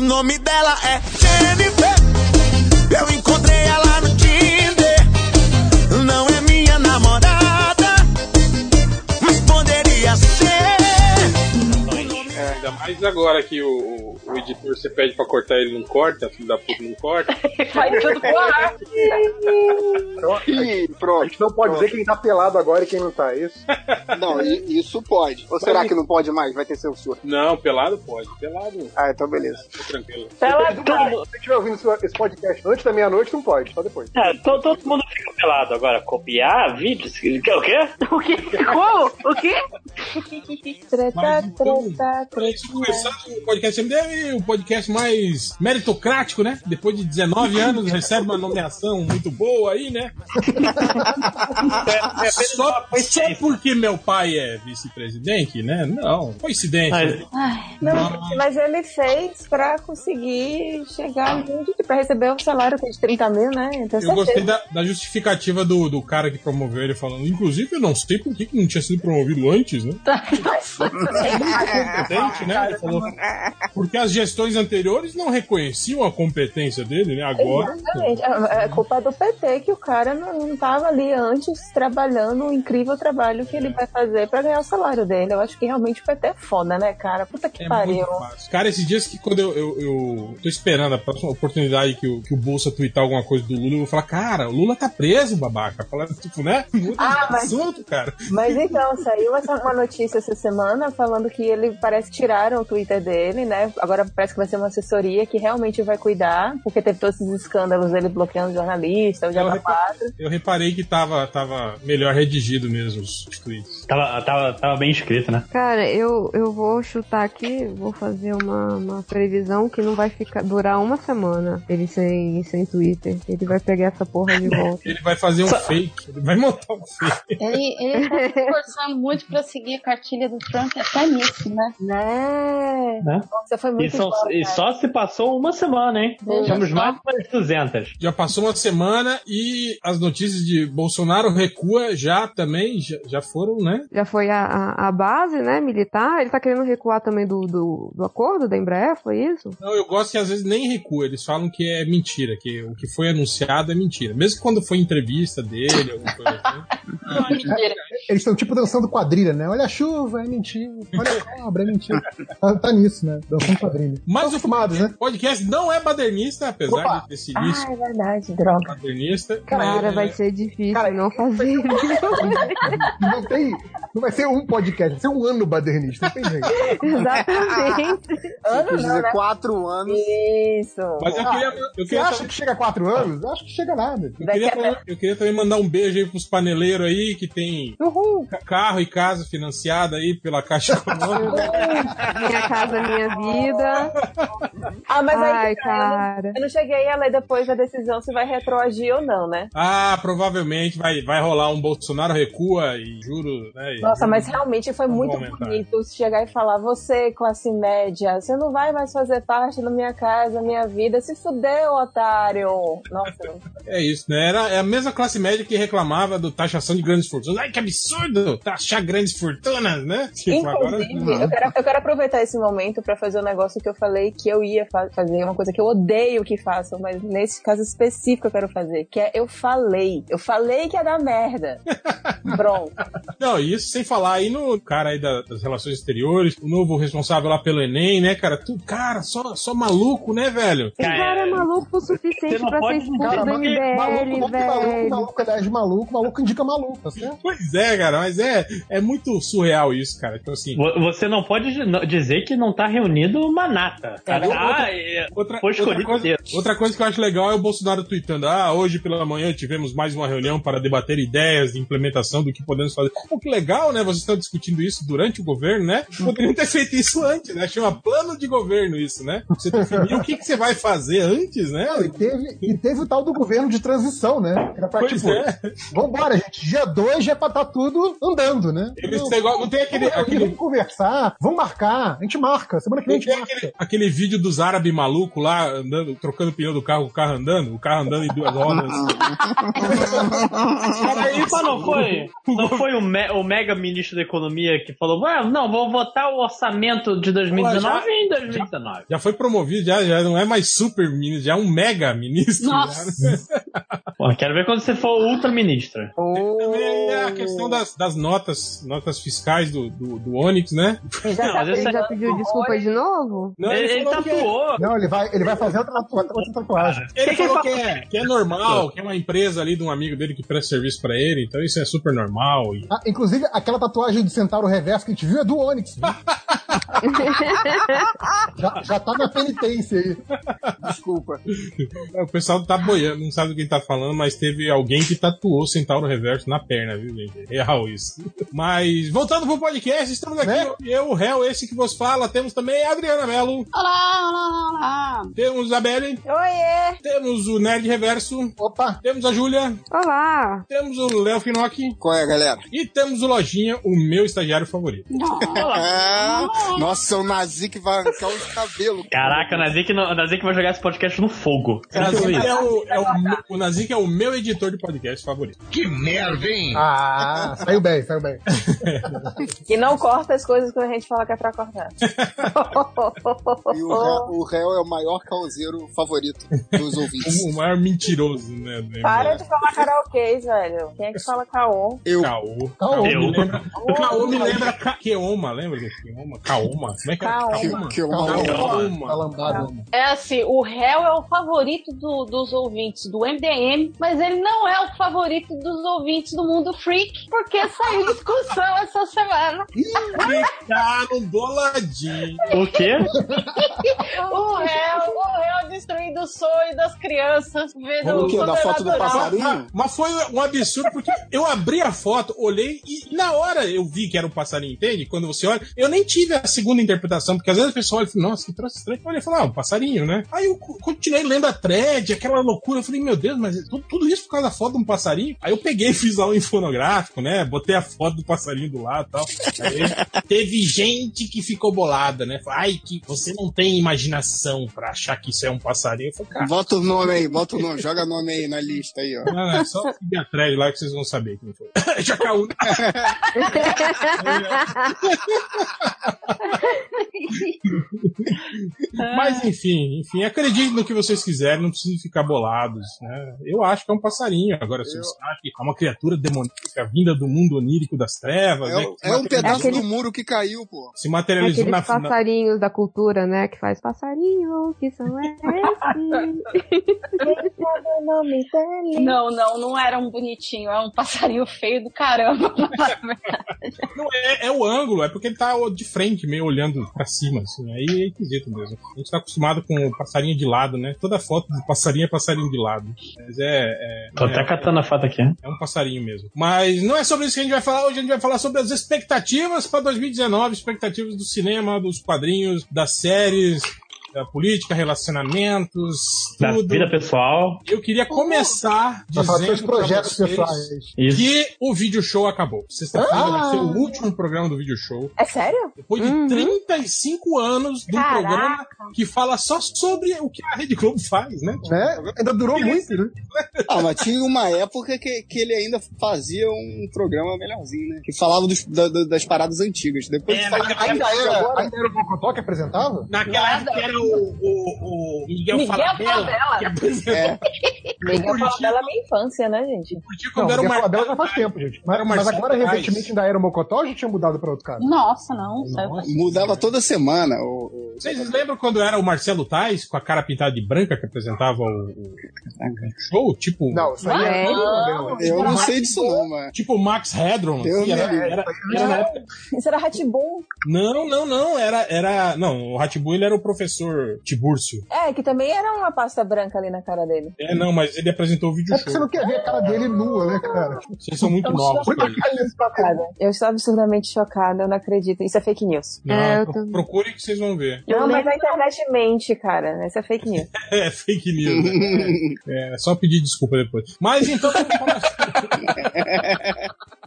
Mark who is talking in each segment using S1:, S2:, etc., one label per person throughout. S1: nome dela é Jennifer. Eu encontrei ela no Tinder. Não é minha namorada, mas poderia ser.
S2: é, Ainda mais agora que o, o- o editor você pede pra cortar ele, não corta, filho da puta não corta.
S3: Sai Tá tudo pro ar.
S4: Ih,
S5: A
S4: pronto.
S5: gente não pode
S4: Pronto.
S5: dizer quem tá pelado agora e quem não tá, é isso?
S4: Não, i- isso pode. Ou será que não pode mais? Vai ter censura.
S2: Não, pelado pode, pelado,
S4: Ah, então beleza.
S2: tô tranquilo.
S3: Ela
S5: Todo
S6: tá.
S5: mundo- Se estiver ouvindo esse esse podcast antes da meia-noite, não pode, só depois.
S6: É, to- todo mundo fica pelado agora. Copiar vídeos? que- que- O quê?
S3: O quê? Como? O quê?
S2: Mas,
S7: Treta,
S2: então,
S7: treta,
S2: Isso
S7: treta.
S2: começando o podcast MDM, o podcast mais meritocrático, né? Depois de 19 anos, recebe uma nomeação muito boa aí, né?
S6: É, é apenas uma
S2: Só, só
S6: coincidência.
S2: porque meu pai é vice-presidente, né? Não, coincidência.
S6: Mas-
S7: Não, mas ele fez pra conseguir chegar muito pra receber o salário que é de 30 mil, né? Então,
S2: Eu gostei
S7: certeza.
S2: da, da justificativa do, do cara que promoveu ele falando. Inclusive, eu não sei por que que não tinha sido promovido antes, né? Competente, né? Ele falou. Porque as gestões anteriores não reconheciam a competência dele, né? Agora.
S7: Exatamente. É é culpa do PT que o cara não, não tava ali antes trabalhando o incrível trabalho que ele vai fazer pra ganhar o salário dele. Eu acho que realmente o PT é foda, né, cara? Puta que
S2: É
S7: pariu.
S2: muito fácil. Cara, esses dias que quando eu, eu, eu tô esperando a próxima oportunidade que o, que o Bolsa twittar alguma coisa do Lula, eu vou falar, cara, o Lula tá preso, babaca. Falar, tipo, né? Muda
S7: Ah,
S2: de
S7: mas-
S2: assunto, cara.
S7: Mas então, saiu essa, uma notícia essa semana falando que ele parece que tiraram o Twitter dele, né? Agora parece que vai ser uma assessoria que realmente vai cuidar, porque teve todos esses escândalos dele bloqueando jornalista, o
S2: Eu,
S7: Jabba
S2: repa-
S7: 4.
S2: eu reparei que tava, tava melhor redigido mesmo os tweets.
S6: Tava, tava, tava bem escrito, né?
S8: Cara, eu, eu vou chutar aqui, vou fazer uma, uma previsão que não vai ficar durar uma semana ele sem, sem Twitter. Ele vai pegar essa porra de volta.
S2: Ele vai fazer um fake, ele vai montar um fake.
S9: Ele, ele tá se esforçando muito pra seguir a cartilha do Trump até nisso, né?
S7: Né?
S6: Né?
S7: Nossa, foi
S6: E,
S7: muito
S6: são-
S7: bom,
S6: e
S7: cara.
S6: só se passou uma semana, hein?
S9: Veja
S6: Temos
S9: só.
S6: mais de 200.
S2: Já passou uma semana e as notícias de Bolsonaro recua já também, já, já foram, né?
S8: Já foi a, a, a base, né, militar. Ele tá querendo recuar também do, do, do acordo da Embraer, foi isso?
S2: Não, eu gosto que às vezes nem recua, eles falam que é mentira, que o que foi anunciado é mentira. Mesmo quando foi entrevista dele, alguma coisa assim.
S9: Não, mentira.
S10: Eles estão tipo dançando quadrilha, né? Olha a chuva, é mentira. Olha a cobra, é mentira. Tá, tá nisso, né? Dançando quadrilha.
S2: Mas
S10: Tão
S2: o
S10: acostumados, né?
S2: podcast não é badernista, apesar
S10: Opa!
S2: de ter sido isso
S7: Ah, é verdade, droga.
S2: badernista.
S8: Cara,
S2: mas- né,
S8: vai ser difícil
S10: Cara, um
S8: não fazer.
S10: Não tem. Não vai ser um podcast, vai ser um ano badernista. Não tem jeito.
S8: Exatamente.
S10: Tipo,
S7: Ano
S4: Quis
S7: não,
S4: dizer,
S7: né?
S4: quatro anos.
S7: Isso.
S2: Mas eu queria, eu
S10: Você
S2: queria
S10: acha que chega a quatro anos? Eu acho que chega nada.
S2: Eu
S7: Daqui
S2: queria,
S7: a-
S2: também, eu queria também mandar um beijo aí pros paneleiros aí que tem ca- carro e casa financiada aí pela Caixa Econômica.
S8: Minha casa, minha vida.
S7: Ah, mas aí
S8: Ai,
S7: que tá, eu não-
S8: cara.
S7: eu não cheguei a ler depois da decisão se vai retroagir ou não, né?
S2: ah, provavelmente vai, vai rolar um Bolsonaro recua e juro, né? e-
S7: Nossa, mas realmente foi
S2: Vamos
S7: muito
S2: aumentar.
S7: bonito chegar e falar: você, classe média, você não vai mais fazer parte da minha casa, minha vida. Se fudeu, otário. Nossa,
S2: É isso, né? Era é a mesma classe média que reclamava do taxação de grandes fortunas. Ai, que absurdo! Taxar grandes fortunas, né? Tipo, agora.
S7: inclusive, eu quero, eu quero aproveitar esse momento pra fazer um negócio que eu falei que eu ia fa- fazer, uma coisa que eu odeio que façam, mas nesse caso específico eu quero fazer, que é eu falei. Eu falei que ia dar merda. Pronto.
S2: Não, e isso sem falar aí no cara aí da- das relações exteriores, o novo responsável lá pelo Enem, né, cara? Tu, cara, só, só maluco, né, velho?
S8: O cara é maluco o
S6: Você
S8: suficiente
S6: não
S8: pra ser
S6: pode
S8: expulso
S6: dizer
S8: do
S6: que
S8: MBL,
S10: Maluco, maluco,
S8: velho.
S10: maluco, aliás, maluco, maluco indica maluco, tá certo?
S2: Pois é, cara, mas é, é muito surreal isso, cara. Então, assim,
S6: Vo- Você não pode di- não- dizer que não tá reunido uma nata.
S2: Cara, outra-
S6: ah, é,
S2: Outra,
S6: Foi escolhido
S2: outra coisa,
S6: inteiro.
S2: outra coisa que eu acho legal é o Bolsonaro tweetando: Ah, hoje pela manhã tivemos mais uma reunião para debater ideias de implementação do que podemos fazer. Pô, que legal, né? Vocês estão discutindo isso durante o governo, né? Poderiam ter feito isso antes, né? Chama plano de governo isso, né? Você definir o que, que você vai fazer antes, né?
S10: Não, e teve, e teve o tal do governo de transição, né? Era pra,
S2: Pois
S10: tipo,
S2: é.
S10: vambora, gente. Dia 2 já é pra tá tudo andando, né?
S2: Eles
S10: Não,
S2: têm igual- não tem aquele-
S10: vamos reunir,
S2: aquele-
S10: Vamos conversar, vamos marcar, a gente marca, semana que vem a
S2: Não
S10: gente
S2: tem
S10: marca.
S2: aquele, aquele vídeo dos árabes Barbie maluco lá, andando, trocando o pneu do carro, com o carro andando, o carro andando em duas rodas.
S6: Mas não foi, não foi o, me- o mega ministro da economia que falou, "Ué, não, vou votar o orçamento de 2019 em 2019.
S2: Já foi promovido, já, já não é mais super ministro, já é um mega ministro.
S6: Pô, quero ver quando você for ultra ministra.
S2: Também é a questão das, das notas, notas fiscais do, do, do Onix, né?
S7: Já tá
S8: Ele já
S7: brigando
S8: pediu
S7: com
S8: desculpa de novo?
S2: Não, ele falou que é-
S10: Não, ele vai, ele vai fazer outra tatu- outra tatuagem.
S2: Ele falou que é, que é normal, que é uma empresa ali de um amigo dele que presta serviço pra ele, então isso é super normal. E...
S10: Ah, inclusive, aquela tatuagem do Centauro Reverso que a gente viu é do Onix. já, já tá na penitência aí.
S4: Desculpa.
S2: O pessoal tá boiando, não sabe do que tá falando, mas teve alguém que tatuou Centauro Reverso na perna, viu, gente? É Real isso. Mas, voltando pro podcast, estamos aqui,
S10: Né?
S2: eu, o réu, esse que vos fala, temos também a Adriana Mello,
S9: Olá, olá, olá, olá.
S2: temos a Beli,
S7: Oiê!
S2: temos o Nerd Reverso,
S10: Opa!
S2: temos a Júlia,
S8: Olá!
S2: temos o Léo Finocchi
S4: Qual é, galera?
S2: e temos o Lojinha, o meu estagiário favorito.
S4: Ah, nossa, o Nazi que vai arrancar os cabelos.
S6: Caraca, o Nazik, não- o Nazik vai jogar esse podcast no fogo.
S2: O Nazik é o, é o, meu- o Nazik é o meu editor de podcast favorito.
S10: Ah, saiu bem, saiu bem.
S7: E não corta as coisas quando a gente fala que é pra cortar.
S4: E o réu, o réu é o maior causeiro favorito dos ouvintes.
S2: O maior mentiroso, né? do
S7: Para
S2: MBL.
S7: de falar karaokês, velho. Quem é que fala caô?
S4: Eu.
S2: Caô.
S10: Caô.
S2: Caô me
S6: Eu.
S2: lembra. Caô me lembra. Ca- Queoma, lembra do Queoma? Caoma? Como é que é?
S7: Caoma.
S4: Que, que eu
S10: Tá
S2: Caoma.
S10: lambado.
S9: É assim, o réu é o favorito do- dos ouvintes do MDM, mas ele não é o favorito dos ouvintes do mundo freak, porque saiu discussão essa semana.
S2: Ficaram tá boladinho.
S6: O quê?
S9: O réu, o réu destruindo o sonho das crianças, vendo
S4: O quê? é Da foto do
S9: sobrenatural.
S4: passarinho?
S2: Mas foi um absurdo porque eu abri a foto, olhei e na hora eu vi que era um passarinho, entende? Quando você olha, eu nem tive a segunda interpretação, porque às vezes a pessoa olha e fala, nossa, que troço estranho. Eu olhei e falei, ah, um passarinho, né? Aí eu co- continuei lendo a thread, aquela loucura. Eu falei, meu Deus, mas tudo, tudo isso por causa da foto de um passarinho? Aí eu peguei e fiz lá um infonográfico, né? Botei a foto do passarinho do lado e tal. Aí teve gente que ficou bolada, né? Falou, Ai, que você não tem imaginação pra achar que isso é um passarinho. Eu falei, cara.
S4: Bota o nome aí, bota o nome, joga nome aí na lista aí, ó.
S2: Não, não, é só seguir a thread lá que vocês vão saber quem foi. né? Jacaú. Mas enfim, enfim, acredite no que vocês quiserem, não precisam ficar bolados. Né? Eu acho que é um passarinho. Agora, se você acha que é uma criatura demoníaca vinda do mundo onírico das trevas, né? que
S4: É,
S2: se
S4: é um
S2: materializou-
S4: pedaço
S8: aquele-
S4: do muro que caiu, pô.
S2: se materializou
S8: Aqueles
S2: é na, na.
S8: passarinhos da cultura, né? Que faz passarinho, que são esses?
S9: Não, não, não era um bonitinho, é um passarinho feio do caramba.
S2: Não, é, é o ângulo, é porque ele tá de frente, meio olhando pra cima, assim. Aí é esquisito mesmo. A gente tá acostumado com o passarinho de lado, né? Toda foto de passarinho é passarinho de lado. Mas é- é
S6: Tô até catando a foto aqui.
S2: É um passarinho mesmo. Mas não é sobre isso que a gente vai falar hoje. A gente vai falar sobre as expectativas para 2019, expectativas do cinema, dos quadrinhos, das séries, da política, relacionamentos,
S6: Da
S2: tudo.
S6: vida pessoal.
S2: Eu queria começar
S10: Vai falar dos seus
S2: dizendo para
S10: projetos
S2: vocês
S10: pessoais.
S6: Isso.
S2: que o vídeo show acabou. Sexta-feira
S10: Ah! Hum.
S2: vai ser o último programa do vídeo show.
S7: É sério?
S2: Depois de
S8: Uhum.
S2: 35 anos de um
S7: Caraca.
S2: programa que fala só sobre o que a Rede Globo faz, né?
S10: Né? Ainda durou muito, né?
S4: Ah, mas tinha uma época que, que ele ainda fazia um programa melhorzinho, né? Que falava dos- da- da- das paradas antigas. Depois
S2: É,
S4: fala-
S2: naquela
S10: Ainda era,
S4: agora-
S10: ainda era o Mocotó que apresentava?
S2: Naquela época era o, o, o Miguel,
S9: Miguel
S2: Falabella,
S9: Falabella.
S2: que apresentou
S4: É,
S7: Miguel fala dela minha infância, né, gente?
S2: curti
S10: Não,
S2: quando era um
S4: é
S10: porque
S2: o
S10: Mar...
S2: Mar...
S10: Bela já faz tempo, gente. Mas,
S2: Era o
S10: mas
S2: Marcelo
S10: agora,
S2: Paes.
S10: recentemente, ainda era o Mocotó ou já tinha mudado pra outro cara?
S9: Nossa, não, saiu
S4: mudava toda semana. O, o-
S2: Vocês lembram quando era o Marcelo Tais, com a cara pintada de branca, que apresentava o, o- o show? Tipo
S10: Não, isso aí é
S8: Não.
S10: outro
S4: Eu
S10: problema.
S4: não sei disso não, mas...
S2: tipo o Max Hedron.
S4: Eu
S2: assim,
S4: me
S2: era-
S4: lembro.
S2: era- era na época-
S7: Isso era Hatbum.
S2: Não, não, não. Era, era, não, o Ratibu ele era o professor Tibúrcio.
S7: É, que também era uma pasta branca ali na cara dele.
S2: É, não, mas ele apresentou o vídeo
S10: É porque você
S2: show.
S10: não quer ver a cara dele nua, né, cara?
S2: Vocês são muito novos.
S10: Muita
S2: pra isso.
S10: cara nesse papel.
S7: Então, Chocada. Eu estou absurdamente chocada, eu não acredito. Isso é fake news.
S2: Não,
S8: É, eu
S2: pro-
S8: também.
S2: procure que vocês vão ver.
S7: Não, mas a internet mente, cara. Isso é fake news.
S2: É, fake news. né? É, é só pedir desculpa depois. Mas então, vamos falar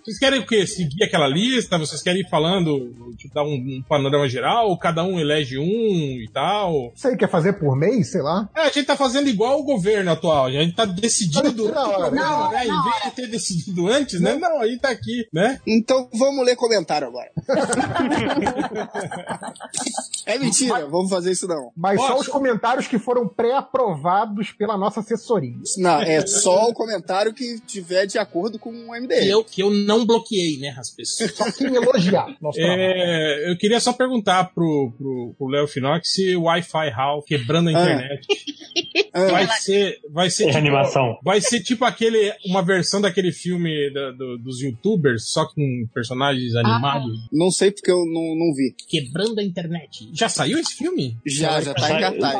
S2: Vocês querem o quê? Seguir aquela lista? Vocês querem ir falando, tipo, dar um, um panorama geral? Cada um elege um e tal?
S10: Sei, quer fazer por mês, sei lá.
S2: É, a gente tá fazendo igual o governo atual. A gente tá decidindo durante o programa, né? Em vez de ter decidido antes, né? Não, aí tá aqui, né?
S4: Então vamos ler comentário agora. é mentira, vamos fazer isso não.
S10: Mas só os comentários que foram pré-aprovados pela nossa assessoria.
S4: Não, é só o comentário que tiver de acordo com o MDM.
S2: Que eu, que eu não bloqueei, né, as pessoas.
S10: É Só quem elogiar nosso trabalho.
S2: É, eu queria só perguntar pro, pro, pro Léo Finox se o Wi-Fi Hall quebrando a
S4: Ah.
S2: internet
S4: É.
S2: vai ser. Vai ser tipo,
S6: Reanimação.
S2: Vai ser tipo aquele. Uma versão daquele filme da- do- dos youtubers, só com personagens
S7: Ah.
S2: animados.
S4: Não sei porque eu não, não vi.
S2: Quebrando a internet. Já saiu esse filme?
S4: Já, já tá em cartaz.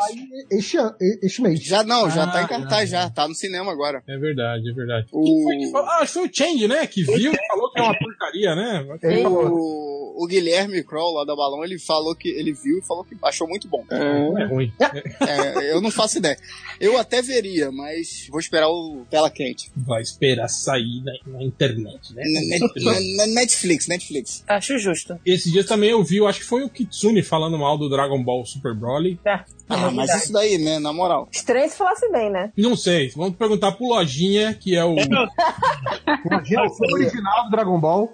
S10: Este, an- e- este mês.
S4: Já não, já
S2: Ah,
S4: tá em cartaz, já. Tá no cinema agora.
S2: É verdade, é verdade.
S4: O-
S2: Quem foi que falou? Ah, acho que foi o Change, né? Que viu e falou que é uma porcaria, né?
S10: Ele falou,
S4: O, o Guilherme Kroll, lá da Balão, ele falou que ele viu e falou que achou muito bom.
S2: É ruim.
S4: É, eu não faço ideia. Eu até veria, mas vou esperar o Tela Quente.
S2: Vai esperar sair na, na internet, né?
S4: Net- na- na Netflix, Netflix.
S7: Acho justo.
S2: Esse dia também eu vi, eu acho que foi o Kitsune falando mal do Dragon Ball Super Broly.
S7: Tá.
S4: Ah, mas
S7: Novidade.
S4: isso daí, né, na moral.
S7: Estranho se falasse bem, né?
S2: Não sei, vamos perguntar pro Lojinha, que é o. é
S10: a geração original do Dragon Ball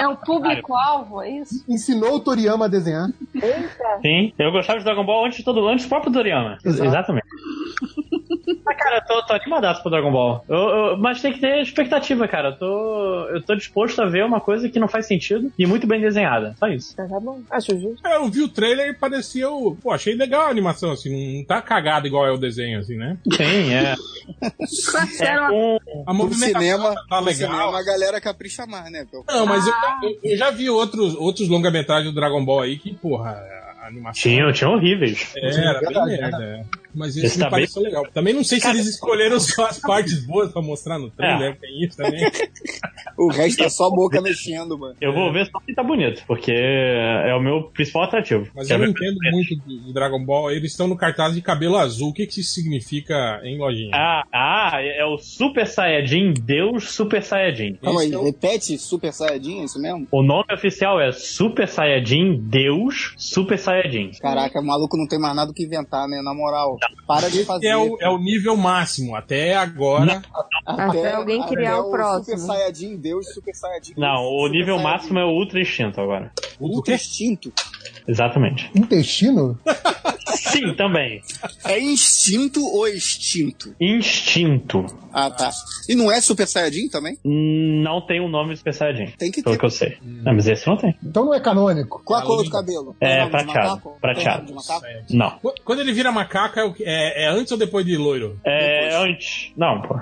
S9: É o público-alvo, é isso?
S10: ensinou o Toriyama a desenhar.
S6: Sim, eu gostava de Dragon Ball antes de todo antes do próprio Toriyama.
S10: Exato.
S6: Exatamente. Mas, cara, eu tô, tô animadaço pro Dragon Ball. Eu- eu- mas tem que ter expectativa, cara. Eu tô, eu tô disposto a ver uma coisa que não faz sentido e muito bem desenhada. Só isso.
S7: Tá, tá bom. Acho justo.
S2: É, eu vi o trailer e pareceu. Pô, achei legal a animação, assim, não- não tá cagada igual é o desenho, assim, né?
S6: Sim, é. é com-
S2: A
S4: No
S2: movimentação
S4: cinema,
S2: tá
S4: no
S2: legal.
S4: cinema a galera capricha mais, né? Pô?
S2: Não, mas eu, eu- eu já vi outros, outros longa-metragens do Dragon Ball aí que, porra, a animação.
S6: Tinha, tinha horríveis.
S2: É, era bem
S10: Verdade,
S2: merda. é. Mas esse,
S6: Esse
S2: me
S6: tá
S2: pareceu legal. Também não sei se eles escolheram só as partes boas pra mostrar no trailer,
S6: É.
S2: tem isso também.
S4: O resto é só a boca mexendo, mano.
S6: Eu vou ver só se tá bonito, porque é o meu principal atrativo.
S2: Mas eu
S6: Quero
S2: não
S6: ver-
S2: entendo muito de de Dragon Ball. Eles estão no cartaz de cabelo azul. O que, que isso significa em lojinha?
S6: Ah, ah, é é o Super Saiyajin Deus Super Saiyajin.
S4: Calma aí,
S2: Esse é o-
S4: repete Super Saiyajin, é isso mesmo?
S6: O nome oficial é Super Saiyajin Deus Super Saiyajin.
S4: Caraca, o maluco não tem mais nada o que inventar, né? Na moral, para de fazer.
S2: é, o, é o nível máximo. Até agora.
S8: Até alguém criar
S4: até
S8: o próximo.
S4: Super Saiyajin Deus, Super Saiyajin.
S6: Não, o
S4: Super
S6: nível
S4: Saiyajin.
S6: máximo é o Ultra Instinto agora.
S4: Ultra instinto.
S6: Exatamente.
S10: Intestino?
S6: Sim, também.
S4: É instinto ou extinto?
S6: Instinto.
S4: Ah, tá. E não é Super Saiyajin também?
S6: Não tem o nome Super Saiyajin.
S4: Tem que
S6: Pelo
S4: ter.
S6: que eu sei. Não, mas esse não tem.
S10: é? Então não é canônico.
S4: Qual a cor do cabelo?
S6: É,
S4: Tem nome de
S6: prateado,
S4: macaco? Tem
S6: prateado.
S4: nome de macaco?
S6: Não.
S2: Qu- Quando ele vira macaca, é o que- é, é antes ou depois de loiro? Ah.
S6: É antes. Não, pô.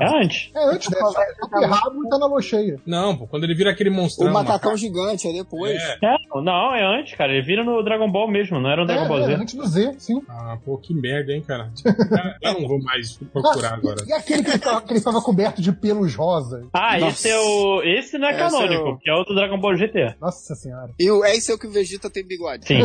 S6: É antes.
S10: É antes de falar, tá errado e tá na lua cheia.
S2: Não, pô. Quando ele vira aquele
S4: O
S2: monstrão.
S4: macacão gigante é depois.
S2: É.
S6: É, não, é antes, cara. Ele vira no Dragon Ball mesmo, não era no
S10: É,
S6: Dragon Ball
S10: é,
S6: Z.
S10: antes do Z, sim.
S2: Ah, pô, que merda, hein, cara. Ah, Eu não vou mais procurar agora.
S10: Ah, E aquele que ele tava, que ele tava coberto de pelos rosa?
S6: Ah,
S4: Nossa.
S6: esse é o. Esse não é
S4: Esse é
S6: canônico,
S4: o-
S6: que é o do Dragon Ball GT.
S10: Nossa senhora.
S4: E o, é isso é o que o Vegeta tem bigode.
S6: Sim.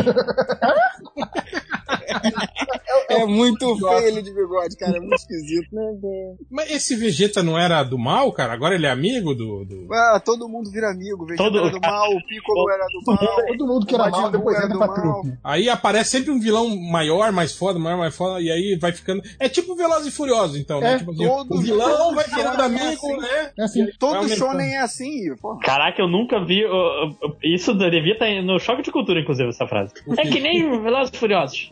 S4: É muito feio ele de bigode, cara. É muito esquisito.
S7: Meu Deus.
S2: Mas esse Vegeta não era do mal, cara? Agora ele é amigo do. do-
S4: Ah, todo mundo vira amigo. Vegeta
S6: Todo-
S4: era do mal, o Piccolo era do mal.
S10: Todo mundo que era
S4: Majin
S10: mal,
S4: Buu
S10: depois
S4: era
S10: entra
S4: do
S10: pra
S4: mal.
S10: trupe.
S2: Aí aparece sempre um vilão maior, mais foda, maior, mais foda, e aí vai ficando. É tipo Veloz e Furioso, então, né?
S10: É,
S2: Tipo assim,
S4: todo
S2: o vilão vai
S4: vilão
S2: virando
S4: é
S2: amigo,
S4: assim.
S2: né?
S10: É assim.
S6: um
S2: Vai
S4: Todo
S2: aumentando.
S4: shonen é assim, Ivo, porra.
S6: Caraca, eu nunca vi. eu- eu- eu- isso devia estar no choque de cultura, inclusive, essa frase. É que nem Velozes e Furiosos.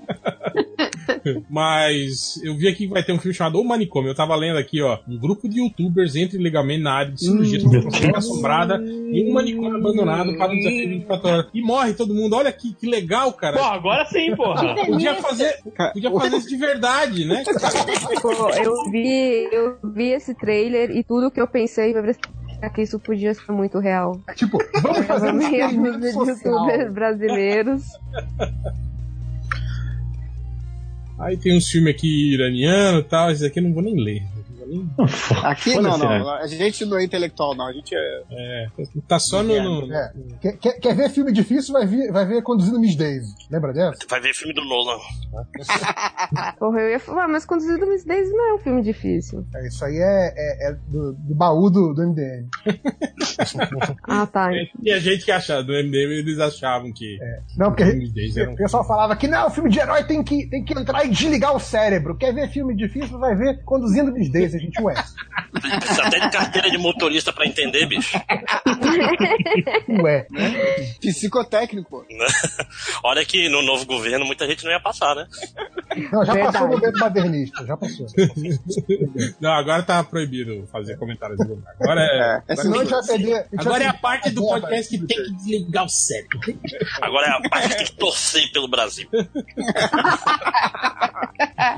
S2: Mas eu vi aqui que vai ter um filme chamado O Manicômio. Eu tava lendo aqui, ó. Um grupo de youtubers entra ilegalmente na área de cirurgia de uma assombrada e um manicômio abandonado para um desafio de 24 horas. E morre todo mundo. Olha que, que legal, cara.
S6: Pô, agora sim, porra.
S2: Podia fazer, podia fazer isso de verdade, né?
S8: Pô, eu vi, eu vi esse trailer e tudo que eu pensei foi pra- que isso podia ser muito real.
S10: É tipo, vamos fazer um
S8: Vamos ver
S10: experimento
S8: os
S10: social.
S8: youtubers brasileiros.
S2: Aí tem uns filmes aqui iraniano e tal. Esse aqui eu não vou nem ler.
S4: Aqui não,
S6: Foda-se,
S4: não.
S6: né?
S4: A gente não é intelectual, não. A gente é.
S2: Tá só no. no...
S10: É. Quer, quer- quer ver filme difícil, vai ver, vai ver Conduzindo Miss Daisy. Lembra dessa?
S11: Vai ver filme do Nolan.
S8: Porra, eu ia falar, mas Conduzido Miss Daisy não é um filme difícil.
S10: É, Isso aí é, é- é do, do baú do, do MDM.
S8: Ah, tá.
S2: E a gente que achava, do MDM, eles achavam que.
S10: Não, porque
S2: os gays eram-
S10: o pessoal falava que não, filme de herói tem que, tem que entrar e desligar o cérebro. Quer ver filme difícil, vai ver conduzindo Miss Daisy, a gente é. ué.
S11: Precisa até de carteira de motorista pra entender, bicho.
S10: Ué.
S4: Psicotécnico.
S11: Né? Olha que no novo governo muita gente não ia passar, né?
S10: Não, já passou
S11: Verdade.
S10: o momento modernista, já passou.
S2: Não, agora tá proibido fazer comentários. Agora é.
S10: É, senão a gente vai perder- a gente vai
S2: Agora é a
S10: perder
S2: parte
S10: a
S2: do
S10: verba.
S2: podcast que tem que desligar o cérebro.
S11: Agora é a parte que tem que torcer pelo Brasil.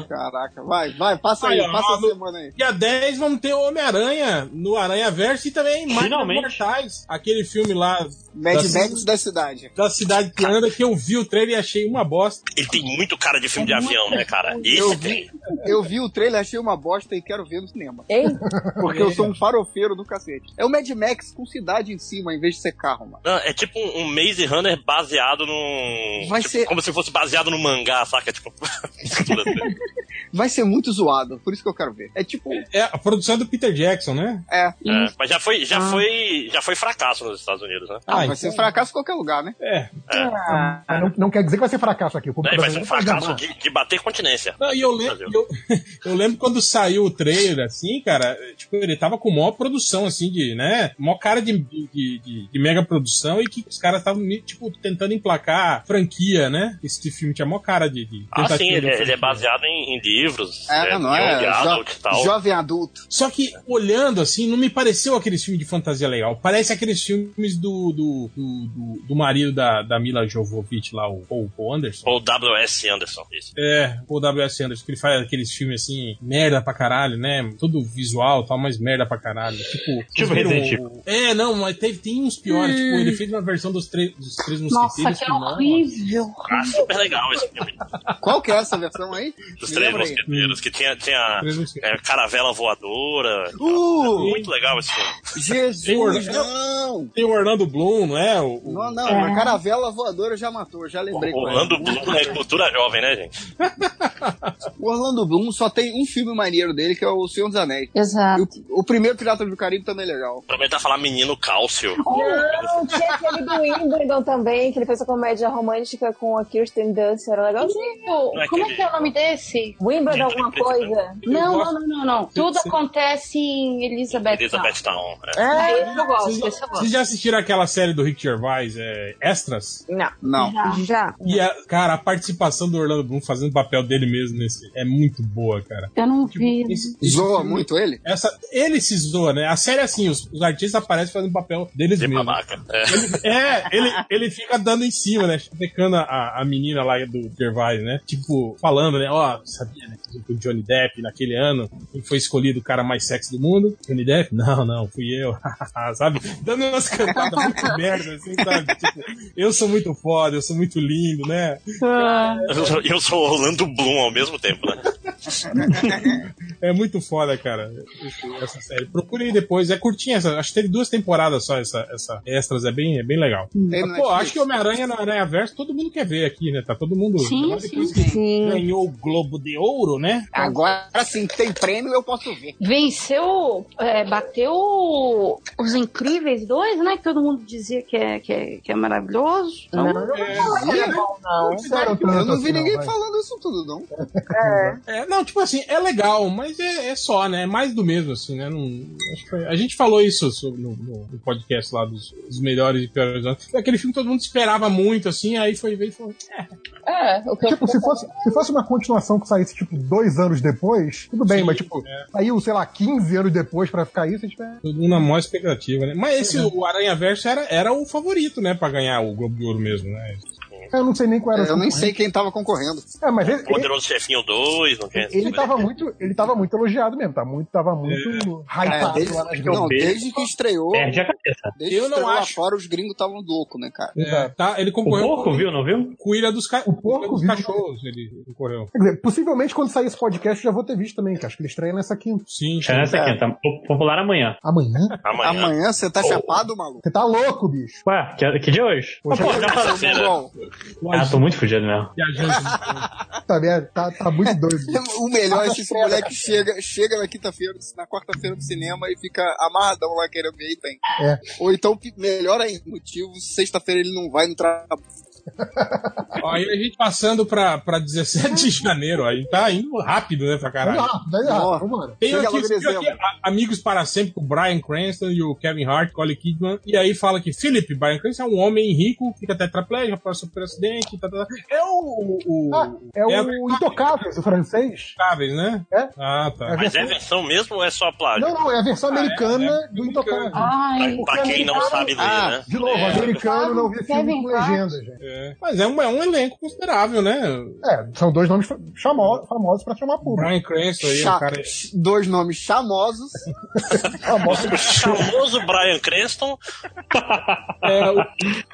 S4: Caraca, vai, vai, passa aí,
S2: Aí, ó,
S4: passa a
S2: no-
S4: semana aí.
S2: Dia 10 vamos ter o Homem-Aranha no Aranha Verso e também Máquinas
S4: Finalmente.
S2: Mortais. Aquele filme lá.
S4: Mad
S2: da-
S4: Max da cidade.
S2: Da cidade que anda, que eu vi o trailer e achei uma bosta.
S11: Ele tem muito cara de filme de avião, né, cara?
S4: É Eu
S11: Esse
S4: vi,
S11: tem.
S4: eu vi o trailer, achei uma bosta e quero ver no cinema.
S7: Ei?
S4: Porque eu sou um farofeiro do cacete. É o Mad Max com cidade em cima, em vez de ser carro, mano.
S11: Não, é tipo um, um Maze Runner baseado num.
S4: Vai
S11: tipo,
S4: ser-
S11: Como se fosse baseado no mangá, saca? Tipo.
S4: Vai ser muito zoado, por isso que eu quero ver. É tipo.
S2: É a produção do Peter Jackson, né?
S4: É.
S11: É, mas já foi, já, foi, já foi fracasso nos Estados Unidos, né?
S4: Ah, vai ser fracasso em qualquer lugar, né?
S2: então É.
S10: Ah, mas não, não quer dizer que vai ser fracasso aqui. O público
S11: Daí vai ser um
S10: brasileiro vai
S11: fracasso
S10: amar.
S11: de, de bater continência.
S2: Não, e eu lembro, eu, eu lembro quando saiu o trailer, assim, cara, tipo, ele tava com maior produção, assim, de, né? Mó cara de, de, de- de mega produção e que os caras estavam, tipo, tentando emplacar franquia, né? Esse filme tinha mó cara de. de
S11: Ah, sim,
S2: tentativa de
S11: ele, é- ele é
S2: franquia.
S11: baseado em, em livros.
S2: É, não é,
S11: young
S2: jo-
S11: adult e tal.
S2: jovem
S4: adulto.
S2: Só que, olhando assim, não me pareceu aqueles filmes de fantasia legal. Parece aqueles filmes do, do, do, do- do marido da, da Mila Jovovich lá, o Paul, Paul Anderson.
S11: Ou W.S. Anderson. Isso.
S2: É, o W.S. Anderson, que ele faz aqueles filmes assim, merda pra caralho, né? Todo visual e tal, mas merda pra caralho. Tipo, vocês viram
S6: Resident
S2: o- É, não, mas teve, tem uns piores.
S9: Hum.
S2: Tipo, ele fez uma versão dos, tre- dos Três
S9: Nossa,
S2: Mosquiteiros.
S9: que
S2: que não-
S9: horrível.
S11: Ah, super legal esse filme.
S4: Qual que é essa versão aí?
S11: Dos
S4: Me
S11: Três
S4: lembra aí.
S11: Mosqueteiros, que tinha, tinha é, caravela voadora.
S4: Uh!
S11: Muito legal esse filme.
S2: Tem o
S4: Jesus,
S2: Orlando-
S4: não!
S2: Tem o Orlando Bloom, não é? O, o-
S4: Não, não,
S2: É.
S4: a caravela voadora já matou, já lembrei. qual é.
S11: Orlando Bloom é cultura jovem, né, gente?
S4: O Orlando Bloom só tem um filme maneiro dele, que é O Senhor dos Anéis.
S9: Exato.
S4: E O, o primeiro Pirata do Caribe também é legal.
S11: Também tá falando menino cálcio.
S7: Não, tinha aquele do Wimbledon também, que ele fez a comédia romântica com a Kirsten Dunst, era legalzinho.
S11: Não é
S9: Como é que é o nome desse?
S7: Wimbledon alguma coisa?
S9: Não, não,
S7: gosto-
S9: não, não, não. Tudo acontece em Elizabethtown.
S11: Elizabethtown.
S7: é.
S9: Ah, esse eu
S2: Vocês
S9: gosto, esse
S2: já-
S9: eu
S2: Vocês
S9: gosto.
S2: já assistiram aquela série do Rick Gervais, é, Extras?
S7: Não.
S4: Não.
S8: Já.
S2: E, a, cara, a participação do Orlando Bloom fazendo o papel dele mesmo nesse é muito boa, cara.
S9: Eu não vi.
S4: Zoa muito ele?
S2: Essa, ele se zoa, né? A série é assim, os, os artistas aparecem fazendo o papel deles mesmos. Ele- é, ele, ele fica dando em cima, né? Chapecando a, a menina lá do Gervais, né? Tipo, falando, né? Ó, sabia, né? que O Johnny Depp, naquele ano, ele foi escolhido o cara mais sexy do mundo. Johnny Depp? Não, não, fui eu. Ah, sabe? Dando umas cantadas muito merda, assim, sabe? Tipo, eu sou muito foda, eu sou muito lindo, né?
S11: Eu sou- Eu sou Orlando Bloom ao mesmo tempo, né?
S2: É muito foda, cara, esse- essa série. Procurem depois, é curtinha essa. Acho que teve duas temporadas só, essa, essa extras, é bem, é bem legal.
S4: Tem no
S2: Mas, pô,
S4: Netflix?
S2: acho que Homem-Aranha na Aranha Verso todo mundo quer ver aqui, né? Tá todo mundo. Agora depois que Ganhou o Globo de Ouro, né?
S4: Agora sim, tem prêmio, eu posso ver.
S9: Venceu, é, bateu os Incríveis dois, né? Que todo mundo dizia que é, que é, que é maravilhoso.
S4: Não,
S9: é bom, não.
S4: Eu não vi ninguém falando isso tudo, não.
S2: É, não, tipo assim, é legal, mas é, é só, né? É mais do mesmo, assim, né? Não, acho que foi- a gente falou isso sobre- no, no- no podcast lá dos, dos melhores e piores anos. Aquele filme que todo mundo esperava muito, assim, aí foi ver e falou. É.
S7: É, o que
S10: Tipo, se fosse, se fosse uma continuação que saísse, tipo, dois anos depois, tudo bem, mas, tipo,
S4: é.
S10: saiu, sei lá, 15 anos depois pra ficar isso, tipo, é, a gente vai...
S2: Todo mundo na maior expectativa, né? Mas esse, o Aranha Verso era, era o favorito, né? Pra ganhar o Globo de Ouro mesmo, né?
S10: Eu não sei nem qual era
S4: É, Eu nem sei quem tava concorrendo.
S10: É, mas ele,
S11: Poderoso Chefinho 2, não quer
S10: ele tava muito, ele tava muito elogiado mesmo, tá muito, tava muito
S4: Cara,
S10: hypado lá nas
S4: É. desde, não,
S10: redes.
S4: desde que estreou.
S10: Perde a
S4: cabeça. Desde
S2: Eu
S4: que
S2: não
S4: estreou lá
S2: acho.
S4: fora, os gringos estavam loucos, né, cara?
S2: É, tá, ele concorreu.
S10: porco
S2: com-
S10: viu,
S6: não viu?
S2: Com Ilha dos, Ca... com Ilha dos
S10: viu.
S2: Cachorros ele concorreu.
S10: Quer dizer, possivelmente quando sair esse podcast eu já vou ter visto também, que acho que ele estreia nessa quinta.
S2: Sim,
S6: Chega nessa quinta. tá Po- Popular amanhã.
S10: Amanhã?
S4: é.
S11: Amanhã.
S4: Amanhã você tá
S6: Ou-
S4: chapado, maluco?
S10: Você tá louco, bicho.
S6: Ué, que, que dia é hoje?
S10: Hoje é
S6: Pô, dá pra-
S11: terça-feira.
S6: Ah, tô muito fudido mesmo.
S10: Tá, merda, tá, tá muito doido.
S4: O melhor é se esse moleque chega, chega na quinta-feira, na quarta-feira no cinema e fica amarradão lá querendo ver item.
S10: É.
S4: Ou então, pi- melhor ainda, motivo, sexta-feira ele não vai no trabalho.
S2: Ó, aí a gente passando pra, pra 17 de janeiro, ó, aí tá indo rápido, né, pra caralho.
S10: Vamos rápido, aí é rápido, vambora.
S2: Tem
S10: Chega
S2: aqui,
S10: logo em
S2: tem aqui
S10: dezembro.
S2: a- amigos para sempre com o Brian Cranston e o Kevin Hart, Colin Kidman. E aí fala que Philip Brian Cranston é um homem rico, fica tetraplégico, passa por acidente. Tá, tá, tá. É o. o, o-
S10: É
S2: a-
S10: o Intocáveis, o francês.
S2: Intocáveis, né?
S10: É.
S2: Ah, tá.
S11: Mas é versão mesmo ou é só plágio?
S10: Não, não, é a
S2: Ah,
S10: versão americana do Intocáveis.
S11: Pra, pra quem não sabe ler, né?
S10: Ah, De novo,
S11: É.
S10: americano não vê filme
S11: Kevin
S10: com
S11: Hart.
S10: legenda, gente.
S2: É. Mas é um, é um elenco considerável, né?
S10: É, são dois nomes fa- chamo- famosos pra chamar público.
S2: Brian Cranston aí,
S10: Chato.
S2: o cara.
S4: Dois nomes chamosos.
S11: O famoso Brian Cranston.
S2: É, o-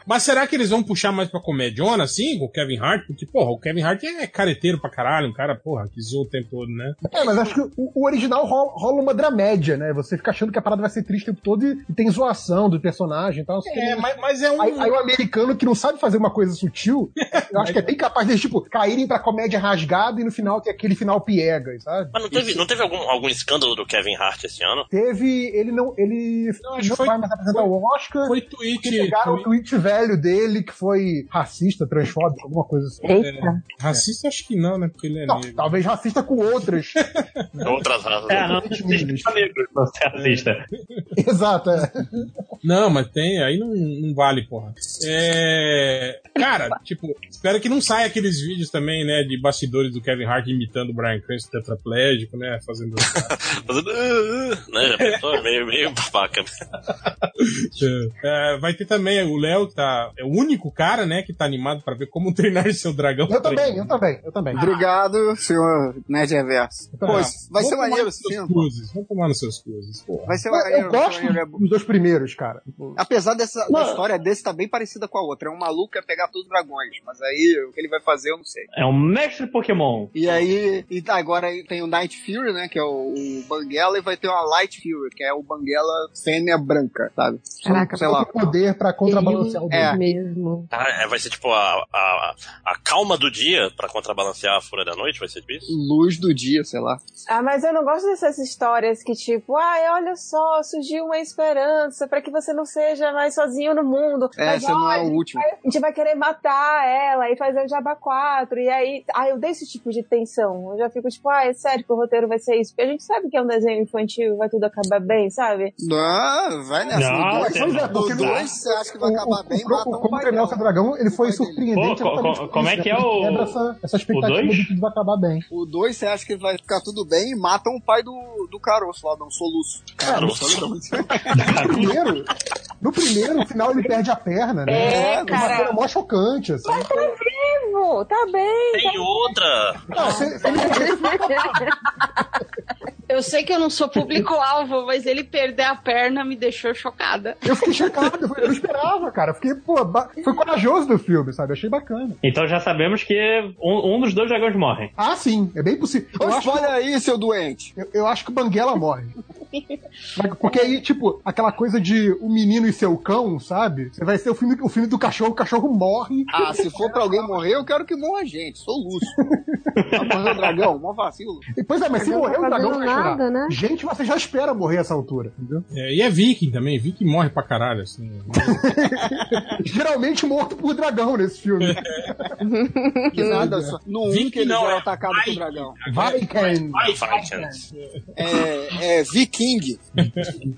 S2: Mas será que eles vão puxar mais pra comediona, assim, com o Kevin Hart? Porque, porra, o Kevin Hart é careteiro pra caralho, um cara, porra, que zoou o tempo todo, né?
S10: É, mas acho que o, o original rola, rola uma dramédia, né? Você fica achando que a parada vai ser triste o tempo todo e, e tem zoação do personagem e tal.
S2: É, mas, é um.
S10: Aí, aí o americano que não sabe fazer uma coisa sutil, eu acho que é bem capaz deles, tipo, caírem pra comédia rasgada e no final tem aquele final piegas, sabe?
S11: Mas Ah, não teve, não teve algum, algum escândalo do Kevin Hart esse ano?
S10: Teve. Ele não. Ele não, vai mais apresentar o Oscar.
S2: Foi tweet.
S10: Pegaram o tweet velho dele, que foi racista, transfóbico, alguma coisa assim.
S2: É. Racista acho que não, né? Porque ele é
S10: Não,
S2: negro.
S10: talvez racista com outras.
S11: Outras razões.
S6: É, não, não negro, você assista.
S10: Exato, é.
S2: Não, mas tem, aí não, não vale, porra. É, cara, tipo, espero que não saia aqueles vídeos também, né, de bastidores do Kevin Hart imitando o Brian Cranston tetraplégico, né, fazendo...
S11: Fazendo, "Ah, ah", né? Já pensou? É meio, meio babaca.
S2: É, vai ter também o Léo, que tá... É o único cara, né, que tá animado pra ver como treinar seu dragão.
S10: Eu também, eu também, eu também.
S4: Obrigado, senhor Nerd Reverso. Pô, isso vai ser maneiro esse
S2: seus
S4: filme.
S2: cruzes, Vamos tomar nos seus cruzes, porra.
S4: Vai ser
S10: Eu-
S4: maneiro.
S10: Eu
S4: vai ser
S10: gosto
S4: maneiro. é
S10: dos dois primeiros, cara.
S4: Apesar dessa
S10: Não.
S4: da história desse tá bem parecida com a outra. É um maluco que quer pegar todos os dragões, mas aí o que ele vai fazer eu não sei.
S6: É um mestre Pokémon.
S4: E aí, e tá, agora tem o Night Fury, né? Que é o, o Banguela, e vai ter uma Light Fury, que é o Banguela fêmea branca, sabe?
S10: Caraca,
S4: sei lá.
S10: tem poder pra contrabalancear o
S4: É.
S10: dele.
S8: mesmo.
S11: Ah, é, vai ser tipo a, a, a calma do dia pra contrabalancear a fúria da noite, vai ser tipo isso?
S4: Luz do dia, sei lá.
S7: Ah, mas eu não gosto dessas histórias que tipo, ai, olha só, surgiu uma esperança pra que você não seja mais sozinho no mundo.
S4: É,
S7: mas,
S4: você não
S7: ó,
S4: é o
S7: a gente
S4: último.
S7: vai- A gente vai querer matar ela e fazer o Jabá 4. E aí, ah, eu dei esse tipo de tensão. Eu já fico tipo, ah, é sério que o roteiro vai ser isso? Porque a gente sabe que é um desenho infantil, vai tudo acabar bem, sabe?
S4: Ah, vai nessa.
S6: Não, é,
S4: no dois,
S6: tem-
S4: no
S10: porque no-
S4: dois você acha que vai acabar bem,
S10: Pro-
S4: mata um
S10: como treinar o seu dragão, ele foi surpreendente.
S6: Pô, co-
S10: exatamente
S6: co-
S10: por
S6: como
S10: isso,
S6: é que
S10: né?
S6: é o-
S10: Ele Quebra essa, essa expectativa
S6: dois?
S10: de que tudo vai acabar bem.
S4: O 2 você acha que vai ficar tudo bem e matam o pai do, do caroço lá, dá um soluço.
S11: Caroço.
S10: No primeiro, no primeiro, no final, ele perde a perna, né?
S7: É, cara.
S10: Uma cena mó chocante, assim.
S7: Mas tá vivo, tá bem.
S11: Tem outra!
S10: Não, se, se ele perdesse,
S9: Eu sei que eu não sou público-alvo, mas ele perder a perna me deixou chocada.
S10: eu fiquei chocado, eu eu não esperava, cara. Eu Fiquei, pô, ba- foi corajoso do filme, sabe? Eu Achei bacana.
S6: Então já sabemos que um, um dos dois dragões morre.
S10: Ah, sim, é bem possível. Eu acho que-
S4: olha aí, seu doente.
S10: Eu, eu acho que o Banguela morre. Mas Porque aí, tipo, aquela coisa de o menino e seu cão, sabe? Você vai ser o filme, o filme do cachorro, o cachorro morre.
S4: Ah, se for pra alguém morrer, eu quero que morra a gente, soluço. Vai morrer o dragão, mó vacilo.
S10: E, Pois é, mas se
S8: Não
S10: morrer,
S8: tá
S10: o dragão
S8: fazendo
S10: vai chorar.
S8: nada, né?
S10: Gente, você já espera morrer essa altura, entendeu?
S2: É, e é viking também, viking morre pra caralho, assim.
S10: Geralmente morto por dragão nesse filme.
S4: Que nada, só. No um
S2: Viking
S4: que ele
S2: não,
S4: já é
S2: é
S4: atacado com o dragão.
S10: Vai, Ken.
S11: Vai, Vikings.
S4: É, é Viking.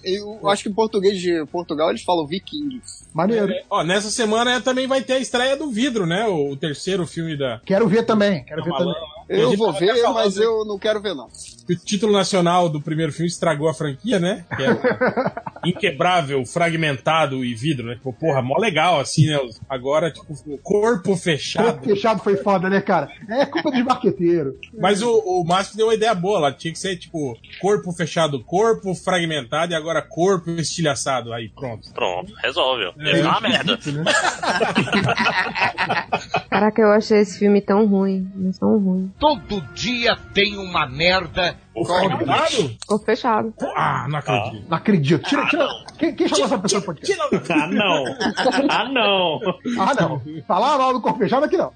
S4: Eu acho que em português de Portugal eles falam Viking.
S10: Maneiro.
S2: É, ó, nessa semana também vai ter a estreia do Vidro, né? O, o terceiro filme da...
S10: Quero ver também, quero
S2: da
S10: ver
S2: Malan,
S10: também.
S2: né? A
S4: Eu
S2: gente
S4: vou
S2: tava até assim.
S4: ver,
S2: falando
S4: mas eu não quero ver, não.
S2: que O título nacional do primeiro filme estragou a franquia, né? Que era Inquebrável, Fragmentado e Vidro, né? Tipo, porra, mó legal, assim, né? Agora, tipo, o corpo
S10: Corpo
S2: fechado.
S10: fechado foi foda, né, cara? É culpa de marqueteiro.
S2: Mas o, o Márcio deu uma ideia boa lá. Tinha que ser, tipo, corpo fechado, corpo fragmentado e agora corpo estilhaçado. Aí, pronto. É, tipo,
S11: Pronto, resolve.
S10: É.
S11: Ia ficar uma merda.
S8: Caraca, eu achei esse filme tão ruim, mas tão ruim.
S1: Todo dia tem uma merda
S2: Ou convidado?
S8: Ou fechado.
S2: Ah, não acredito.
S10: Não acredito. Tira, tira. Quem, quem chamou essa pessoa no podcast?
S6: Ah, não. Ah, não.
S10: Ah, não. Falar mal do corpo fechado aqui não.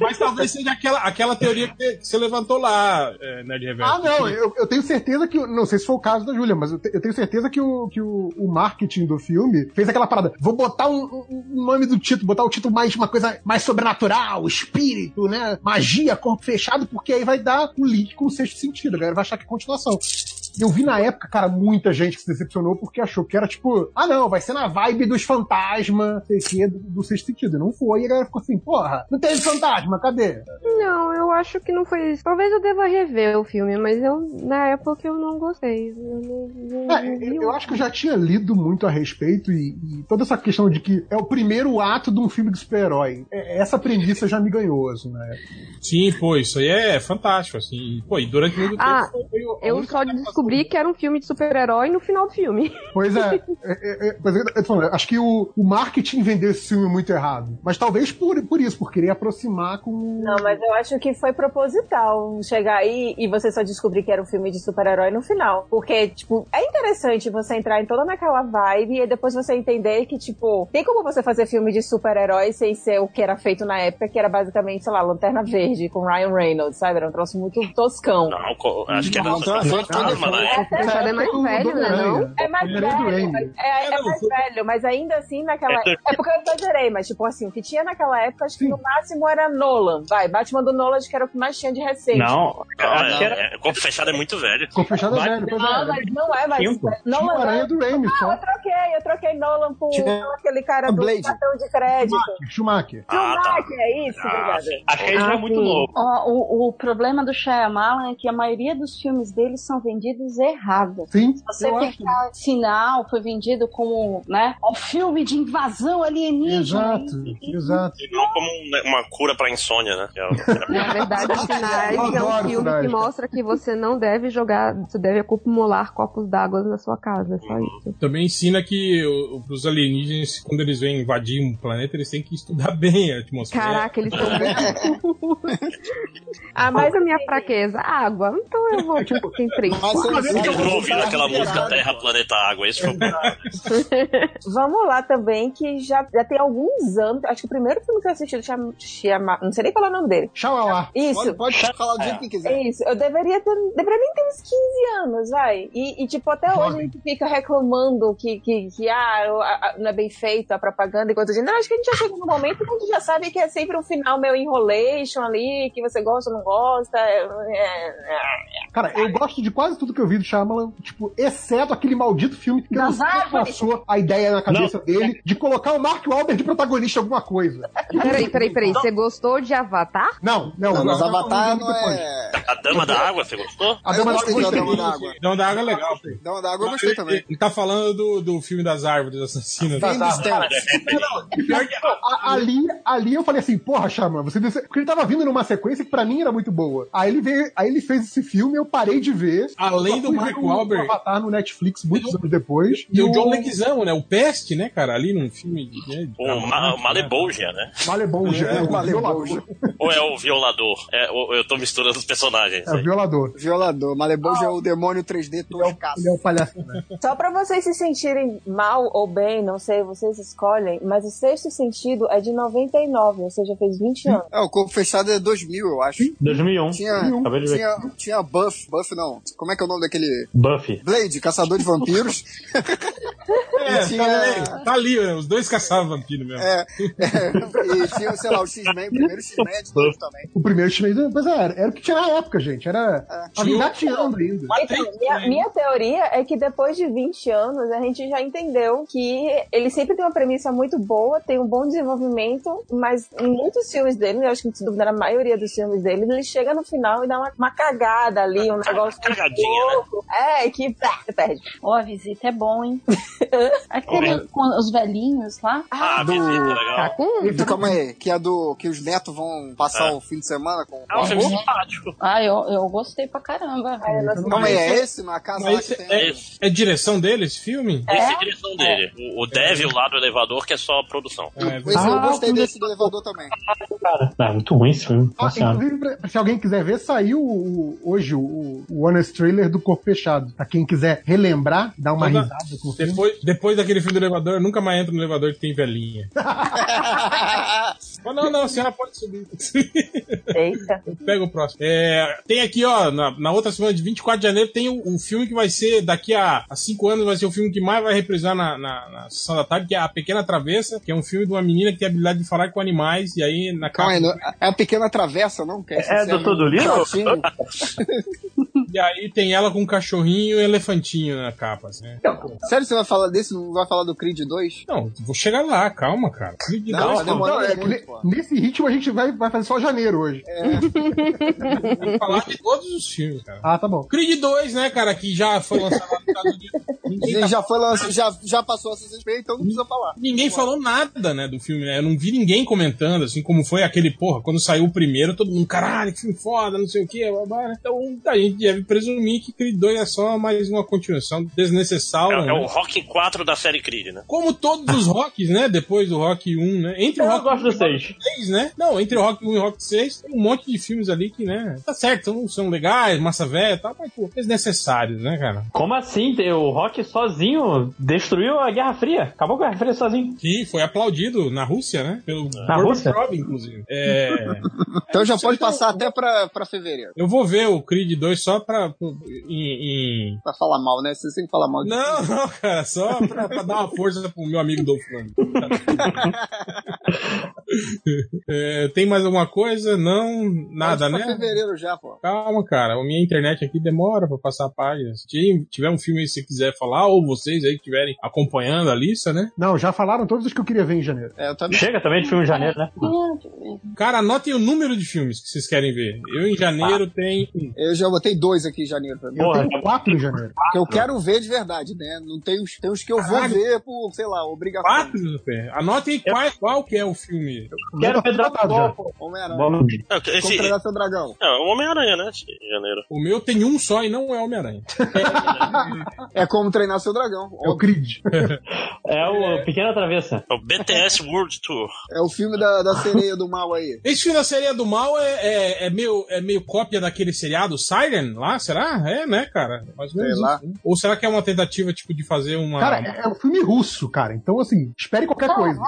S2: Mas talvez seja aquela, aquela teoria que você levantou lá, é, Nerd Reverso.
S10: Ah, não, eu, eu tenho certeza que. Não sei se foi o caso da Júlia, mas eu, te- eu tenho certeza que, o, que o, o marketing do filme fez aquela parada. Vou botar um, um- um nome do título, botar o título mais uma coisa mais sobrenatural, espírito, né? Magia, corpo fechado, porque aí vai dar o link com o sexto sentido, a galera vai achar que é continuação. E Eu vi na época, cara, muita gente que se decepcionou porque achou que era tipo, ah não, vai ser na vibe dos fantasmas, sei que, é do, do sexto sentido. E Não foi, e a galera ficou assim, porra, não teve fantasma, cadê?
S8: Não, eu acho que não foi isso. Talvez eu deva rever o filme, mas eu na época eu não gostei. Eu não, não-
S10: É,
S8: não vi um.
S10: eu,
S8: o-
S10: eu acho que eu já tinha lido muito a respeito e, e toda essa questão de que é o primeiro ato de um filme de super-herói. É, essa premissa já me ganhou, assim, né?
S2: Sim, pô, isso aí é fantástico, assim. Pô, e durante muito tempo.
S8: Ah,
S2: a
S8: eu
S2: única
S8: só descobri que era um filme de super-herói no final do filme.
S10: Pois é, é, é, é, mas eu, eu tô falando, acho que o, o marketing vendeu esse filme muito errado. Mas talvez por, por isso, por querer aproximar com.
S7: Não, mas eu acho que foi proposital chegar aí e você só descobrir que era um filme de super-herói no final. Porque, tipo, é interessante você entrar em toda naquela vibe e depois você entender que, tipo, tem como você fazer filme de super-herói sem ser o que era feito na época, que era basicamente, sei lá, Lanterna Verde com Ryan Reynolds, sabe? Era um troço muito toscão.
S11: Não, co- acho que é era.
S10: Não, tá- tá- tá-
S11: Calma, né?
S8: é mais velho, né? Não?
S7: É mais
S10: Primeiro do
S7: velho,
S10: Andy.
S7: é, é mais velho, mas ainda assim naquela. É porque eu exagerei, mas tipo assim, o que tinha naquela época, acho que no máximo era Nolan. Vai, Batman do Nolan, acho que era o que mais tinha de recente.
S6: Não,
S11: Não,
S6: acho que
S11: é,
S6: era.
S11: é, corpo fechado é muito velho.
S10: Corpo fechado é
S6: Vai-
S10: Tá velho, pois é.
S7: Não, mas não é mais.
S6: Cinco.
S10: Tinha
S7: Nolan
S10: o Aranha
S7: não.
S10: do Raimi,
S7: Ah,
S10: só.
S7: eu troquei, eu troquei Nolan por
S10: Tinha
S7: por aquele cara
S10: a
S7: do
S10: Blade.
S7: cartão de crédito.
S10: Schumacher.
S11: Ah, tá.
S7: Schumacher, é isso,
S11: Ah,
S7: obrigada.
S11: sim.
S6: Acho que ele já é muito novo.
S9: Ó, o, o problema do Shyamalan é que a maioria dos filmes dele são vendidos errado.
S10: Sim,
S9: Se você
S10: eu acho.
S9: pegar o final, foi vendido como, né, um filme de invasão alienígena.
S10: Exato, exato.
S11: E não como um- né, uma cura pra insônia, né? Que é o-
S8: Na verdade, os finais
S10: Eu
S8: é um
S10: adoro
S8: filme
S10: finais,
S8: que
S10: cara.
S8: mostra que você não deve jogar, você deve acumular copos d'água na sua casa, é só
S4: Uhum.
S8: isso.
S2: Também ensina que o- os alienígenas, quando eles vêm invadir um planeta, eles têm que estudar bem a atmosfera.
S8: Caraca, eles são muito.
S7: Ah,
S8: Mas
S7: mas
S8: a minha fraqueza, água. Então eu vou, tipo, tem três.
S4: Mas eu-
S11: Vocês estão ouvindo aquela música Terra, Planeta, Água? Esse foi o
S7: Vamos lá também, que já, já tem alguns anos. Acho que o primeiro filme que eu assisti do Shyam- Shyama- Não sei nem falar o nome dele.
S10: Tchau, lá.
S7: Isso.
S4: Pode, pode falar do jeito que quiser.
S7: É isso, eu deveria ter. Deveria nem ter uns 15 anos, vai. E, e, tipo, até hoje a gente fica reclamando que, que, que, ah, o- a- a- não é bem feito a propaganda e coisa do gênero. Não, acho que a gente já chega num momento que a gente já sabe que é sempre um final meio enrolation ali, que você gosta ou não gosta. é- é- é.
S10: Cara, eu gosto de quase tudo que eu vi do Shyamalan, tipo, exceto aquele maldito filme que
S9: Das
S10: não sei como
S9: árvores.
S10: passou a ideia na cabeça dele de colocar o Mark Wahlberg de protagonista em alguma coisa.
S8: Peraí, peraí, peraí. Você gostou de Avatar?
S10: Não, não,
S4: Não, mas
S10: não,
S4: Avatar
S10: não,
S4: não é.
S11: A Dama da Água, você gostou?
S10: A
S4: Eu
S10: Dama da
S4: gostei da
S10: Ah, Água.
S4: Dama da Água.
S2: Não, da água é legal. pô.
S4: Dama da Água eu gostei
S2: Ele-
S4: também.
S2: Ele tá falando do, do filme das árvores assassinas.
S4: Game
S10: tá,
S4: Stance.
S2: Pior que-
S10: A- Ali, ali eu falei assim, porra, Shyamalan, você disse... porque ele tava vindo numa sequência que pra mim era muito boa. Aí ele veio, aí ele fez esse filme, eu parei de ver.
S2: Além
S10: Só
S2: do
S10: fui
S2: Mark
S10: ver o
S2: Wahlberg.
S10: Avatar no Netflix muitos anos depois.
S2: E o John Leguizamo, né? O Peste, né, cara? Ali num filme. Né,
S11: O Ma Malebolgia, né?
S10: Malebolge, é, o
S4: Malebolge.
S10: violador.
S11: Ou é o Violador? É, ou- eu tô misturando os personagens.
S10: É o
S11: aí.
S10: violador.
S4: Violador. Malebolge é o demônio 3D toscaço.
S10: Ele é o palhaço, né?
S7: Só pra vocês se sentirem mal ou bem, não sei, vocês escolhem, mas o sexto sentido é de 99, ou seja, fez 20 anos.
S4: É, o corpo fechado é 2000, eu acho.
S6: 2001.
S4: Tinha,
S10: um.
S6: Acabei de ver.
S4: tinha, tinha Buff, Buff não. Como é que é o nome daquele?
S6: Buffy.
S4: Blade, Caçador de Vampiros.
S2: É,
S4: tinha-
S2: tá, tá ali, né? Os dois caçavam vampiro mesmo.
S4: é, é, e tinha, sei lá, o X-Men, o primeiro X-Men é de novo também. É.
S10: O primeiro chinês, mas era, era o que tinha na época, gente. Era. Tava
S2: Tinha o-
S10: engateando ainda.
S2: Mas
S7: Então,
S2: tem-
S7: minha, minha teoria é que depois de 20 anos a gente já entendeu que ele sempre tem uma premissa muito boa, tem um bom desenvolvimento, mas em muitos filmes dele, eu acho que se duvidar na maioria dos filmes dele, ele chega no final e dá uma, uma cagada ali, um negócio.
S11: Cagadinha, né?
S7: louco. É, que pá, você perde.
S9: Ó, a visita é bom, hein? Aquele com os velhinhos lá.
S11: Ah, do...
S4: do calma aí, que é do que os netos vão passar
S9: É.
S4: o fim de semana com.
S9: Ah, um filme
S11: simpático.
S9: Ah, eu, eu gostei pra caramba.
S4: Calma aí, é esse? Na casa lá
S2: Mas
S4: que
S2: esse-
S4: tem.
S2: é, é direção dele esse filme? Então
S11: Esse é a direção dele. O, o Devil lá do elevador, que é só produção.
S10: é
S11: É,
S4: Esse eu
S11: Ah,
S4: gostei desse do elevador também.
S6: Ah, muito ruim esse filme.
S2: Tá
S10: Ah,
S6: Nossa senhora.
S10: inclusive, pra- se alguém quiser ver, saiu o- o- hoje o, o Honest Trailer do Corpo Fechado. Pra quem quiser relembrar, dar uma
S2: Toda-
S10: risada.
S2: Depois, depois daquele filme do elevador, eu nunca mais entro no elevador que tem velhinha. Mas não, não, a senhora pode subir.
S7: Eita.
S2: Eu pego o próximo. É, tem aqui, ó, na, na outra semana de 24 de janeiro, tem um, um filme que vai ser, daqui a, a cinco anos, vai ser o filme que mais vai reprisar na, na, na sessão da tarde, que é A Pequena Travessa, que é um filme de uma menina que tem a habilidade de falar com animais, e aí na
S4: Calma aí, não-
S2: capa-
S4: é a pequena travessa, não? Que
S2: Ah. É,
S4: do
S2: Dr. Dolittle?
S4: um
S2: E aí tem ela com um cachorrinho e um elefantinho na capa, assim, né?
S4: Sério, você vai falar desse? Não vai falar do Creed 2?
S2: Não, vou chegar lá, calma, cara. Creed
S4: Não,
S2: dois,
S4: vai demorar
S2: calma.
S4: Tá muito,
S2: Não, é que-
S4: pô.
S10: Então,
S4: É.
S10: Nesse ritmo a gente vai, vai fazer só janeiro hoje.
S2: Vou falar de todos os filmes, cara.
S10: Ah, tá bom.
S2: Creed 2, né, cara, que já foi lançado lá nos Estados Unidos.
S4: Ele já foi lançado, já, já passou a CCXP, então não precisa falar.
S2: Ninguém falou nada, né, do filme, né? Eu não vi ninguém comentando, assim, como foi aquele, porra, quando saiu o primeiro, todo mundo, caralho, que filme foda, não sei o quê. blá, blá, né? Então, a gente deve presumir que Creed 2 é só mais uma continuação desnecessária.
S11: É, é o
S2: né?
S11: Rock 4 da série Creed, né?
S2: Como todos os rocks, né? Depois do Rock 1, né? Entre o
S11: Eu
S2: Rock
S11: gosto
S2: 1
S11: do
S2: e o Rock 6, né? Não, entre o Rock 1 e o Rock 6, tem um monte de filmes ali que, né? Tá certo, não são legais, massa velha e tal, mas, pô, desnecessários, né, cara?
S6: Como assim? Tem- O Rock sozinho destruiu a Guerra Fria. Acabou com a Guerra Fria sozinho.
S2: Que foi aplaudido na Rússia, né? Pelo
S6: Na
S2: Gordon
S6: Rússia?
S2: Robbie, inclusive. É.
S4: Então já pode passar até pra, pra fevereiro.
S2: Eu vou ver o Creed 2 só pra. pro- Em, em-
S4: Pra falar mal, né? Você sempre fala mal de
S2: Não, não, cara, só pra, pra dar uma força pro meu amigo Dolph Lundgren. É, tem mais alguma coisa? Não, nada,
S4: pra
S2: né?
S4: fevereiro já, pô.
S2: Calma, cara. A minha internet aqui demora pra passar a página. Se ti- tiver um filme aí que você quiser falar, ou vocês aí que estiverem acompanhando a lista, né?
S10: Não, já falaram todos os que eu queria ver em janeiro. um
S4: É, eu
S6: Chega também de filme em janeiro, né?
S2: Cara, anotem o número de filmes que vocês querem ver. Eu em janeiro tem. um.
S4: Eu já botei dois aqui em janeiro pra mim.
S10: Eu
S2: é
S10: tenho quatro em janeiro.
S4: Que eu quero ver de verdade, né? Não tem os, tem os que eu vou
S2: Caralho.
S4: ver por, sei lá, obrigação.
S2: Quatro, Zé. Anotem qual, qual que é o filme.
S4: Quero ver Dragon Ball,
S2: Bom,
S4: Homem-Aranha.
S11: É, esse-
S4: Comprar seu dragão.
S11: é, o Homem-Aranha, né? esse Em janeiro.
S2: O meu tem um só e não é Homem-Aranha.
S4: É como treinar seu dragão. É o
S10: Creed.
S6: É o Pequena Travessa.
S11: É o BTS World Tour.
S4: É o filme da, da sereia do mal aí.
S2: Esse filme da Sereia do Mal é, é, é meio, é meio cópia daquele seriado Siren lá, será? É, né, cara? Mais ou menos
S10: Sei lá.
S2: isso, né? Ou será que é uma tentativa, tipo, de fazer uma...
S10: Cara, é é um filme russo, cara. Então, assim, espere qualquer coisa.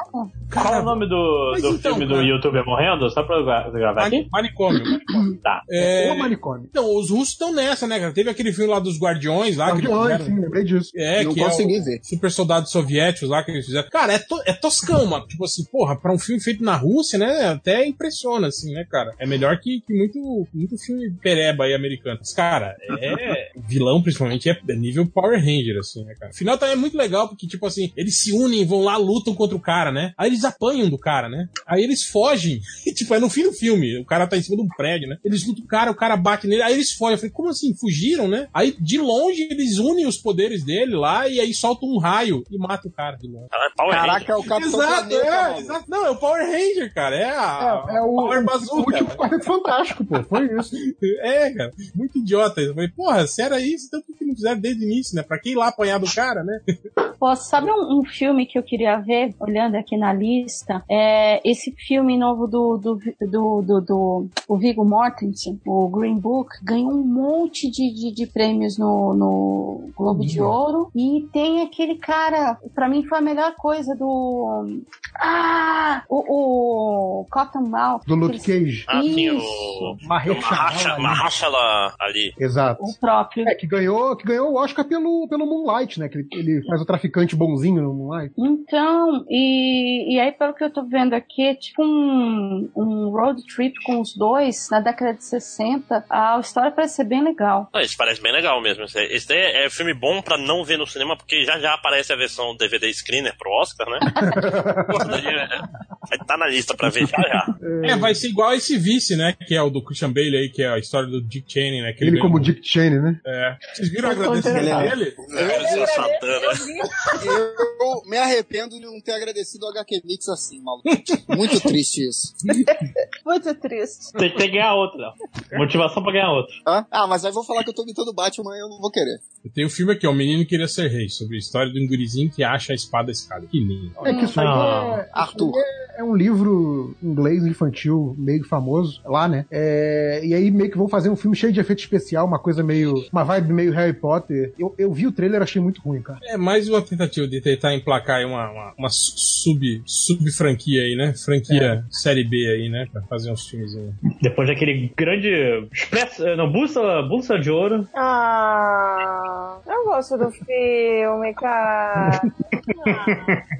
S6: Qual é o nome do, do
S2: então,
S6: filme do youtuber morrendo? Só pra eu gra- gravar aqui?
S2: Manicômio.
S6: Tá.
S2: É...
S10: Ou manicômio.
S2: Então, os russos estão nessa, né, cara? Teve aquele filme lá dos Guardiões lá. que
S10: Guardiões,
S2: eles fizeram-
S10: sim, lembrei disso.
S2: É,
S10: Não
S2: que
S10: consegui
S2: é o
S10: ver.
S2: Super soldados soviéticos lá que eles fizeram. Cara, é, to- é toscão, mano. Tipo assim, porra, pra um filme feito na Rússia, né? Até impressiona, assim, né, cara? É melhor que, que muito, muito filme pereba aí americano. Mas, cara, é. O vilão, principalmente, é é nível Power Ranger, assim, né, cara? O final também é muito legal, porque, tipo assim, eles se unem, vão lá, lutam contra o cara, né? Aí eles apanham do cara, né? Aí eles fogem. E, tipo, é no fim do filme. O cara tá em cima de um prédio, né? Eles lutam o cara, o cara bate nele, aí eles fogem. Eu falei, como assim? Fugiram, né? Aí de longe eles unem os poderes dele lá e aí soltam um raio e mata o cara de longe.
S11: Caralho, Power
S4: Caraca, é o Capitão
S2: Exato,
S4: Planeta,
S2: é,
S4: maluco.
S2: exato. Não, é o Power Ranger, cara. É a.
S10: É, é o,
S2: Power
S10: o
S2: Bazooka.
S10: último Quarteto Fantástico, pô. Foi isso.
S2: É, cara, muito idiota. Eu falei, porra, se era isso, então por que não fizeram desde o início, né? Pra quem lá apanhar do cara, né?
S9: Pô, sabe um, um filme que eu queria ver, olhando aqui na lista? É esse filme novo do, do, do, do, do- o Viggo Mortensen, o Green Book, ganhou um monte de, de, de prêmios no, no Globo de
S4: Uhum.
S9: Ouro. E tem aquele cara, pra mim foi a melhor coisa do. Ah! O, o Cottonmouth.
S10: Do Luke Cage.
S11: Ah, sim, o.
S10: Isso. Maheshala ali.
S11: Mahashala ali.
S10: Exato.
S9: O próprio.
S10: É, que ganhou, que ganhou o Oscar pelo, pelo Moonlight, né? Que ele, ele faz o traficante bonzinho no Moonlight.
S9: Então, e, e aí pelo que eu tô vendo aqui, é tipo um, um road trip com os dois na década de 60. A história parece ser bem legal.
S11: Ah, Esse parece bem legal mesmo. Esse, esse daí é filme bom pra não ver no cinema, porque já já aparece a versão DVD screener pro Oscar, né? Pô, daí é- Vai estar na lista pra ver já já.
S2: É, vai ser igual esse vice, né? Que é o do Christian Bale aí, que é a história do Dick Cheney, né? Que
S10: Ele
S2: ganhou-
S10: como Dick Cheney, né?
S2: É. Vocês viram o
S4: um
S2: agradecimento
S10: Ele é-
S2: dele?
S11: né?
S4: Eu me arrependo de não ter agradecido o HQ Mix assim, maluco. Muito triste isso.
S7: Muito triste.
S6: Tem que ter que ganhar outro, Léo. Motivação pra ganhar outro.
S4: Hã? Ah, mas aí vão falar que eu tô imitando o Batman e eu não vou querer.
S2: Eu tenho um filme aqui, ó, O Menino Queria Ser Rei, sobre a história do gurizinho que acha a espada escada. Que lindo.
S10: É que isso aí é,
S4: Arthur.
S10: isso aí é- é um livro inglês infantil meio famoso lá, né? É, e aí meio que vão fazer um filme cheio de efeito especial, uma coisa meio. uma vibe meio Harry Potter. Eu, eu vi o trailer achei muito ruim, cara.
S2: É mais uma tentativa de tentar emplacar aí uma, uma, uma sub, sub franquia aí, né?
S10: É.
S2: Franquia série B aí, né? Pra fazer uns filmes aí.
S6: Depois daquele grande expresso, eh, não, bússola, bússola de ouro.
S7: Ah, eu gosto do filme, cara.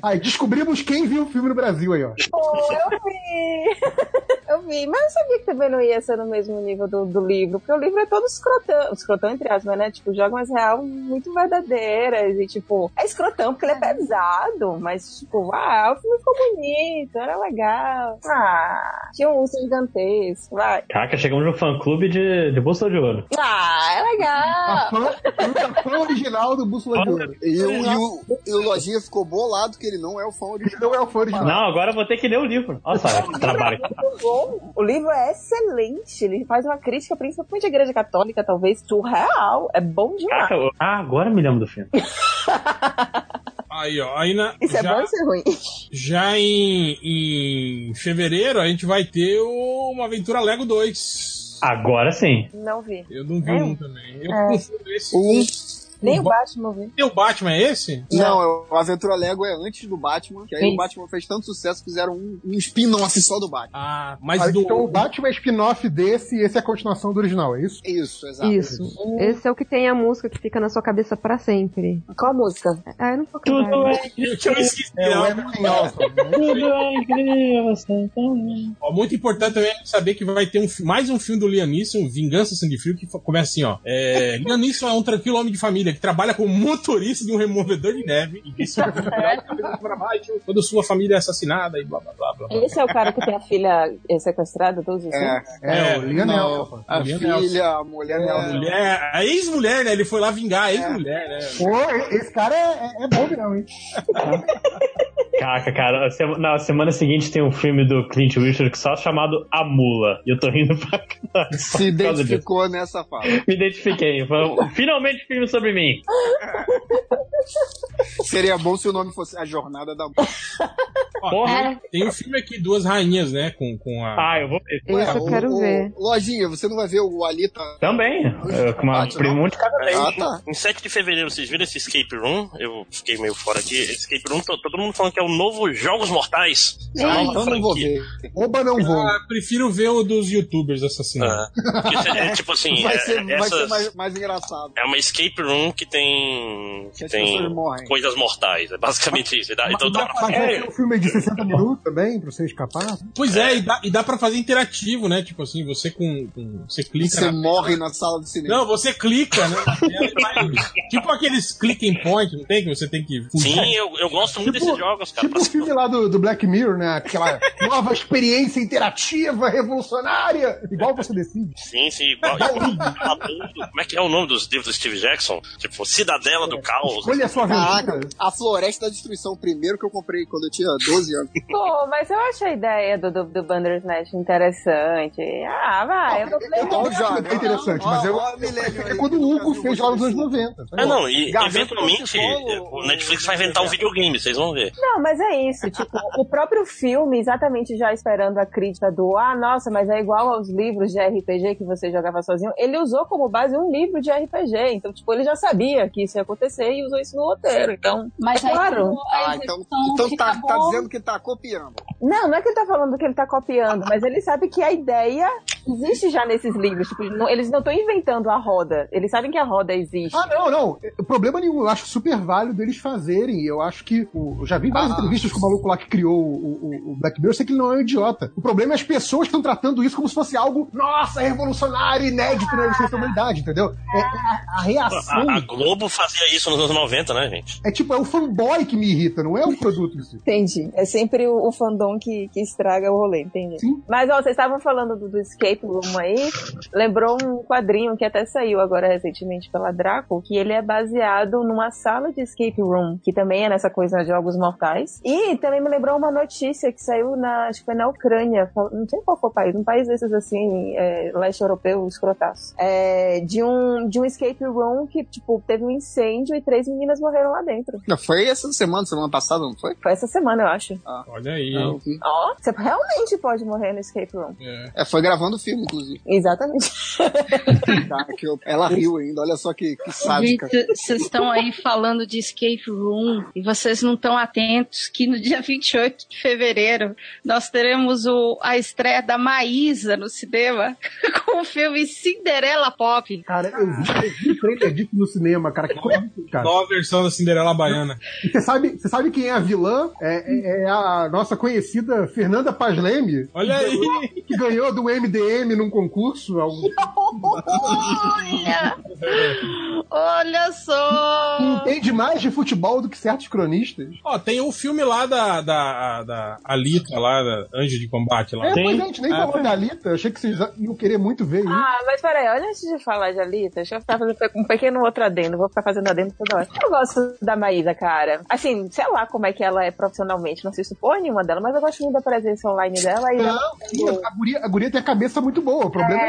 S10: Aí descobrimos quem viu o filme no Brasil aí, ó.
S7: Pô, eu vi. Eu vi, mas eu sabia que também não ia ser no mesmo nível do, do livro, porque o livro é todo escrotão, escrotão entre aspas, né? Tipo, joga umas real muito verdadeiras e, tipo, é escrotão porque ele é pesado, mas, tipo, ah, o filme ficou bonito, era legal. Ah, tinha um urso gigantesco, vai.
S6: Caraca, chegamos no fã clube de, de bússola de ouro.
S7: Ah, é
S10: A
S7: legal.
S10: fã, a fã original do Bússola de Ouro.
S4: E, o- e o, e o Lojinha ficou bolado que ele não é o fã original.
S10: Não é o fã original.
S6: Não, agora eu vou ter que ler o livro. Olha só, que trabalho.
S7: Muito bom. O livro é excelente. Ele faz uma crítica, principalmente à Igreja Católica, talvez, surreal. É bom demais.
S6: Caraca, eu- ah, agora me lembro do filme.
S2: Aí, ó. Aí na,
S7: Isso é
S2: já,
S7: bom ou isso é ruim?
S2: já em, em fevereiro a gente vai ter o- uma aventura Lego 2.
S6: Agora sim.
S7: Não vi.
S2: Eu não vi
S7: É.
S2: um também. Eu
S7: É.
S2: confundo esse.
S4: Um.
S7: Nem o Batman eu vi.
S2: E o Batman é esse?
S4: Não, é o Aventura Lego é antes do Batman, que aí
S7: Sim.
S4: o Batman fez tanto sucesso que fizeram um, um spin-off só do Batman.
S2: Ah, mas
S10: Ah,
S2: do.
S10: Então o Batman é spin-off desse e esse é a continuação do original, é isso?
S4: Isso, exato.
S8: Isso. Esse é o que tem a música que fica na sua cabeça pra sempre.
S7: Qual a música?
S8: Ah, eu não vou cantar.
S6: Tudo é,
S2: que eu esqueci.
S10: É o
S2: ó.
S10: Everything Awesome, né?
S6: tudo é incrível, você também.
S2: Ó, muito importante também é saber que vai ter um fi- mais um filme do Liam Neeson, Vingança Sangue Frio, que fa- começa assim, ó. É, Liam Neeson é um tranquilo homem de família que trabalha como motorista de um removedor de neve e que sofre para baixo quando sua família é assassinada e blá blá blá blá.
S7: Esse é o cara que tem a filha eh, sequestrada todos os
S4: É,
S7: anos?
S10: É,
S2: É,
S10: o Lionel.
S4: não, a
S2: Mulher
S4: filha, a mulher, É.
S2: A mulher, a ex-mulher, né? Ele foi lá vingar a ex-mulher, né?
S10: Pô, esse cara é, é, é bom, não, hein?
S8: Tá.
S6: Caraca, cara, a sema- na semana seguinte tem um filme do Clint Eastwood que só é chamado A Mula. E eu tô rindo pra caralho.
S4: se
S6: por causa disso.
S4: identificou nessa fala.
S6: Me identifiquei. Foi- Finalmente filme sobre mim.
S4: Seria bom se o nome fosse A Jornada da
S2: Ó,
S6: Porra.
S2: tem- Tem um filme aqui, Duas Rainhas, né? Com, com a.
S6: Ah, eu vou ver.
S8: Esse eu
S4: o-
S8: quero
S4: o-
S8: ver.
S4: Lojinha, você não vai ver o Alita?
S6: Também. eh, Com uma,
S4: Bate, não?
S6: um de cada vez.
S4: Ah, tá.
S11: Em 7 de fevereiro, vocês viram esse Escape Room? Eu fiquei meio fora aqui. Esse Escape Room, to- todo mundo falando que é o novo Jogos Mortais. É a nova
S4: Então não vou
S11: franquia.
S4: ver.
S10: Oba não vou.
S2: Ah, prefiro ver o dos youtubers assassinados.
S11: Ah, porque isso é, é tipo assim,
S4: Vai
S11: é,
S4: ser, vai
S11: essas-
S4: ser mais, mais engraçado.
S11: é uma escape room que tem.
S4: Que
S11: que
S4: as
S11: tem
S4: pessoas morrem.
S11: coisas mortais. É basicamente isso. E dá- Então dá
S10: Dá pra
S11: pra
S10: fazer
S11: é,
S10: um filme de 60 minutos também, pra você escapar?
S2: Pois é, e dá, e dá pra fazer interativo, né? Tipo assim, você com. com- você clica
S4: Você
S2: na-
S4: morre na sala de cinema.
S2: Não, você clica, né? na tela e vai- tipo aqueles click and point, não tem? Que você tem que fugir.
S11: Sim, eu, eu gosto muito desses jogos, cara.
S10: tipo o filme lá do, do Black Mirror, né? Aquela nova experiência interativa, revolucionária. Igual você decide.
S11: Sim, sim, igual. igual- Como é que é o nome dos livros do Steve Jackson? Tipo, Cidadela
S2: É,
S11: do Caos.
S10: Escolha a sua
S4: Caraca,
S10: aventura.
S4: a Floresta da Destruição, o primeiro que eu comprei quando eu tinha 12 anos.
S7: Pô, mas eu acho a ideia do, do, do Bandersnatch interessante. Ah, vai, eu vou
S10: Eu
S7: ler.
S10: também acho bem interessante, mas eu. É quando o Hugo fez lá nos anos 90. tá
S11: É,
S10: bom?
S11: não, e
S4: Garganta
S11: eventualmente
S4: Processol,
S11: o Netflix vai inventar um videogame, vocês vão ver.
S7: Não, mas é isso. Tipo, o próprio filme, exatamente já esperando a crítica do Ah, nossa, mas é igual aos livros de RPG que você jogava sozinho. Ele usou como base um livro de RPG. Então, tipo, ele já sabia que isso ia acontecer e usou isso no roteiro. Então,
S9: Mas aí
S7: Claro.
S9: ficou a
S4: Ah, então,
S9: execução
S4: então
S9: que
S4: tá,
S9: acabou.
S4: tá dizendo que tá copiando.
S7: Não, não é que ele tá falando que ele tá copiando, mas ele sabe que a ideia existe já nesses livros. Tipo, não- eles não estão inventando a roda. Eles sabem que a roda existe.
S10: Ah, não, não. É, Problema nenhum. Eu acho super válido eles fazerem. Eu acho que. o- Eu já vi várias
S4: Ah.
S10: entrevistas com o maluco lá que criou o, o- o Black Mirror. Eu sei que ele não é um idiota. O problema é as pessoas que estão tratando isso como se fosse algo, nossa, revolucionário, inédito na história da humanidade, entendeu? É, é a, a reação.
S11: A, a Globo fazia isso nos anos 90, né, gente?
S10: É tipo, é o fanboy que me irrita, não é o produto em si.
S7: Entendi. É sempre o, o fandom que, que estraga o rolê, entendi. Mas, ó, vocês estavam falando do, do escape room aí. Lembrou um quadrinho que até saiu agora recentemente pela Draco, que ele é baseado numa sala de escape room, que também é nessa coisa de jogos mortais. E também me lembrou uma notícia que saiu na, acho que foi na Ucrânia, fal- não sei qual foi o país, um país desses assim, é, leste europeu, escrotaço. É, de, um, de um escape room que, tipo, teve um incêndio e três meninas morreram lá dentro.
S4: Não, foi essa semana, semana passada, não foi? Ah.
S7: Foi essa semana, eu acho.
S2: Olha aí.
S4: Não.
S7: Ó, você realmente pode morrer no escape room.
S4: É, foi gravando o filme, inclusive.
S7: Exatamente. Tá.
S4: Caraca, eu- ela riu ainda, olha só que, que sádica.
S9: Gente, vocês estão aí falando de escape room e vocês não estão atentos que no dia 28 de fevereiro nós teremos o, a estreia da Maísa no cinema com o filme Cinderela Pop.
S10: Cara, eu vi, eu vi o trailer disso no cinema, cara. Que coisa, cara.
S2: Nova versão da Cinderela Baiana.
S10: E você sabe, você sabe quem é a vilã? É, é- é a nossa conhecida Fernanda Pasleme.
S2: Olha aí!
S10: Que ganhou do MDM num concurso. há um-
S9: Olha! Olha só!
S10: Entende mais de futebol do que certos cronistas.
S2: Ó, tem um filme lá da, da, da Alita, lá, da Anjo de Combate. Lá.
S10: É, pois é, a gente nem
S2: Ah,
S10: falou da Alita. Achei que vocês iam querer muito ver isso.
S7: Ah, mas peraí, olha, antes de falar de Alita, deixa eu ficar fazendo um pequeno outro adendo, vou ficar fazendo adendo toda hora. Eu gosto da Maísa, cara. Assim, sei lá como é que ela é profissionalmente, não assisto porra nenhuma dela, mas eu gosto muito da presença online dela e
S10: Não, sim, a, guria, a guria tem a cabeça muito boa. O problema é,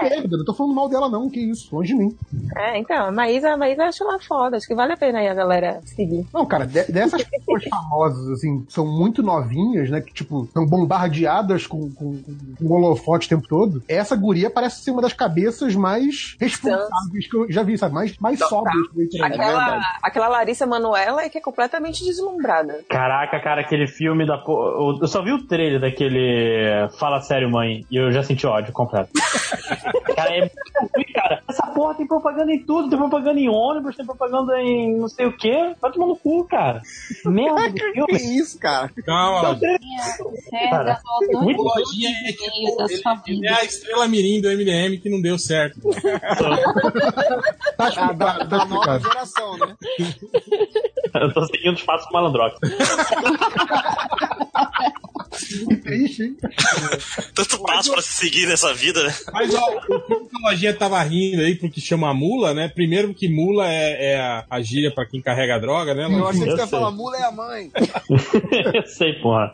S10: que é merda. Não tô falando mal dela, não. Que isso, longe de mim.
S7: É, então, a Maísa, a Maísa eu acho ela foda, acho que vale a pena aí a galera seguir.
S10: Não, cara, de- dessas pessoas famosas, assim, que são muito novinhas, né? Que, tipo, são bombardeadas com, com, com um holofote o tempo todo. Essa guria parece ser uma das cabeças mais responsáveis que eu já vi, sabe? Mais, mais sóbrias. que eu já vi.
S7: Aquela, aquela Larissa Manoela é que é completamente deslumbrada.
S6: Caraca, cara, aquele filme da. po- Eu só vi o trailer daquele Fala Sério Mãe e eu já senti ódio completo. cara, é muito ruim, cara. Essa porra tem propaganda em tudo, tem propaganda em ônibus, tem propaganda em não sei o quê. Vai tomar no cu, cara. Merda, do filme.
S4: isso, cara?
S2: Calma, Aldi.
S9: É,
S2: Cara, muito lojinha é tipo, ele, ele é a estrela mirim do MDM que não deu certo. então?
S10: tá
S4: Ah, da, da nova geração, né?
S6: Eu tô seguindo os passos do malandrox.
S10: Que triste, hein?
S11: Tanto passo pra se seguir nessa vida, né?
S2: Mas ó, o filme que a lojinha tava rindo aí porque chama mula, né? Primeiro que mula é, é a, a gíria pra quem carrega droga, né?
S4: Eu achei que
S2: Lojinha?
S4: você ia falar, mula é a mãe.
S6: eu sei, porra.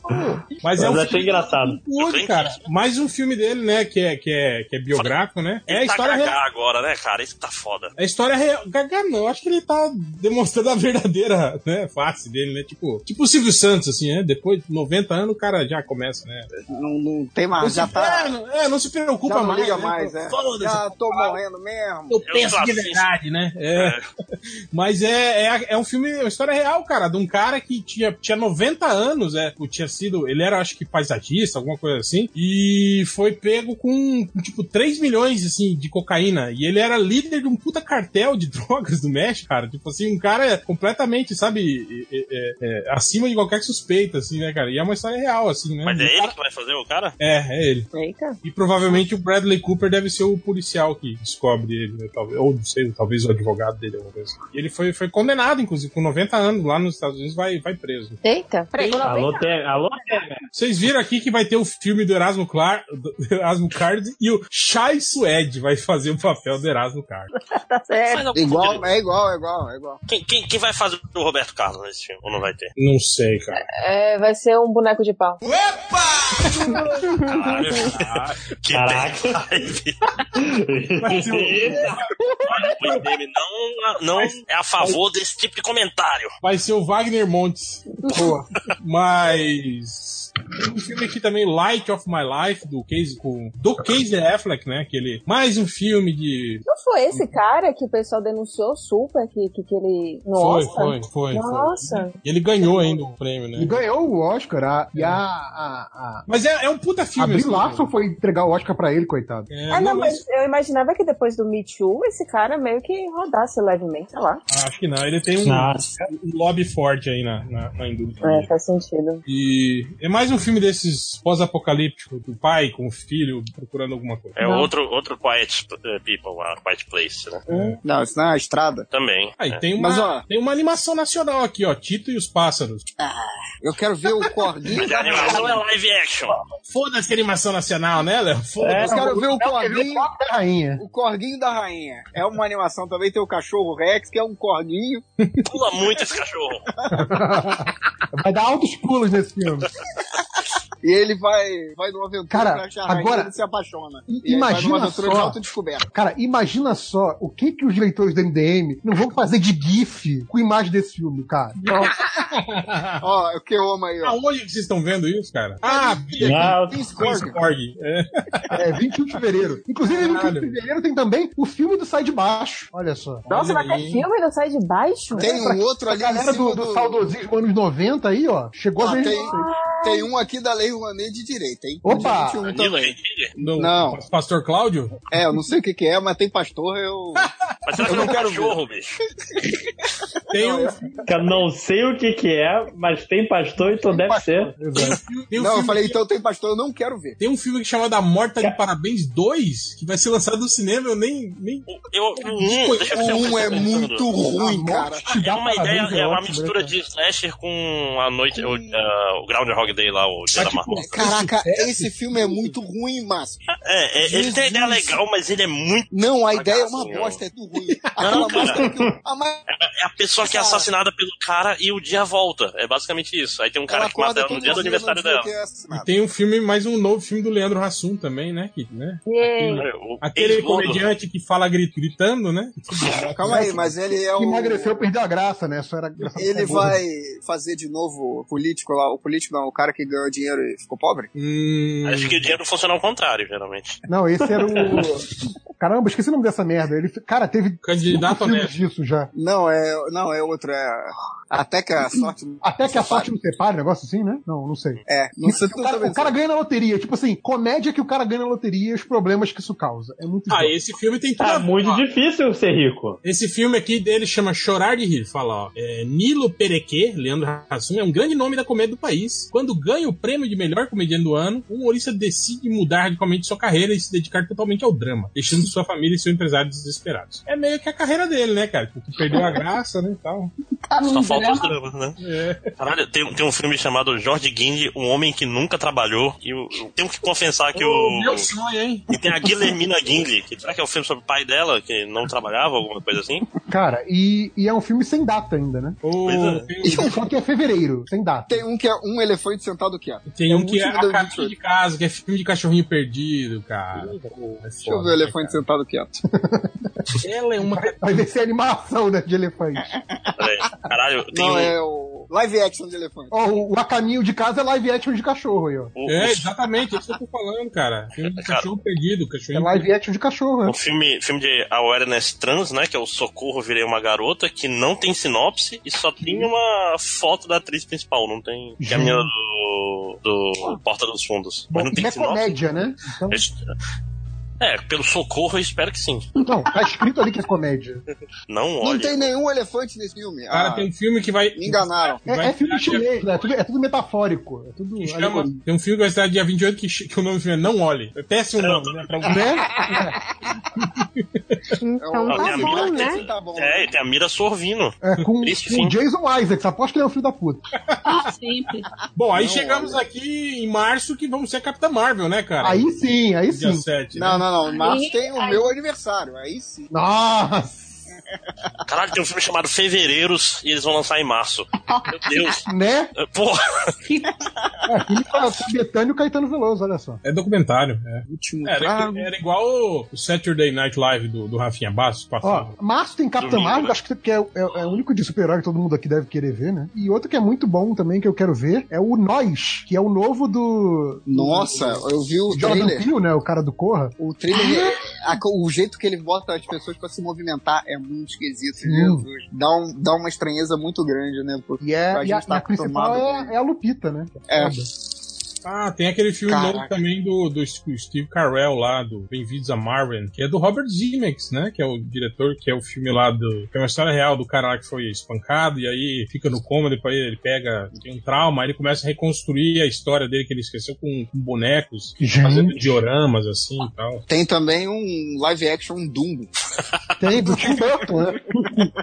S2: Mas é um
S6: eu
S2: filme
S6: achei engraçado.
S2: Wood, cara. Mais um filme dele, né? Que é, que é, que é biográfico, né? É a
S11: tá
S2: história
S11: gaga
S2: real. É
S11: agora, né, cara? Isso tá foda.
S2: A história real. Gaga não, eu acho que ele tá demonstrando a verdadeira né, face dele, né? Tipo, tipo o Silvio Santos, assim, né? Depois de 90 anos o cara já começa, né?
S4: Não, não tem
S2: Não
S4: mais,
S2: se-
S4: já tá.
S2: É, não- é, não se preocupa
S4: já não
S2: mais.
S4: liga
S2: né?
S4: mais, né?
S2: Foda-se.
S4: Já tô morrendo mesmo.
S2: Eu penso
S11: assim.
S2: de verdade, né? É. Mas é, é, é um filme, é uma história real, cara, de um cara que tinha, tinha 90 anos, é, tipo, tinha sido, ele era, acho que, paisagista, alguma coisa assim, e foi pego com, com, tipo, 3 milhões, assim, de cocaína, e ele era líder de um puta cartel de drogas do México, cara, tipo assim, um cara completamente, sabe, é, é, é, acima de qualquer suspeita, assim, né, cara, e é uma história real, assim, né?
S11: Mas é ele que vai fazer o cara?
S2: É, é ele.
S7: Eita.
S2: E provavelmente o Bradley Cooper deve ser o policial que descobre ele, né? Talvez, ou não sei, talvez o advogado dele, alguma coisa. assim. E ele foi, foi condenado, inclusive, com 90 anos lá nos Estados Unidos, vai, vai preso.
S7: Eita, peraí, quando alguém-
S6: Alô, Te- Alô, Tega.
S2: Vocês viram aqui que vai ter o filme do Erasmo, Clar, do Erasmo Card e o Shai Suede vai fazer o papel do Erasmo Card.
S7: tá certo.
S11: Mas, ó,
S4: Igual, é igual, é igual, é igual.
S11: Quem, quem, quem vai fazer o Roberto Carlos nesse filme? Ou não vai ter?
S2: Não sei, cara.
S7: É, vai ser um boneco de pau.
S11: Caralho. que
S6: Caraca.
S11: bad
S2: Vai ser o,
S11: vibe. O MDM não, não é a favor desse tipo de comentário.
S2: vai ser o Wagner Montes.
S10: Boa.
S2: Mas. tem Um filme aqui também, Light of My Life, do Casey, com, do Casey Affleck, né? Que ele, mais um filme de.
S7: Não foi esse cara que o pessoal denunciou super que, que, que ele. Nossa!
S2: Foi, foi, foi. foi.
S7: Nossa!
S2: E ele ganhou ainda o prêmio,
S10: E
S2: né?
S10: ganhou o Oscar. A, E a. a, a...
S2: Mas é, é um puta
S10: a
S2: filme.
S10: Brie
S2: assim,
S10: Larson
S2: né?
S10: foi entregar o Oscar pra ele, coitado.
S2: É,
S7: Ah, não,
S2: não,
S7: mas eu imaginava que depois do Me Too, esse cara meio que rodasse levemente, sei lá.
S2: mas- Acho que não. Ele tem um,
S6: Nossa.
S2: um lobby forte aí na, na, na indústria.
S7: É, faz sentido.
S2: E é mais um filme desses pós-apocalíptico, do pai com o filho procurando alguma coisa.
S11: É outro, outro Quiet eh, People, a Quiet Place, né?
S7: Hum?
S4: Não, isso não é uma estrada.
S11: Também.
S2: Aí
S11: né?
S2: Ah, tem uma,
S4: Mas, ó- Ah,
S2: tem uma animação nacional aqui, ó. Tito e os Pássaros.
S4: Eu quero ver o Corguinho.
S11: Mas a animação é live action.
S4: Ah,
S2: Foda-se a animação nacional, né, Léo?
S4: eu
S11: É,
S2: Foda-se.
S4: quero ver o
S2: Corguinho.
S4: Corguinho.
S10: da Rainha.
S4: O Corguinho da Rainha. É uma animação também, tem o cachorro Rex, que é um corguinho.
S11: Pula muito esse cachorro.
S10: Vai dar altos pulos nesse filme.
S4: E ele vai, vai numa aventura
S10: Cara,
S4: pra achar a rainha,
S10: agora-
S4: ele se apaixona.
S10: I-
S4: E aí vai
S10: imagina
S4: numa aventura de
S10: só.
S4: autodescoberta.
S10: Cara, imagina só o que que os leitores do MDM não vão fazer de GIF com imagem desse filme, cara.
S4: Ó, é o que eu amo aí, ó.
S2: Aonde que vocês estão vendo isso, cara? Ah, vi
S6: Não.
S2: aqui. Scorg.
S10: É, 21 de fevereiro. Inclusive, 21 de
S2: Caralho.
S10: fevereiro tem também o filme do Sai de Baixo. Olha só.
S7: Nossa, vai ter
S2: aí.
S7: filme não sai de baixo?
S4: Tem um outro ali
S10: A
S4: em
S10: galera
S4: cima
S10: do, do saudosismo anos 90 aí, ó, chegou
S4: Ó,
S10: a ver
S4: tem,
S10: isso aí.
S4: tem um aqui da Lei Rouanet de direita, hein?
S10: Opa!
S4: De 21
S11: Danilo
S4: também.
S11: Henrique.
S2: Do
S4: um Não.
S2: Pastor Cláudio?
S4: É, eu não sei o que que é, mas tem pastor, eu...
S11: Mas será que
S4: Eu
S11: não é
S4: não
S11: um
S4: quero
S11: cachorro, bicho?
S2: Tem um,
S6: Que eu não sei o que que é, mas tem pastor, então deve ser.
S2: tem um filme- tem um
S4: Não, eu
S2: filme
S4: falei,
S2: que-
S4: então tem pastor, eu não quero ver.
S2: Tem um filme chamado A Morta
S11: É.
S2: de Parabéns 2, que vai ser lançado no cinema, eu nem. nem...
S11: Eu, o um, deixa eu ver
S4: O
S11: se eu
S4: um é
S11: pensando.
S4: muito ruim, cara.
S11: É uma ideia,
S10: Parabéns, é
S11: é uma
S10: ótimo,
S11: mistura
S10: né,
S11: de slasher com a noite, o, ah, o Groundhog Day lá, o
S2: Ah,
S11: Dia da
S2: tipo,
S11: Marmota.
S4: Caraca, esse filme é muito ruim, Márcio.
S11: É, é, ele tem ideia legal, mas ele é muito.
S4: Não, a
S11: Cagaço,
S4: ideia é uma
S11: meu.
S4: bosta, é tudo ruim. Aquela
S11: cara.
S4: máscara que- a ma-
S11: É a pessoa que é assassinada pelo cara e o dia volta. É basicamente isso. Aí tem um cara
S4: ela
S11: que
S4: acorda
S11: mata ela no
S4: todo
S11: dia
S4: dia,
S11: do aniversário
S4: não diz
S11: dela.
S4: o que é assinado.
S2: Tem um filme, mais um novo filme do Leandro Hassum também, né? Que, né?
S7: Yay.
S11: Cara, É. o
S2: Aquele
S11: ex-gordo-
S2: comediante que fala gri- gritando, né?
S4: Calma aí, mas ele é o...
S10: Que Emagreceu, perdeu a graça, né? Só era engraçado.
S4: Ele vai fazer de novo o político lá, o político não, o cara que ganhou dinheiro e ficou pobre?
S2: Hum,
S11: Acho que o dinheiro funciona ao contrário, geralmente.
S10: Não, esse era o. Caramba, esqueci o nome dessa merda. Ele, cara, teve
S2: Candidato
S10: cinco filmes
S2: honesto.
S10: disso já.
S4: Não, é, não, é outro, é até que a sorte
S10: Até que a sorte não separe, negócio assim, né? Não, não sei.
S4: é, não sei
S10: O cara, o cara ganha na loteria. Tipo assim, comédia que o cara ganha na loteria e os problemas que isso causa. É muito
S2: Ah,
S10: idiota.
S2: esse filme tem tudo a
S6: Tá
S2: ver.
S6: muito
S2: ó.
S6: difícil ser rico.
S2: Esse filme aqui dele chama Chorar de Rir. Fala, ó. É, Nilo Perequê, Leandro Hassum, é um grande nome da comédia do país. Quando ganha o prêmio de melhor comediante do ano, o humorista decide mudar radicalmente sua carreira e se dedicar totalmente ao drama, deixando sua família e seu empresário desesperados. É meio que a carreira dele, né, cara? Porque perdeu a graça, né, e tal.
S11: Só falta os dramas, né?
S2: É.
S11: Caralho, tem, tem um filme chamado Jorge Guinde, Um Homem que Nunca Trabalhou. E eu, eu tenho que confessar que o.
S2: Meu sonho, hein?
S11: E tem a Guilhermina Guinle, que será que é o filme sobre o pai dela, que não trabalhava, alguma coisa assim?
S10: Cara, e, e é um filme sem data ainda, né?
S2: O-
S11: Pois é.
S2: tem,
S10: Só que é fevereiro, sem data.
S4: Tem um que é um elefante sentado que é.
S2: tem um que é
S4: último
S2: A
S4: da
S2: Caminho
S4: 28.
S2: de Casa, que é filme de cachorrinho perdido, cara. É né,
S4: Deixa eu ver o elefante sentado quieto.
S2: Ela é uma
S10: Vai ver se é animação, né? De elefante.
S11: Peraí. Caralho, tem
S4: Não,
S11: um-
S4: é o live action de elefante.
S10: Ó, o A Caminho de Casa é live action de cachorro aí, ó.
S11: o,
S2: É, exatamente, é isso que eu tô falando, cara. Filme de
S11: Cara.
S2: cachorro perdido,
S10: É
S2: cachorrinho
S10: live action de cachorro,
S11: o,
S10: né?
S11: o Um filme, filme de Awareness Trans, né, que é o Socorro Virei Uma Garota, que não tem sinopse e só tem uma foto da atriz principal, não tem... Que é a menina do, do Porta dos Fundos. Mas não
S10: e
S11: tem
S10: é
S11: sinopse.
S10: comédia, né? Então,
S11: É, pelo Socorro eu espero que sim.
S10: não, tá escrito ali que é comédia.
S11: Não
S4: Não
S11: olhe.
S4: tem nenhum elefante nesse filme.
S2: Cara,
S4: Ah,
S2: tem um filme que vai.
S4: me enganaram.
S10: É,
S2: Vai
S10: é filme
S2: virar
S10: chinês, né? É tudo, é tudo metafórico. É tudo.
S2: que chama- tem um filme que vai estar dia 28 que, che- que o nome do filme é Não Olhe. É Péssimo nome, né? Pra um...
S10: Né?
S8: Então
S11: Olha,
S8: tá
S11: a
S8: bom,
S11: minha-
S8: né?
S4: Tá bom.
S11: É, e tem a Mira Sorvino.
S10: É, com,
S11: Triste
S10: com
S11: fim.
S10: o Jason Isaacs. Aposto que ele é um filho da puta.
S9: Ah, Sempre.
S2: Bom, aí
S4: Não
S2: chegamos aqui em março que vamos ser a Capitã Marvel, né, cara?
S10: Aí sim, aí
S2: dia
S10: sim.
S2: 7.
S4: Não,
S2: né?
S4: não, não. Mas
S9: Aí-
S4: tem o
S9: aí-
S4: meu aniversário. Aí sim.
S10: Nossa,
S11: Caralho, tem um filme chamado Fevereiros e eles vão lançar em março. Meu Deus.
S10: né?
S11: Porra.
S10: É, filme com a Betânia e o Caetano Veloso, olha só.
S2: É documentário. É.
S4: Último
S2: Era,
S4: trago.
S2: era igual o- o Saturday Night Live do, do Rafinha Bastos
S10: Ó,
S2: passado.
S10: março tem Capitão
S11: Domingo,
S10: Marvel,
S11: né?
S10: acho que que é, é- é o único de super-herói que todo mundo aqui deve querer ver, né? E outro que é muito bom também, que eu quero ver, é o Nós, que é o novo do...
S4: Nossa, eu vi o
S10: do Jordan
S4: trailer.
S10: Peele, né? O cara do Corra.
S4: O trailer,
S10: Ah!
S4: a co- o jeito que ele bota as pessoas pra se movimentar é muito esquisito,
S10: Sim.
S4: Jesus. Dá, um, dá uma estranheza muito grande, né? pro-
S10: E, é,
S4: pra
S10: e a,
S4: gente tá
S10: e a principal
S4: acostumado
S10: é,
S4: com-
S10: é a Lupita, né?
S4: É.
S2: Ah, tem aquele filme
S4: Caraca.
S2: novo também do, do Steve Carell lá, do Bem-vindos a Marvin, que é do Robert Zemeckis, né? Que é o diretor, que é o filme lá do... Que é uma história real do cara lá que foi espancado e aí fica no coma, depois ele pega... Tem um trauma, aí ele começa a reconstruir a história dele que ele esqueceu com, com bonecos,
S10: Gente.
S2: fazendo dioramas assim e tal.
S4: Tem também um live action Dumbo.
S10: Tem, do Tim Burton, né?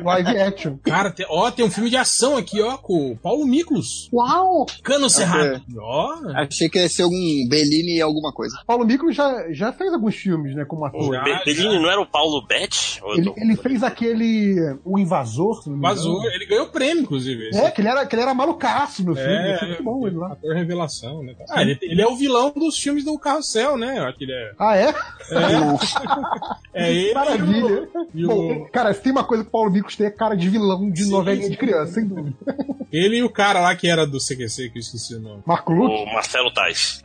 S10: Live action.
S2: Cara, tem- ó, tem um filme de ação aqui, ó, com o Paulo Miklos.
S9: Uau!
S2: Cano Cerrado.
S4: Achei-
S2: Tá Ó.
S4: É. Achei que ia ser algum Bellini e alguma coisa.
S10: Paulo Micro já, já fez alguns filmes, né? Como ator.
S11: Be- Bellini não era o Paulo Betti? Ou eu
S10: Ele,
S11: tô-
S10: ele fez aquele. O Invasor. se não me engano.
S2: Vazou. Ele ganhou prêmio, inclusive.
S10: Então, É, que ele era, que ele era malucaço no filme.
S2: É,
S10: achei muito bom ele lá.
S2: ator revelação, né? cara? Ah, ele, ele é o vilão dos filmes do Carrossel, né? Eu acho que ele é.
S10: Ah, é?
S2: É ele.
S10: Maravilha.
S2: E o-
S10: Bom, cara, se tem uma coisa que o Paulo Micos tem é cara de vilão de novelinha de criança, sem dúvida.
S2: Ele e o cara lá que era do CQC, que eu esqueci o nome.
S10: Marco
S11: O Marcelo Tais.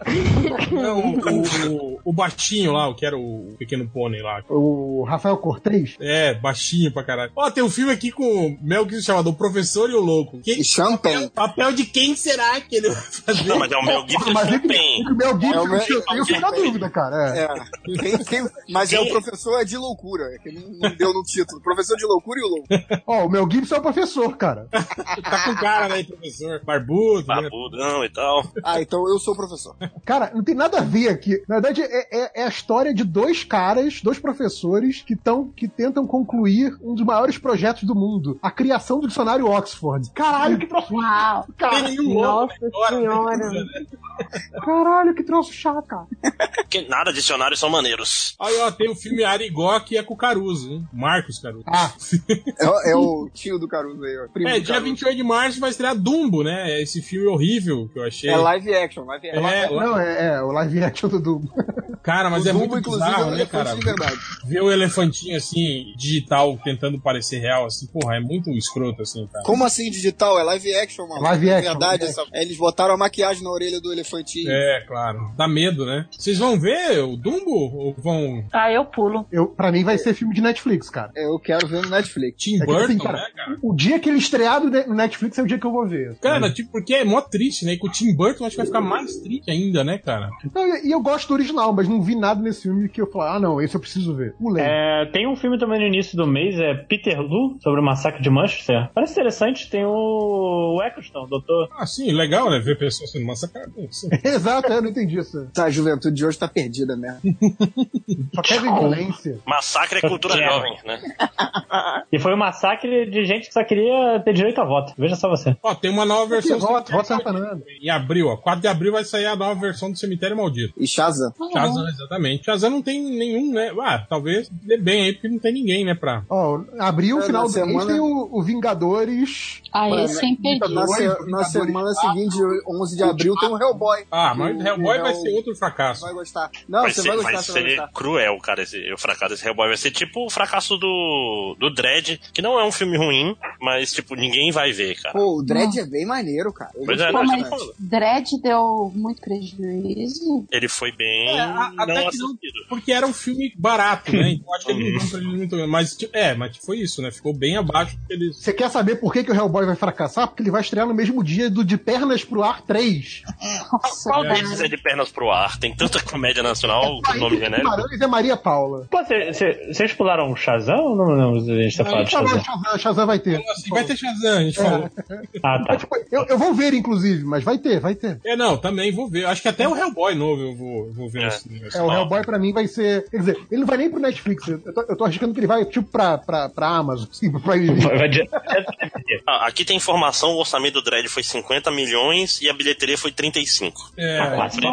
S2: Não, o, o, o baixinho lá, o que era o pequeno pônei lá.
S10: O Rafael Cortez.
S2: É, baixinho pra caralho. Ó, tem um filme aqui com o Mel Gibson chamado O Professor e o Louco. Quem,
S4: E Champagne.
S2: papel de quem será que ele vai fazer?
S11: Não, mas é o Mel Gibson
S10: Mas é que,
S11: Champagne.
S10: o Mel
S4: É o Mel-
S10: Gibson, eu tenho- eu fico na dúvida, cara. É.
S4: É. Quem- quem- mas é o professor é de loucura, é que não, não deu no título. Professor de loucura e o louco.
S10: Ó, o Mel Gibson é o professor, cara.
S2: Tá com cara, né, professor? Barbudo, né?
S11: Babudão e tal.
S4: Ah, então eu sou o professor.
S10: Cara, não tem nada a ver aqui. Na verdade, é, é- é a história de dois caras, dois professores, que, tão, que tentam concluir um dos maiores projetos do mundo: a criação do dicionário Oxford. Caralho, que troço
S9: Uau!
S2: Tem nenhum louco.
S8: Nossa senhora.
S2: né?
S8: Caralho, que troço chato, cara.
S11: É Porque nada, dicionários são maneiros.
S2: Aí, ó, tem o filme Arigó, que é com o Caruso, hein? Marcos Caruso.
S10: Ah,
S4: É, o- é o tio do Caruso aí, ó. Primo
S2: É,
S4: do
S2: dia
S4: Caruso.
S2: 28 de março vai estrear Dumbo, né? Esse filme horrível que eu achei.
S4: É live action, live action.
S2: É, lá-
S10: não, é, é o live action do Dumbo.
S2: cara, mas é
S4: Dumbo,
S2: muito
S4: inclusive, é
S2: bizarro,
S4: um
S2: né,
S4: elefante
S2: cara?
S4: de verdade.
S2: Ver o elefantinho, assim, digital, tentando parecer real, assim, porra, é muito escroto, assim, cara.
S4: Como assim digital? É live action, mano.
S10: Live action,
S4: É verdade,
S10: live
S4: essa- eles botaram a maquiagem na orelha do elefantinho.
S2: É, claro. Dá medo, né? Vocês vão ver o Dumbo ou vão...
S9: Ah, eu pulo.
S10: Eu, pra mim vai ser filme de Netflix, cara.
S4: É, Eu quero ver no Netflix.
S2: Tim
S10: É que,
S2: Burton,
S10: assim,
S2: né, cara?
S10: O dia que ele estrear no Ne- no Netflix é o dia que eu vou ver.
S2: Cara, tipo, porque é mó triste, né? E com o Tim Burton acho que vai ficar mais triste ainda, né, cara?
S10: Não, Então, e, e eu gosto do original, mas não vi nada nesse filme que eu falo, ah, não, esse eu preciso ver. O Lei.
S6: É, tem um filme também no início do mês, é Peterloo, sobre o massacre de Manchester. Parece interessante, tem o Eccleston, o doutor.
S2: Ah, sim, legal, né? Ver pessoas sendo massacradas. Sim.
S10: Exato, eu não entendi isso.
S4: Tá, a juventude de hoje tá perdida mesmo.
S10: Só quer ver violência.
S11: Massacre é cultura
S6: É.
S11: jovem, né?
S6: E foi um massacre de gente que só queria ter direito a voto. Veja só você.
S2: Ó, tem uma
S4: É
S2: nova
S10: Que
S2: versão. do
S10: voto, voto
S2: Cemitério
S10: São Fernando.
S2: Maldito. Em abril, ó. 4 de abril vai sair a nova versão do Cemitério Maldito.
S4: E Shazam.
S2: Shazam, exatamente. Shazam não tem nenhum, né? Ah, talvez dê bem aí, porque não tem ninguém, né, pra...
S10: Ó, abriu o
S4: É,
S10: final
S4: na
S10: do mês,
S4: semana-
S10: tem o, o Vingadores.
S9: Ah,
S4: Mano, então,
S9: esse é imperdível.
S4: Na, se- na semana seguinte, 11 de abril, tem um Hellboy.
S2: Ah, mas
S4: O-
S2: Hellboy
S4: o
S2: vai
S4: Hell-
S2: ser outro fracasso.
S4: Vai gostar. Não,
S11: vai
S4: você
S11: ser,
S4: vai
S11: vai
S4: gostar, você vai
S11: ser
S4: gostar.
S11: cruel, cara, esse, o fracasso desse Hellboy. Vai ser tipo o fracasso do, do Dredd, que não é um filme ruim, mas, tipo, ninguém vai ver, cara.
S4: Pô, o Dredd é bem maneiro, cara. Eu
S11: Pois é,
S4: gostei
S11: não,
S4: bastante.
S11: mas-
S4: mas...
S9: Dredd deu muito prejuízo.
S11: Ele foi bem
S2: É, a-
S11: não
S2: até que não,
S11: assistido. Uhum.
S2: porque era um filme barato, né? Então acho que eles não dão pra ele muito. Mas, tipo, é, mas foi isso, né? Ficou bem abaixo do que eles.
S10: Você quer saber por que, que o Hellboy vai fracassar? Porque ele vai estrear no mesmo dia do De Pernas pro Ar 3.
S9: Nossa,
S11: Qual
S9: cara.
S11: deles é de pernas pro ar? Tem tanta comédia nacional com nome
S4: né?
S11: genérico.
S10: Guimarães é Maria Paula.
S6: Pô, cê- cê- vocês pularam o Shazam ou não, não, a gente tá falando de
S10: Tá bom,
S6: Shazam?
S10: Shazam, Shazam vai ter. É.
S2: Assim, vai ter Shazam, a gente falou.
S6: Ah, tá.
S10: Eu, eu vou ver, inclusive, mas vai ter, vai ter.
S2: É, não, também vou ver. Acho que até o Hellboy novo eu vou, eu vou ver
S11: É.
S2: no cinema.
S10: É, o Hellboy pra mim vai ser. Quer dizer, ele não vai nem pro Netflix. Eu tô, eu tô arriscando que ele vai, tipo, pra, pra, pra Amazon, assim, pra Prime Video.
S6: Vai de- é,
S11: Ah, aqui tem informação, o orçamento do Dredd foi 50 milhões e a bilheteria foi 35.
S2: É.
S11: Um prejuízo,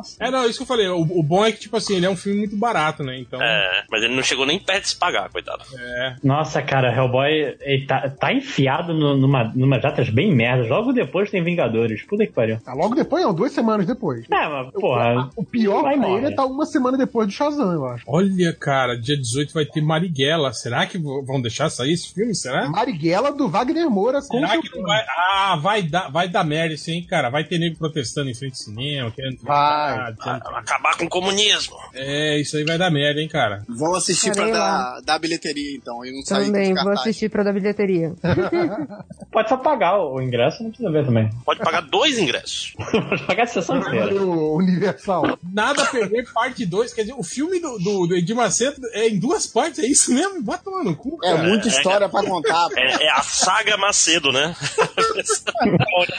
S11: assim, ó.
S2: É, não, isso que eu falei. O, o bom é que, tipo assim, ele é um filme muito barato, né? Então. É.
S11: É, mas ele não chegou nem perto de se pagar, coitado.
S4: É.
S6: Nossa, cara, Hellboy ele tá, tá enfiado no- numa, numa datas bem merdas. Logo depois tem Vingadores. Puta que pariu.
S10: Tá logo depois, não, duas semanas depois.
S6: É, mas, porra.
S10: O pior
S6: vai
S10: pra
S6: embora. né?
S10: ele é tá uma semana depois do Shazam, eu acho.
S2: Olha, cara, dia 18 vai ter Marighella. Será que v- vão deixar sair esse filme? Será?
S10: Marighella do Wagner Moura com
S2: Será
S10: seu
S2: que não
S10: filme.
S2: vai. Ah, vai dar, vai dar merda isso, hein, cara? Vai ter nego protestando em frente ao cinema, querendo.
S10: Vai.
S2: Ah,
S11: Acabar com o comunismo.
S2: É, isso aí vai dar merda, hein, cara?
S4: Vão assistir
S8: Parei
S4: pra dar, dar bilheteria, então, e não sair
S8: Também
S4: dos
S8: vou
S4: cartazes.
S8: assistir pra dar bilheteria. É.
S6: Pode só pagar o o ingresso, não precisa ver também.
S11: Pode pagar dois ingressos.
S6: Pode pagar a sessão inteira.
S10: O Universal.
S2: Nada a perder, parte 2. Quer dizer, o filme do, do, do Edir Macedo é em duas partes, é isso mesmo? Vai tomar no cu,
S4: É
S2: cara.
S4: muita história pra contar. pô.
S11: É, é a saga Macedo, né?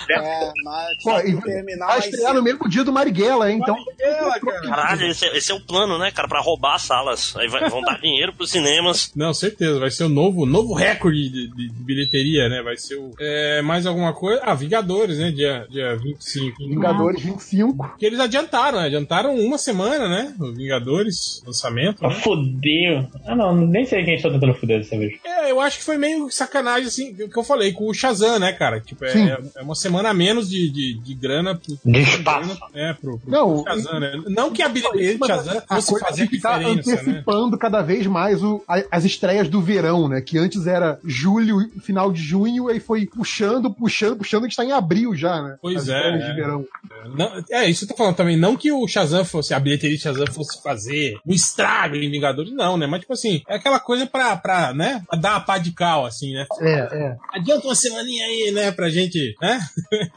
S4: É, mas
S10: Pô, e
S4: terminar
S10: vai
S4: mais
S10: estrear
S4: cedo.
S10: no mesmo dia do Marighella, hein? Então,
S2: Marighella, cara.
S11: é Caralho, esse, é- esse é o plano, né, cara? Pra roubar as salas. Aí vai- vão dar dinheiro pros cinemas.
S2: Não, certeza, vai ser o novo, novo recorde de, de- de bilheteria, né? Vai ser o. é, mais alguma coisa. Ah, Vingadores, né? Dia, dia 25.
S10: Vingadores 25.
S2: Que eles adiantaram, né? Adiantaram uma semana, né? Os Vingadores, lançamento. né?
S12: Ah, fodeu. Ah, não, nem sei quem está tentando foder dessa vez.
S2: É, eu acho que foi meio sacanagem, assim, o que eu falei com o Shazam, né, cara? Tipo, é,
S12: Sim.
S2: é uma semana a menos de, de, de grana pro,
S12: De espaço.
S2: É, pro, pro,
S10: Não,
S2: pro Shazam, né? Não que a bilheteria de
S10: Mas
S2: Shazam
S10: a
S2: fosse
S10: coisa tem
S2: fazer a
S10: que tá
S2: diferença, né?
S10: antecipando cada vez mais o- a- as estreias do verão, né? Que antes era julho, final de junho, aí foi puxando, puxando, puxando, a gente tá em abril já, né?
S2: Pois
S10: As
S2: é.
S10: estreias
S2: é.
S10: de verão.
S2: É, Não, é, isso eu tô falando também. Não que o Shazam fosse, a bilheteria de Shazam fosse fazer um estrago em Vingadores, não, né? Mas, tipo assim, é aquela coisa pra, pra né? Pra dar a pá de cal, assim, né?
S10: É, é.
S2: Adianta uma semaninha aí, né? Pra gente, né?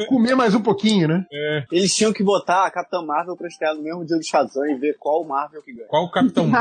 S10: Comer mais um pouquinho, né?
S2: É.
S4: Eles tinham que botar a Capitã Marvel pra estrear no mesmo dia do Shazam e ver qual Marvel que ganha.
S2: Qual Capitão né?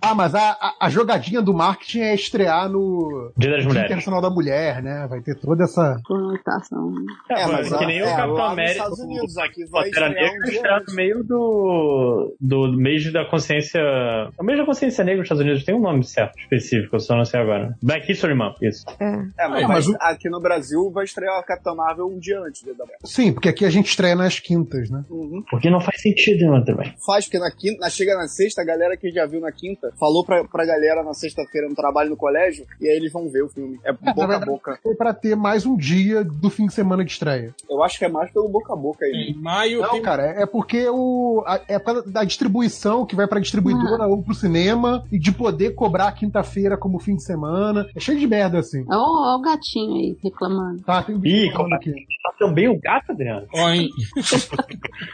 S10: Ah, mas a, a- a jogadinha do marketing é estrear no
S12: Dia das Mulheres.
S10: Internacional da Mulher, né? Vai ter toda essa.
S8: Conotação.
S12: É,
S10: É,
S12: mas
S10: mas
S12: que
S10: a-
S12: nem o
S10: é,
S12: Capitão
S10: lá nos
S12: América.
S10: Estados
S6: né?
S10: Unidos, aqui
S12: O
S10: vai
S12: Pantera
S10: estrear um
S12: Negra
S10: dia
S12: está no meio do, do mês da consciência. É o mês da consciência negra dos Estados Unidos, tem um nome certo específico, eu só não sei agora. Black History Month, isso.
S4: É, mas,
S12: Ah,
S4: vai-
S12: mas o-
S4: aqui no Brasil vai estrear a Capitã Marvel um dia antes do Dia da Mulher.
S10: Sim, porque aqui a gente estreia nas quintas, né?
S12: Porque não faz sentido, né, também.
S4: Faz, porque na quinta, na, chega na sexta, a galera que já viu na quinta falou pra, pra galera na sexta-feira no trabalho no colégio, e aí eles vão ver o filme. É boca a
S10: Na verdade,
S4: boca.
S10: Foi pra ter mais um dia do fim de semana de estreia.
S4: Eu acho que é mais pelo boca a boca aí.
S2: maio.
S10: Não, cara, é porque o, a- é por causa da distribuição que vai pra distribuidora ou pro cinema e de poder cobrar a quinta-feira como fim de semana. É cheio de merda assim.
S9: Ó, ó o gatinho aí reclamando.
S10: Tá, tem
S12: Ih,
S10: como aqui.
S12: Tá também o gato, Adriano?
S2: Ó, em,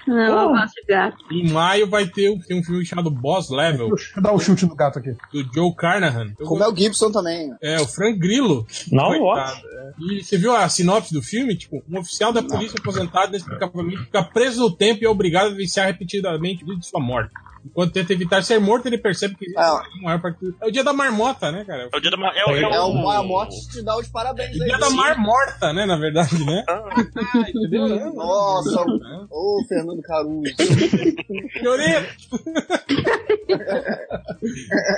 S7: Hum.
S9: Não, eu gosto de gato.
S2: em maio vai ter um- tem um filme chamado Boss Level,
S10: Deixa eu dar o chute no gato aqui.
S2: do Joe Carnahan. Eu
S4: Com o Mel Gibson também.
S2: É, o Frank Grillo.
S12: Não,
S2: Coitado, é. E você viu a sinopse do filme? Tipo, um oficial da polícia aposentado inexplicavelmente fica preso no tempo e é obrigado a vivenciar repetidamente o dia de sua morte. Enquanto tenta evitar ser morto, ele percebe que
S4: Ah.
S2: é, maior parte... é o dia da marmota, né, cara?
S11: É o dia da ma- é,
S4: É,
S11: o- é
S4: o
S11: o-
S4: Mar Morte te dá os parabéns aí.
S2: Dia da
S4: Sim.
S2: marmorta, né, na verdade, né? Entendeu?
S4: Nossa, ô Fernando Caruso.
S2: Fiorento!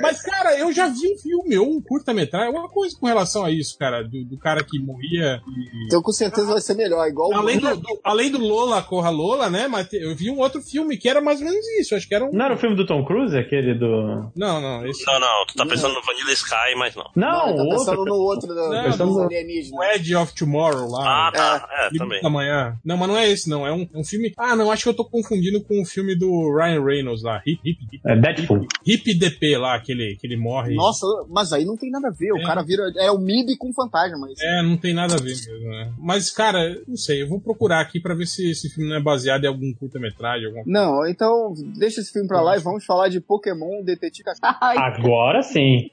S2: Mas, cara, eu já vi um filme, ou um curta-metragem, alguma coisa com relação a isso, cara, do, do cara que morria e...
S4: Então com certeza vai ser melhor, igual
S2: Além
S4: o
S2: do, do- além do Lola Corra Lola, né? Mas te- eu vi um outro filme que era mais ou menos isso. Acho que era um.
S12: Não era o filme do Tom Cruise, aquele do.
S2: Não, não. Esse...
S11: Não, não, tu tá pensando no Vanilla Sky, mas não.
S12: Não,
S4: Não, tá
S12: o
S4: pensando
S12: outro.
S4: no outro da,
S2: Não,
S4: dos
S12: pensando no-
S2: O
S4: alienígenas.
S2: Edge of Tomorrow lá.
S11: Ah, tá, é,
S2: Liga
S11: também.
S2: da manhã. Não, mas não é esse, não. É um, é um filme. Ah, não, acho que eu tô confundindo com o filme do Ryan Reynolds lá. Hip, hip, hip,
S12: É Deadpool.
S2: hip DP lá, que ele, que ele morre.
S4: Nossa, mas aí não tem nada a ver.
S2: É.
S4: O cara vira. É o MIB com fantasma. Isso.
S2: É, não tem nada a ver mesmo, né? Mas, cara, não sei, eu vou procurar aqui pra ver se esse filme não é baseado em algum curta-metragem, alguma
S4: Não, então deixa esse filme pra lá e vamos falar de Pokémon Detetive Cachorro.
S9: Ai,
S12: Agora sim.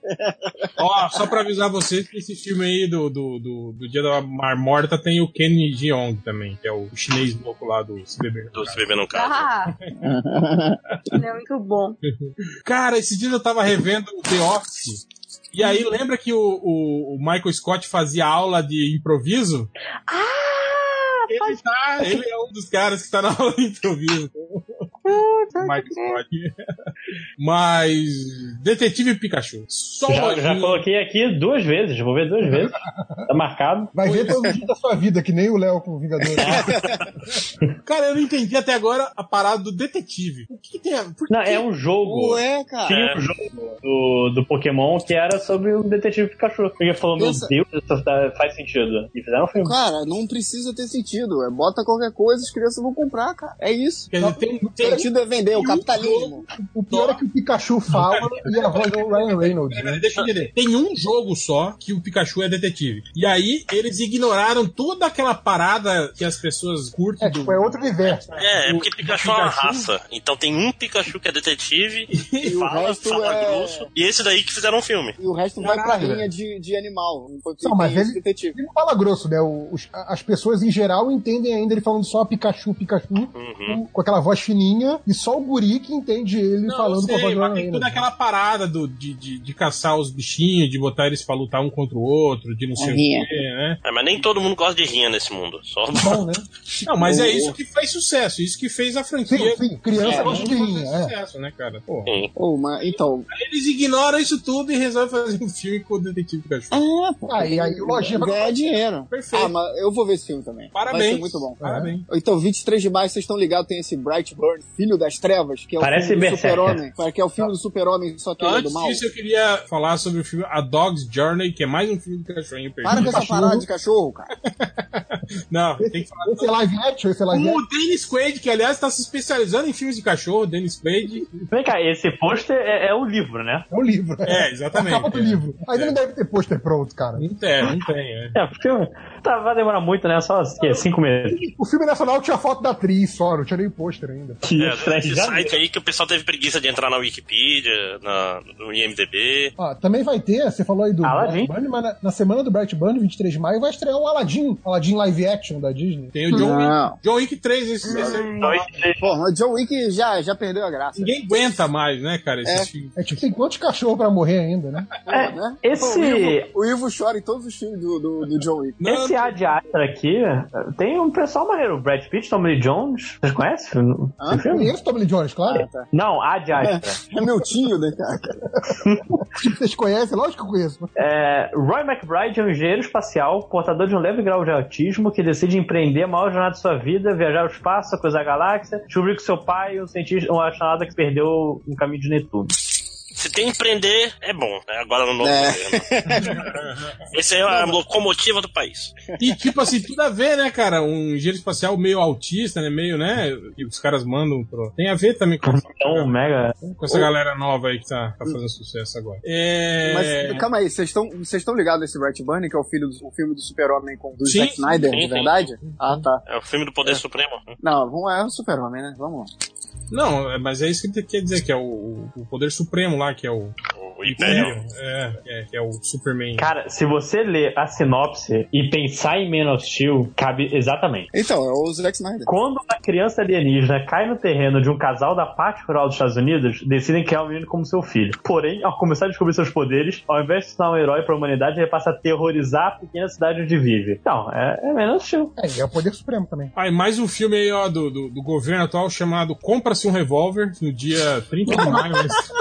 S2: Ó, só pra avisar vocês que esse filme aí do, do, do, do Dia da Marmorta tem o Kenny Jeong também, que é o chinês louco lá do Se Beber.
S11: Do se beber no caso.
S7: Ah, ele é muito bom.
S2: Cara, esse dia eu tava revendo o The Office. E aí, lembra que o, o, o Michael Scott fazia aula de improviso?
S7: Ah,
S2: Ele, tá, ele é um dos caras que tá na aula de improviso. O Michael Scott. Mas. Detetive Pikachu. Só um
S12: Já,
S2: hoje.
S12: já coloquei aqui duas vezes, já vou ver duas vezes. Tá marcado.
S10: Vai ver todo dia da sua vida, que nem o Léo com o Vingador.
S2: Cara, eu não entendi até agora a parada do detetive. O que, que tem a. Por
S12: Não,
S2: que-
S12: é um jogo.
S4: Ué, cara.
S11: É
S12: Tinha um jogo do, do Pokémon que era sobre o detetive Pikachu. Porque falou, meu
S4: Essa-
S12: Deus, isso tá- faz sentido. E fizeram um filme.
S4: Cara, não precisa ter sentido. É, bota qualquer coisa, as crianças vão comprar, cara. É isso.
S2: Quer dizer, tem,
S4: O
S2: tem,
S4: sentido é vender, o capitalismo.
S10: o pior é que o Pikachu fala e a voz do Ryan Reynolds, né?
S2: Peraí, Deixa eu entender. Tem um jogo só que o Pikachu é detetive. E aí eles ignoraram toda aquela parada que as pessoas curtem.
S10: É, tipo, é outro universo.
S11: É, é porque
S2: O- o
S11: Pikachu é uma
S2: Pikachu?
S11: raça. Então tem um Pikachu que é detetive e
S4: E o
S11: fala,
S4: resto
S11: fala
S4: é-
S11: grosso. E esse daí que fizeram um filme.
S4: E o resto vai pra
S10: Caralho,
S4: linha
S10: velho.
S4: de, de animal. Não, foi
S10: Não, mas
S4: tem
S10: ele-
S4: esse detetive.
S10: Ele não fala grosso, né? O- os- as pessoas em geral entendem ainda ele falando só Pikachu, Pikachu, com- com aquela voz fininha, alienígena e só o guri que entende ele
S2: Não,
S10: falando
S2: eu
S10: com a
S2: sei,
S10: voz
S2: mas tem toda aquela parada do, de, de, de caçar os bichinhos, de botar eles pra lutar um contra o outro, de não sei o
S11: rinha.
S2: quê, né?
S11: É, mas nem todo mundo gosta de rinha nesse mundo. Só
S2: Bom, né? Não, mas é isso que fez sucesso, isso que fez a franquia.
S10: Sim, sim, criança
S2: todo
S10: gosta
S2: mundo
S10: de
S2: fazer
S10: rinha, é.
S2: sucesso, né, cara? Pô.
S4: Ô, mas, então,
S2: Aí Eles ignoram isso tudo e resolvem fazer um filme com o Detetive Pikachu.
S4: Ah, pô.
S2: Aí- aí o lojinha vai-
S4: ganhar dinheiro.
S2: Perfeito.
S4: Ah, mas eu vou ver esse filme também.
S2: Parabéns.
S4: Vai ser muito bom.
S2: Parabéns.
S4: É. Então, 23 de maio, vocês estão ligados, tem esse Bright Burn, Filho das Trevas, que é o
S2: Parece
S4: filme do
S2: Berserker.
S4: super-homem. Que é o filme do super-homem, só que ele é do
S2: Antes
S4: mal.
S2: disso, eu queria falar sobre o filme A Dog's Journey, que é mais um filme de cachorrinho perdido.
S4: Para com essa parada de cachorro, cara.
S2: Não, tem que falar.
S10: Esse é live action, esse é live
S2: Como o Dennis Quaid, que aliás está se especializando em filmes de cachorro, Dennis Quaid.
S6: Vem cá, esse pôster é, é o livro, né?
S10: É o livro.
S2: É, exatamente.
S10: A capa do livro. Ainda não deve ter pôster pronto, cara. Não
S2: tem, não tem. É,
S6: porque tá, vai demorar muito, né? Só o quê? cinco meses.
S10: O filme nacional tinha foto da atriz só, não tinha nem pôster ainda.
S11: É, esse site aí que o pessoal teve preguiça de entrar na Wikipedia, na- no IMDB.
S10: Ó, também vai ter, você falou aí do
S11: Aladdin.
S10: Bright Bunny, mas na, na semana do Bright Bunny, 23 de maio, vai estrear o Aladdin, Aladdin live action da Disney.
S2: Tem o John
S4: Não.
S2: Wick, John Wick 3,
S11: Hum.
S2: esse, esse-
S4: Pô, mas John Wick já, já perdeu a graça.
S2: ninguém aguenta mais, né, cara, esses
S4: É.
S2: filmes.
S10: É tipo, tem quantos cachorros pra morrer ainda, né?
S4: Porra, né?
S6: esse-
S4: Pô, O Ivo, o Ivo chora em todos os filmes do, do, do John Wick.
S6: Esse Ad Astra aqui tem um pessoal maneiro. Brad Pitt, Tommy Lee Jones. Vocês conhecem?
S4: Hã? tá.
S6: Esse filme?
S10: Conheço o Tommy Lee Jones, claro.
S6: Não, Ad Astra.
S4: É, meu tio, né, cara?
S10: Tipo, Vocês conhecem? Lógico que eu conheço.
S6: É, Roy McBride é um engenheiro espacial, portador de um leve grau de autismo, que decide empreender a maior jornada de sua vida, viajar ao espaço, cruzar a galáxia, descobrir que seu pai, um cientista, um astronauta que se perdeu no caminho de Netuno.
S11: Se tem empreender, é bom. né? Agora no novo
S6: É.
S11: governo. Esse é a locomotiva do país.
S2: E tipo assim, tudo a ver, né, cara? Um engenheiro espacial meio autista, né? Meio, né? Que os caras mandam pro. Tem a ver também com essa,
S6: mega...
S2: com essa galera nova aí que tá, tá fazendo sucesso agora. É...
S4: Mas calma aí, vocês estão vocês estão ligados nesse Bright Bunny, que é o, filho do, o filme do Super-Homem com do
S11: Sim,
S4: Zack Snyder,
S11: sim,
S4: de
S11: sim.
S4: verdade? Ah, tá.
S11: É o filme do Poder Supremo.
S4: Não, vamos é o Super-Homem, né? Vamos lá.
S2: Não, é- mas é isso que ele quer dizer, que é o, o poder supremo lá, que é o.
S11: O Império.
S2: É, é, que é o Superman.
S6: Cara, se você ler a sinopse e pensar em Man of Steel, cabe exatamente.
S4: Então, é o Zack Snyder.
S6: Quando uma criança alienígena cai no terreno de um casal da parte rural dos Estados Unidos, decidem criar o menino como seu filho. Porém, ao começar a descobrir seus poderes, ao invés de se tornar um herói para a humanidade, ele passa a terrorizar a pequena cidade onde vive. Então, é, é menos show.
S10: É, é o Poder Supremo também.
S2: Ah, e mais um filme aí, ó, do, do, do governo atual chamado Compra-se um Revólver, no dia 30 de maio. né? mas-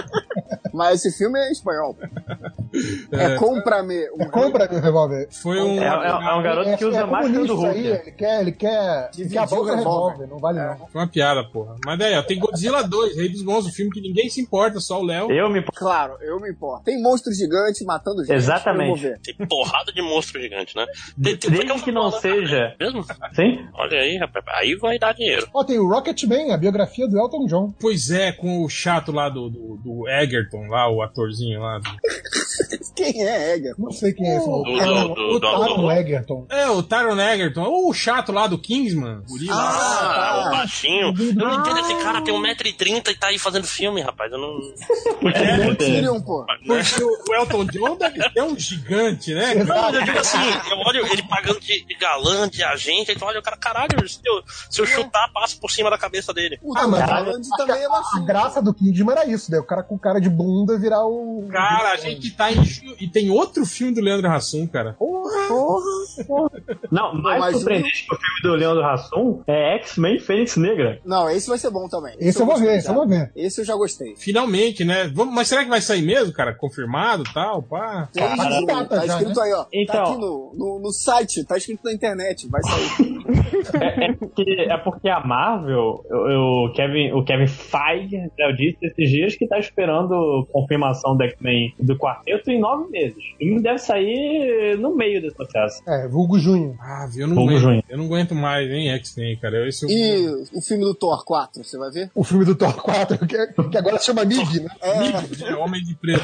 S4: Mas esse filme é espanhol. É, compra-me. um-
S10: É compra meu revólver.
S2: Foi um- É- é- é um garoto que usa
S10: como
S2: máscara do
S10: nisso aí,
S2: Hulk.
S10: Ele quer, ele quer, ele quer a
S4: Dividir o
S10: bolsa
S4: revólver. É.
S10: revólver, não vale não.
S2: Foi É, uma piada, porra. Mas daí, ó, tem Godzilla 2, Rei dos Monstros, um filme que ninguém se importa, só o Léo.
S6: Eu me importo.
S4: Claro,
S10: é.
S4: eu me importo. Tem monstro gigante matando gente. Eu vou ver.
S11: Tem porrada de monstro gigante, né? Tem, tem, né?
S6: Desde que não seja.
S11: Mesmo?
S6: Sim?
S11: Olha aí, rapaz. Aí vai dar dinheiro.
S10: Ó, tem o Rocketman, a biografia do Elton John.
S2: Pois é, com o chato lá do, do, do Egerton, lá, o atorzinho lá. do-
S4: Quem é Egger?
S10: Não sei quem é esse.
S2: Do-
S10: maluco.
S2: do-
S10: Ah,
S2: do-
S10: o
S2: do- do-
S10: Taron Egerton.
S2: É, o Tyron Egerton, ou o chato lá do Kingsman. o guri lá.
S11: Ah, o baixinho. Eu não entendo, esse cara tem 1,30m e tá aí fazendo filme, rapaz. Eu não.
S2: É,
S4: Tyrion, pô.
S2: Porque o Elton John deve ser um gigante, né?
S11: Não,
S2: cara?
S11: eu digo assim, eu olho ele pagando de, de galã, de agente, então olha o cara, caralho, se eu, se eu chutar, passo por cima da cabeça dele.
S10: Ah, mas a,
S4: também é
S10: a graça do Kidman era isso, né? O cara com cara de bunda virar o.
S2: Cara, a gente tá em. ju- E tem outro filme do Leandro Hassum, cara.
S6: Não, mais um
S4: mas
S6: surpreendente que o filme do Leandro Hassum é X-Men Fênix Negra.
S4: Não, esse vai ser bom também.
S10: Esse eu vou ver, esse eu vou ver.
S4: Esse eu já gostei.
S2: Finalmente, né? Vamos- Mas será que vai sair mesmo, cara? Confirmado e tal? Pá.
S4: Tem
S2: Cara,
S4: isso, tá
S2: já,
S4: escrito
S2: né?
S4: aí, ó.
S2: Então.
S4: Tá aqui no, no, no site, tá escrito na internet, vai sair.
S6: É, é porque, é porque a Marvel, eu- eu- o Kevin, o Kevin Feige, eu disse esses dias que tá esperando confirmação do X-Men do quarteto em nove meses. E não deve sair no meio desse processo.
S10: É, vulgo junho.
S2: Ah, viu? Eu não,
S6: Vamos,
S2: aguento,
S6: Junho.
S2: eu não aguento mais, hein, X-Men, cara. Esse eu-
S4: E o filme do Thor 4, você vai ver?
S10: O filme do Thor 4, que, que agora se chama Mig, né?
S2: É Homem de Preto.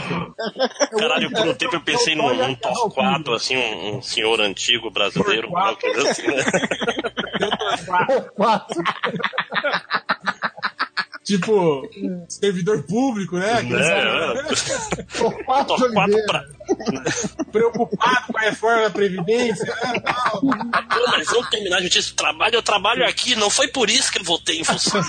S11: Caralho, por um tempo eu pensei num, num Thor 4, assim, um, um senhor antigo brasileiro, uma coisa assim, né?
S10: Thor 4.
S2: Tipo, servidor público, né?
S11: Né?
S10: é. Thor 4 de Oliveira.
S11: pra-
S2: Preocupado com a reforma da Previdência, né? Tal.
S11: Pô, nós vamos terminar a justiça do trabalho, eu trabalho aqui, não foi por isso que eu votei em função.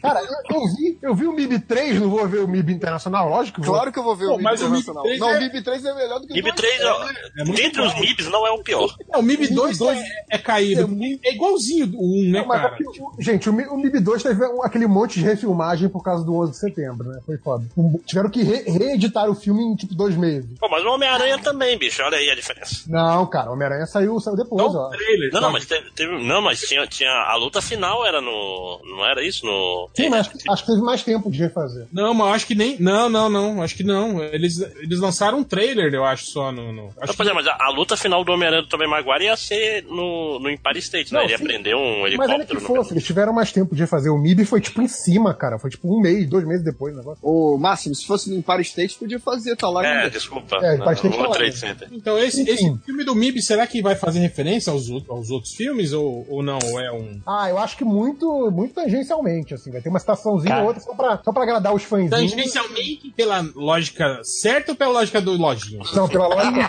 S10: Cara, eu, eu vi, eu vi o MIB 3, não vou ver o MIB Internacional, lógico.
S4: Claro que eu vou ver o MIB Internacional. Não, o MIB 3 é melhor do que
S11: MIB 3, ó, dentre os MIBs, não é o pior.
S2: Não, o MIB 2 é, é caído. É igualzinho o 1, né,
S10: Mas
S2: cara?
S10: aqui, o- gente, o Mi- o MIB 2 teve um- aquele monte de refilmagem por causa do 11 de setembro, né? Foi foda. Um- tiveram que re- reeditar o filme em, tipo, dois meses.
S11: Pô, mas o Homem-Aranha também, bicho, olha aí a diferença.
S10: Não, cara, Homem-Aranha saiu, saiu depois,
S2: é um
S10: ó.
S11: Não,
S10: tá?
S11: não, mas teve, teve- não, mas tinha, tinha a luta final era no, não era isso no é,
S10: Sim, mas acho que- acho que teve mais tempo de refazer.
S2: Não, mas eu acho que nem. Não, não, não. Acho que não. Eles, eles lançaram um trailer, eu acho, só no. no-
S11: Não, pois é, mas a, a luta final do Homem-Aranha do Tobey Maguire ia ser no, no Empire State, né?
S10: Não,
S11: Ele ia
S10: sim.
S11: prender um
S10: Mas olha que
S11: helicóptero. no-
S10: fosse, eles tiveram mais tempo de fazer. O MIB foi tipo em cima, cara. Foi tipo um mês, dois meses depois o negócio.
S4: Ô, Máximo, se fosse no Empire State, podia fazer, tá lá.
S11: É, desculpa.
S10: É,
S11: não,
S10: parece que tem que
S11: no
S10: falar,
S11: Trade
S10: né?
S11: Center.
S2: Então, esse, esse filme do MIB, será que vai fazer referência aos, outros- aos outros filmes ou, ou não? Ou é um.
S10: Ah, eu acho que muito, muito tangencialmente, assim. Vai ter uma citaçãozinha
S2: Cara.
S10: ou outra só pra, só pra agradar os fãzinhos.
S2: Tangencialmente pela lógica certa ou pela lógica do lojinho?
S10: Não, pela lógica.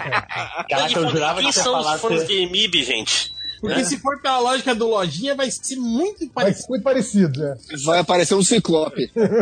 S11: Caraca, eu jurava
S2: que
S11: Quem
S2: você ia
S11: são
S2: falar
S11: os fãs
S2: que-
S11: de MIB, gente?
S10: Tá
S2: Porque
S11: Né?
S2: se for pela lógica do lojinha, vai ser muito
S10: É. Vai
S2: parecido.
S10: ser muito parecido, é.
S4: Vai aparecer um ciclope.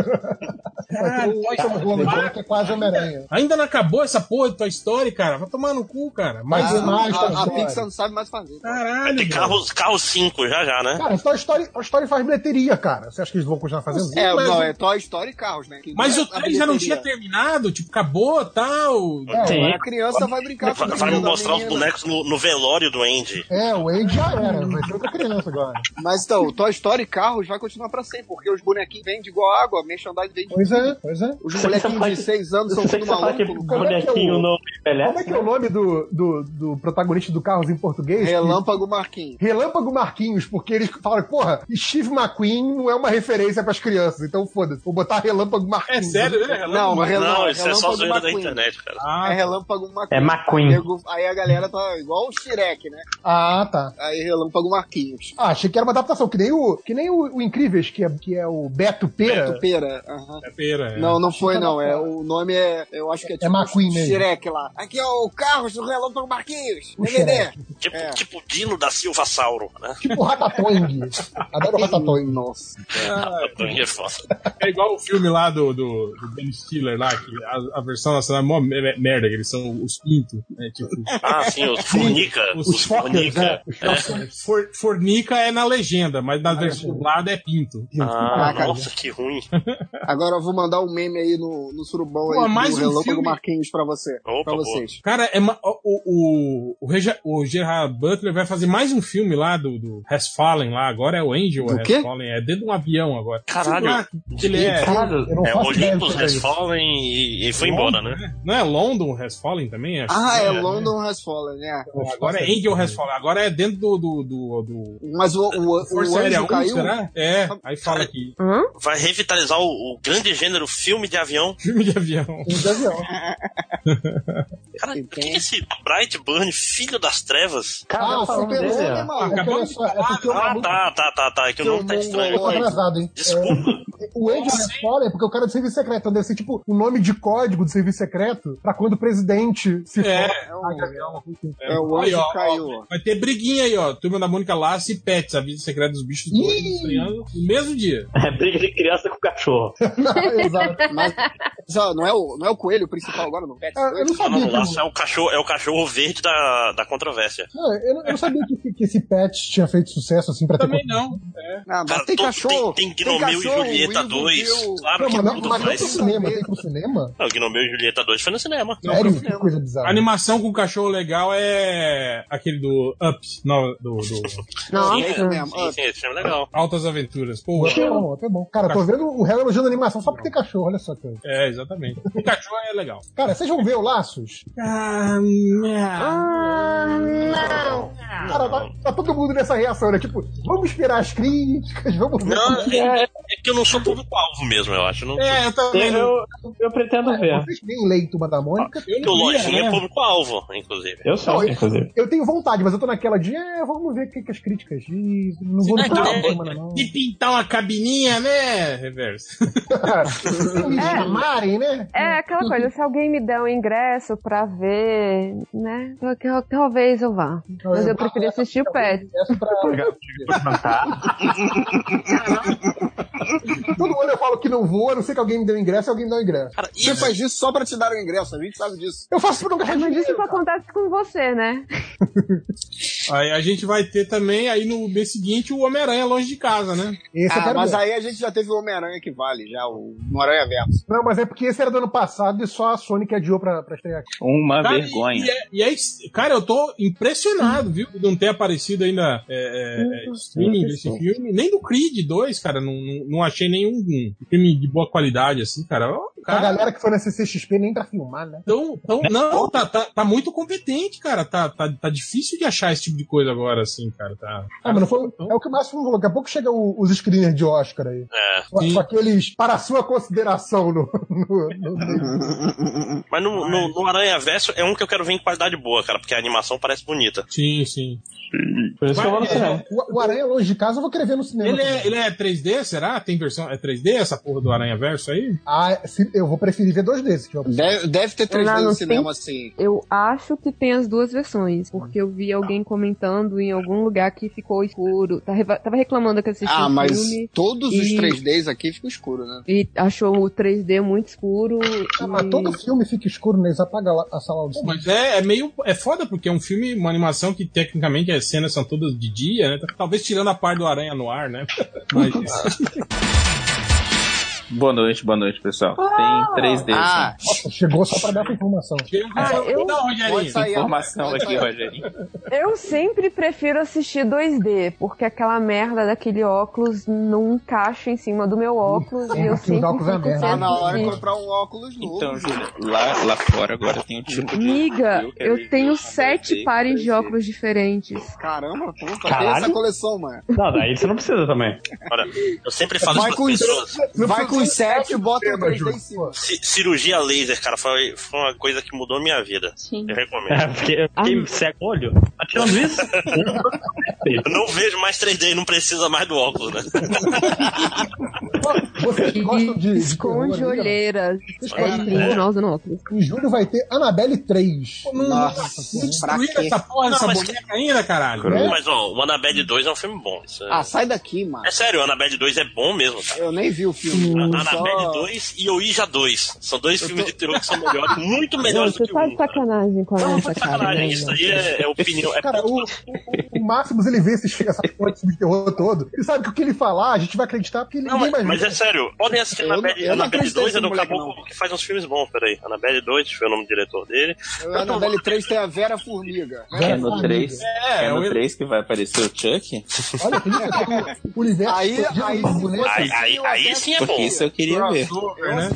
S10: Vai ter Ah, o Tom Holland, que é quase Homem-Aranha.
S2: Ainda não acabou essa porra de Toy Story, cara? Vai tomar no cu, cara. Mais
S10: Ah,
S2: mais
S10: a-
S2: Toy
S10: a
S2: Story.
S10: Pixar
S4: não sabe mais
S11: É
S4: fazer.
S2: Caralho,
S11: Tem carro, carro 5 já já, né?
S10: Cara, Toy Story, Toy Story faz bilheteria, cara. Você acha que eles vão continuar fazendo?
S4: É,
S10: Mas-
S4: não, é Toy Story e Carros, né? Que
S2: Mas
S4: não
S2: o
S4: é a
S2: 3 já não tinha
S4: bilheteria.
S2: terminado? Tipo, acabou, tal.
S10: É, Sim. a criança vai brincar com
S11: Vai,
S10: o
S11: vai me
S10: menino da
S11: mostrar os
S10: menina.
S11: bonecos no, no velório do Andy.
S10: É, o Andy já era. Vai ser outra criança agora.
S4: Mas então, o Toy Story e Carros vai continuar pra sempre, porque os bonequinhos vendem igual água, a merchandise vende.
S10: Pois é, pois é.
S4: Os molequinhos de 6 anos são tudo maluco.
S10: Como é que é o-
S4: envelhece,
S10: Como é que é o nome do, do, do protagonista do Carros em português?
S4: Relâmpago Marquinhos.
S10: Relâmpago Marquinhos, porque eles falam, porra, Steve McQueen não é uma referência pras crianças, então foda-se, vou botar Relâmpago Marquinhos.
S4: Não, mas Relâmpago,
S11: Não, isso é só
S4: Relâmpago
S11: zoeira da
S4: McQueen.
S11: internet, cara.
S4: é Relâmpago McQueen.
S10: É McQueen.
S4: Nego- Aí a galera tá igual o Shrek, né?
S10: Ah, tá.
S4: Aí Relâmpago Marquinhos.
S10: Ah, achei que era uma adaptação, que nem o, que nem o, o Incríveis, que é, que é o Beto Pera.
S4: Beto Pera, aham.
S2: Pera,
S4: Não, não foi não. É, o nome é. Eu acho que é tipo
S10: McQueen mesmo.
S4: Shrek lá. Aqui é o Carros do Relâmpago Marquinhos.
S10: O
S4: DVD.
S11: Tipo, tipo o Dino da Silva Sauro, né?
S10: Tipo Ratatouille. Adoro Ratatouille.
S4: Nossa.
S11: É foda.
S2: É igual o filme lá do, do, do Ben Stiller lá, que a, a versão nacional é mó me- me- merda, que eles são os pinto, né? Tipo,
S11: Ah, sim, os fornica.
S2: Os,
S11: Os
S2: fuckers,
S11: fornica.
S2: né?
S11: É.
S2: For- fornica é na legenda, mas na versão dublada é pinto.
S11: Ah,
S4: Caraca.
S11: nossa, que ruim.
S4: Agora eu vou mandar um meme aí no, no surubão
S2: Pô,
S4: aí
S2: mais
S4: do
S2: um
S4: Relâmpago
S2: filme?
S4: Marquinhos pra você. pra
S11: boa.
S4: vocês.
S2: Cara, é ma- o, o, o, Reja- o Gerard Butler vai fazer mais um filme lá do, do Has Fallen lá, agora é o Angel
S4: Do
S2: Has
S4: quê?
S2: Fallen, é dentro de um avião agora.
S11: Caralho.
S2: Sei lá, que ele é.
S11: Caralho,
S10: eu não
S11: é,
S10: faço
S11: Olympus
S10: ideia do que é
S11: Has
S10: isso.
S11: Fallen e, e foi embora, né?
S2: Não é London Has Fallen também? Acho
S4: Ah,
S2: que
S4: é, London Has Fallen, né?
S2: Agora é Angel Has Fallen, agora é dentro do. do, do, do-
S4: Mas o, o,
S2: Força
S4: o
S2: Aérea
S4: anjo
S2: 1,
S4: caiu?
S2: será? É, aí fala aqui.
S11: Vai revitalizar o, o grande gênero filme de avião.
S2: Filme de avião.
S10: Filme de avião.
S11: Cara, o que é esse Bright Burn, filho das trevas?
S10: Ah, super-homem, maluco. Olha só, é porque o
S11: Ah,
S10: maluco
S11: tá, tá, tá, tá. É que o nome tá estranho.
S10: Eu tô atrasado, hein? É, o Angel Respawn é porque o cara do serviço secreto. Então deve ser tipo o nome de código do serviço secreto pra quando o presidente se
S2: É.
S10: forma.
S4: um- É, o anjo caiu, ó.
S2: Vai ter briguinha aí, ó. Turma da Mônica Laça e Pets, a vida secreta dos bichos dois, estreando no mesmo dia.
S6: É briga de criança com cachorro.
S4: Exato. Mas, só, não, é o, não é o coelho principal agora, Ah, não?
S10: eu não sabia
S11: Mano,
S10: que
S11: Laço é o cachorro, é o cachorro verde da, da controvérsia.
S10: Não, eu, não- eu não sabia que, esse- que esse pet tinha feito sucesso assim pra ter.
S11: Também
S2: não.
S4: Ah, mas
S11: Cara,
S4: tem
S11: todo-
S4: cachorro.
S11: Tem Gnomeu e
S4: cachorro,
S11: Julieta
S4: Will,
S11: 2.
S4: Will.
S11: Claro
S10: Não,
S11: que
S10: mas não,
S11: tudo
S4: É
S10: mas não pro
S11: mais.
S10: cinema, tem pro cinema?
S11: Não, Gnomeu e Julieta 2 foi no cinema.
S10: Sério? Que coisa bizarra.
S2: A animação com cachorro legal é aquele do Up, não, do, do
S11: Sim, sim, sim, esse filme é legal.
S2: Altas Aventuras. Pô,
S10: Até é bom, até bom. Cara, tô vendo o Hell elogiando a animação só porque tem cachorro, olha só que coisa.
S2: É, exatamente. O cachorro é legal.
S10: Cara, vocês vão ver o Laços?
S2: Ah,
S10: não. Cara, tá, tá todo mundo nessa reação, né? Tipo, vamos esperar as críticas, vamos ver.
S11: Não,
S10: como
S11: é, é que eu não sou público-alvo mesmo, eu acho. Não,
S2: É, eu também Ah,
S11: não.
S6: Eu, eu pretendo ver.
S10: Vocês nem leem Turma da Mônica.
S11: Porque o Lojinha
S2: né?
S11: é público-alvo, inclusive.
S6: Eu
S10: sou,
S6: inclusive.
S10: Eu tenho vontade, mas eu tô naquela de, é, vamos ver o que, que as críticas dizem. Não vou no
S2: É,
S10: final
S2: é,
S10: da semana, não.
S2: De pintar uma cabininha, né, Reverso?
S10: Me
S2: é,
S10: chamarem, né?
S8: É aquela coisa, se alguém me der um ingresso pra ver, né? tal- tal- Talvez eu vá. Mas eu preferi assistir o Pet.
S2: é,
S10: um Todo ano eu falo que não vou, a não ser que alguém me dê um ingresso, alguém me dá um ingresso.
S4: Você faz isso só pra te
S10: um
S4: dar o ingresso, a gente sabe disso.
S10: Eu faço pra não
S8: É, mas isso acontece com você, né?
S2: Aí a gente vai ter também, aí no mês seguinte, o Homem-Aranha longe de casa, né?
S4: ah, mas aí a gente já teve o Homem-Aranha que vale, já, o no Aranha Verso.
S10: Não, mas é porque esse era do ano passado e só a Sony que adiou pra, pra estrear aqui.
S13: Uma
S2: Cara,
S13: vergonha.
S2: E, é- e é ex- cara, eu tô impressionado, viu, de não ter aparecido ainda é, é, é, streaming desse filme. Nem do Creed 2, cara, não, não, não achei nenhum um filme de boa qualidade, assim, cara. Ó,
S10: A
S2: cara
S10: galera que foi na CCXP nem pra filmar, né?
S2: então, então, não, tá, tá, tá muito competente, cara. Tá, tá, tá difícil de achar esse tipo de coisa agora, assim, cara. Tá.
S10: Ah, mas não foi, é o que o Márcio falou, daqui a pouco chega o- os screeners de Oscar aí.
S11: É.
S10: Só, só que eles, para a sua consideração no... no- no- no-
S11: Mas no, no, no Aranha Verso é um que eu quero ver em qualidade boa, cara, porque a animação parece bonita.
S2: Sim, sim.
S6: Por
S10: isso que eu assim, vou no cinema. O, o Aranha longe de casa eu vou querer ver no cinema.
S2: Ele é, ele é 3D, será? Tem versão. É 3D essa porra do Aranha Verso aí?
S10: Ah, se- eu vou preferir ver dois desses.
S4: Deve, ter
S8: três Não, vezes não no cinema,
S4: assim.
S8: Eu acho que tem as duas versões, porque eu vi alguém comentando em algum lugar que ficou escuro. Tá reva- Tava reclamando que assistiu
S4: Ah,
S8: o
S4: mas
S8: filme.
S4: todos os
S8: e-
S4: 3Ds aqui ficam escuro, né?
S8: E achou o 3D muito escuro.
S10: Ah,
S8: e-
S10: mas todo filme fica escuro, né? Eles apagam a, a sala do cinema.
S2: Mas é, é meio. É foda, porque é um filme, uma animação que tecnicamente as cenas são todas de dia, né? Talvez tirando a parte do Aranha no ar, né? Mas.
S13: Boa noite, boa noite, pessoal. Tem três deles.
S10: Ah. Nossa, chegou só pra dar essa informação.
S8: Ah, eu-
S13: Pode sair, Informação aqui, Rogerinho.
S8: Eu sempre prefiro assistir 2D, porque aquela merda daquele óculos não encaixa em cima do meu um óculos e eu sempre fico
S4: Tá na
S8: sempre-
S4: hora de comprar um óculos novo.
S13: Então, Júlia, lá, lá fora agora tem um tipo de.
S8: Miga,
S13: quero
S8: eu tenho sete pares de óculos diferentes.
S4: Caramba, pô, só tem
S13: Caralho.
S4: essa coleção, mano.
S6: Não, daí você não precisa também.
S11: Olha, eu sempre falo
S4: Vai
S11: isso
S4: com
S11: pras
S4: os-
S11: pessoas.
S4: Vai com os sete e bota o 3D em cima.
S11: Ci- Cirurgia laser, cara, foi, foi uma coisa que mudou a minha vida. Sim. Eu recomendo.
S6: É, porque eu fiquei cego o olho. Tá tirando isso?
S11: Eu não vejo mais 3D e não precisa mais do óculos, né?
S10: Vocês gostam de.
S8: Esconde
S10: terror, né?
S8: olheiras.
S10: Cara,
S8: É incrível,
S10: é.
S8: nós usando óculos.
S10: Em julho vai ter Annabelle 3.
S4: Nossa,
S2: Destruíram essa porra
S11: Não,
S2: dessa
S11: mas-
S2: boneca ainda, caralho.
S11: Mas, ó, o Annabelle 2 é um filme bom. Isso é...
S4: é. Ah, sai daqui, mano.
S11: É sério, o Annabelle 2 é bom mesmo, cara.
S4: Eu nem vi o filme.
S11: A-
S4: Eu
S11: Annabelle
S4: só-
S11: 2 e Oija 2. São dois filmes de terror que são melhores, muito melhores
S8: Gente,
S11: do que
S8: tá
S11: o
S8: de
S11: 1.
S8: sacanagem com a
S11: Não,
S8: nossa
S11: foi
S8: cara.
S11: sacanagem.
S8: né?
S11: Isso aí é, é opinião. É
S10: Cara, o, o, o Maximus, ele vê esses, essa porra de filme de terror todo. Ele sabe que o que ele falar, a gente vai acreditar porque ele
S11: Não,
S10: ninguém
S11: mas,
S10: mais
S11: mas é sério, podem assistir
S10: Eu
S11: Annabelle,
S10: não- eu não
S11: Annabelle
S10: acreditei
S11: 2 é do
S10: nesse moleque,
S11: caboclo que faz uns filmes bons, peraí. Annabelle 2, deixa eu ver o nome do diretor dele.
S4: Annabelle 3 tem a Vera Formiga.
S13: É no 3. É,
S11: eu-
S13: no 3 que vai aparecer o Chuck?
S10: Olha, tem isso aqui, o universo.
S4: Aí, aí,
S10: né?
S13: Aí, aí, aí sim é Porque bom. isso eu queria ver.
S4: Crossover, né?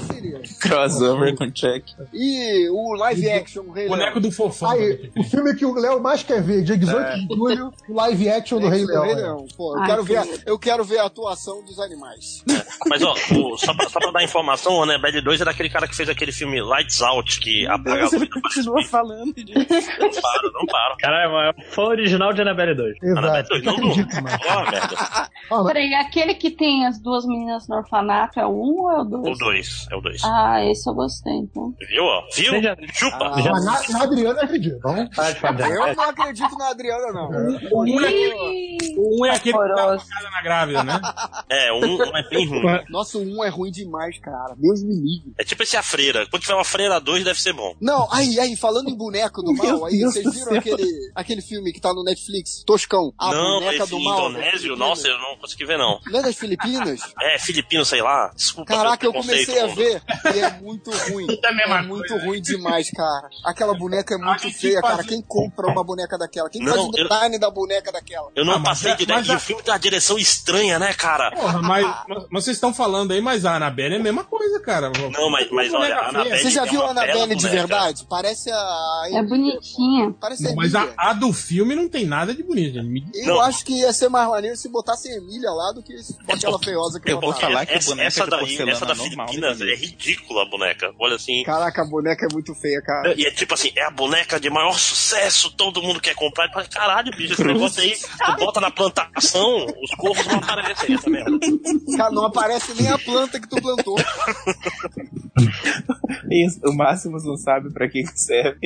S13: Crossover com Chuck.
S4: E o live action, o Rei Leão.
S2: do fofão.
S10: Aí, o filme que o Léo mais quer ver, dia 18
S4: É.
S10: de julho, o live action do Rei
S4: Rei
S10: Leão. né?
S4: Leão, pô, eu,
S10: Ai,
S4: quero
S10: que
S4: ver a,
S10: lindo.
S4: eu quero ver a atuação dos animais.
S11: Mas ó, o- só, pra, só pra dar informação, o Annabelle 2 é daquele cara que fez aquele filme Lights Out, que apaga a luz.
S4: continua falando disso.
S11: Não paro, não paro.
S6: Caralho, é o fã original de Annabelle 2.
S11: Annabelle 2, não do. Ó, merda.
S9: Peraí, aquele que tem as duas meninas no orfanato é o 1 ou é o 2?
S11: O 2, é o 2.
S9: Ah, esse eu gostei, então.
S11: Viu, ó? Viu? Chupa!
S10: Ah, mas na, na Adriana acredito. Vamos.
S4: Eu não acredito na Adriana, não.
S2: O um é aquele- o um é aquele que tá
S4: Horroroso.
S2: com a cara na grávida, né?
S11: É, um, um é bem ruim.
S4: Nossa, o um é ruim demais, cara. Deus me livre.
S11: É tipo esse A Freira. Quando tiver uma Freira 2, deve ser bom.
S4: Não, aí, aí, falando em boneco do mal, aí
S11: Deus
S4: vocês
S11: do
S4: viram
S11: céu.
S4: aquele, aquele filme que tá no Netflix, Toscão, A
S11: não,
S4: Boneca
S11: esse
S4: do Mal.
S11: indonésio, nossa, eu não consegui ver, não.
S4: Não é das Filipinas?
S11: É, filipino, sei lá. Desculpa
S4: Caraca, eu
S11: pelo
S4: comecei a
S11: preconceito.
S4: ver e é muito ruim. É muito ruim demais, cara. Aquela boneca é muito feia, cara. Quem compra uma boneca daquela? Quem
S11: Não,
S4: faz o
S11: eu-
S4: design da boneca daquela.
S11: Eu não
S2: Ah, mas
S11: passei
S2: é-
S11: de ideia
S2: mas
S11: que
S2: a-
S11: o filme tem uma direção estranha, né, cara?
S2: Porra, mas, mas- mas vocês estão falando aí, mas a Annabelle é a mesma coisa, cara.
S11: Não, mas- mas olha, a Annabelle
S4: Você já
S11: é
S4: viu a
S11: uma bela
S4: Annabelle de
S11: boneca.
S4: verdade? Parece a.
S9: É bonitinha.
S4: Parece a
S2: Não, mas a,
S4: Emília.
S2: a do filme não tem nada de bonito, gente. Me-
S4: Eu acho que ia ser mais maneiro se botasse a Emília lá do que se botar aquela feiosa que tá.
S11: Eu vou
S4: botaram.
S11: falar que é essa, essa daí, essa da Filipinas é ridícula a boneca. Olha assim.
S4: Caraca, a boneca é muito feia, cara.
S11: E é tipo assim, é a boneca de maior sucesso, todo mundo quer comprar. E fala, Caralho, bicho, esse negócio aí, tu bota na plantação, os corvos não aparecem é essa merda.
S4: Cara, não aparece nem a planta que tu plantou.
S13: Isso, o Máximo não sabe pra que que serve.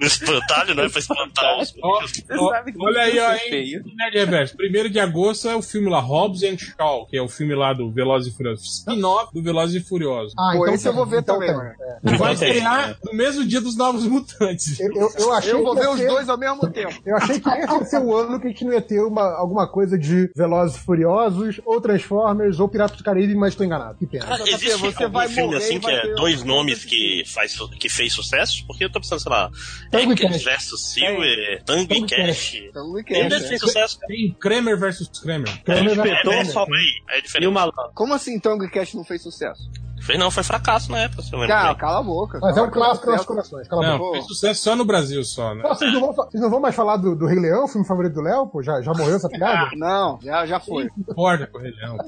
S11: Espantalho, né? Pra espantar os bichos.
S2: Ó, Olha aí, ó,
S13: é feio.
S2: hein? Nerd Reverso. Primeiro de agosto é o filme lá, Hobbs and Shaw, que é o filme lá do Velozes e Furiosos. Spin-off do Velozes e Furiosos.
S10: Ah,
S4: Pô,
S10: então
S4: esse eu
S10: tem,
S4: vou ver
S10: então
S4: também.
S10: tem.
S4: mano. É.
S2: Vai
S10: Então tem,
S2: estrear no mesmo dia dos Novos Mutantes.
S10: Eu, eu, eu achei
S4: Eu vou
S10: que
S4: ver
S10: ia
S4: os
S10: ser-
S4: dois ao mesmo tempo.
S10: Eu achei que esse ia ser o ano que a gente não ia ter uma, alguma coisa de Velozes e Furiosos, ou Transformers, ou Piratas do Caribe, mas tô enganado. Que pena.
S11: Cara, existe
S4: você
S11: algum
S4: vai
S11: filme
S4: morrer e
S11: assim que
S4: vai
S11: é
S4: ter-
S11: dois nomes que, faz, su- que fez sucesso? Porque eu tô pensando, sei lá,
S10: Tango e
S11: Atkins
S10: Cash.
S11: versus Silver, Tang e Cash.
S4: Então, o que é,
S11: Ainda
S4: né?
S11: fez sucesso.
S2: Tem Kramer versus Kramer.
S11: É
S10: Kramer vai-
S11: diferente,
S10: Kramer.
S11: isso aí, é
S12: E o
S11: diferente.
S12: malandro?
S4: Como assim Tango Cash não fez sucesso?
S11: Fez não, foi fracasso na época, se eu lembro
S4: Cara,
S11: bem.
S4: cala a boca.
S10: Mas é
S4: cala
S10: um
S4: a boca,
S10: clássico dos nossos
S4: cala a boca.
S10: corações. Cala a boca.
S2: Não, fez sucesso só no Brasil, só, né?
S10: Pô, vocês, não vão, fa- vocês não vão mais falar do, do Rei Leão, filme favorito do Léo? Pô, já, já morreu essa piada?
S4: Não, já, já foi.
S2: Não importa com o Rei Leão.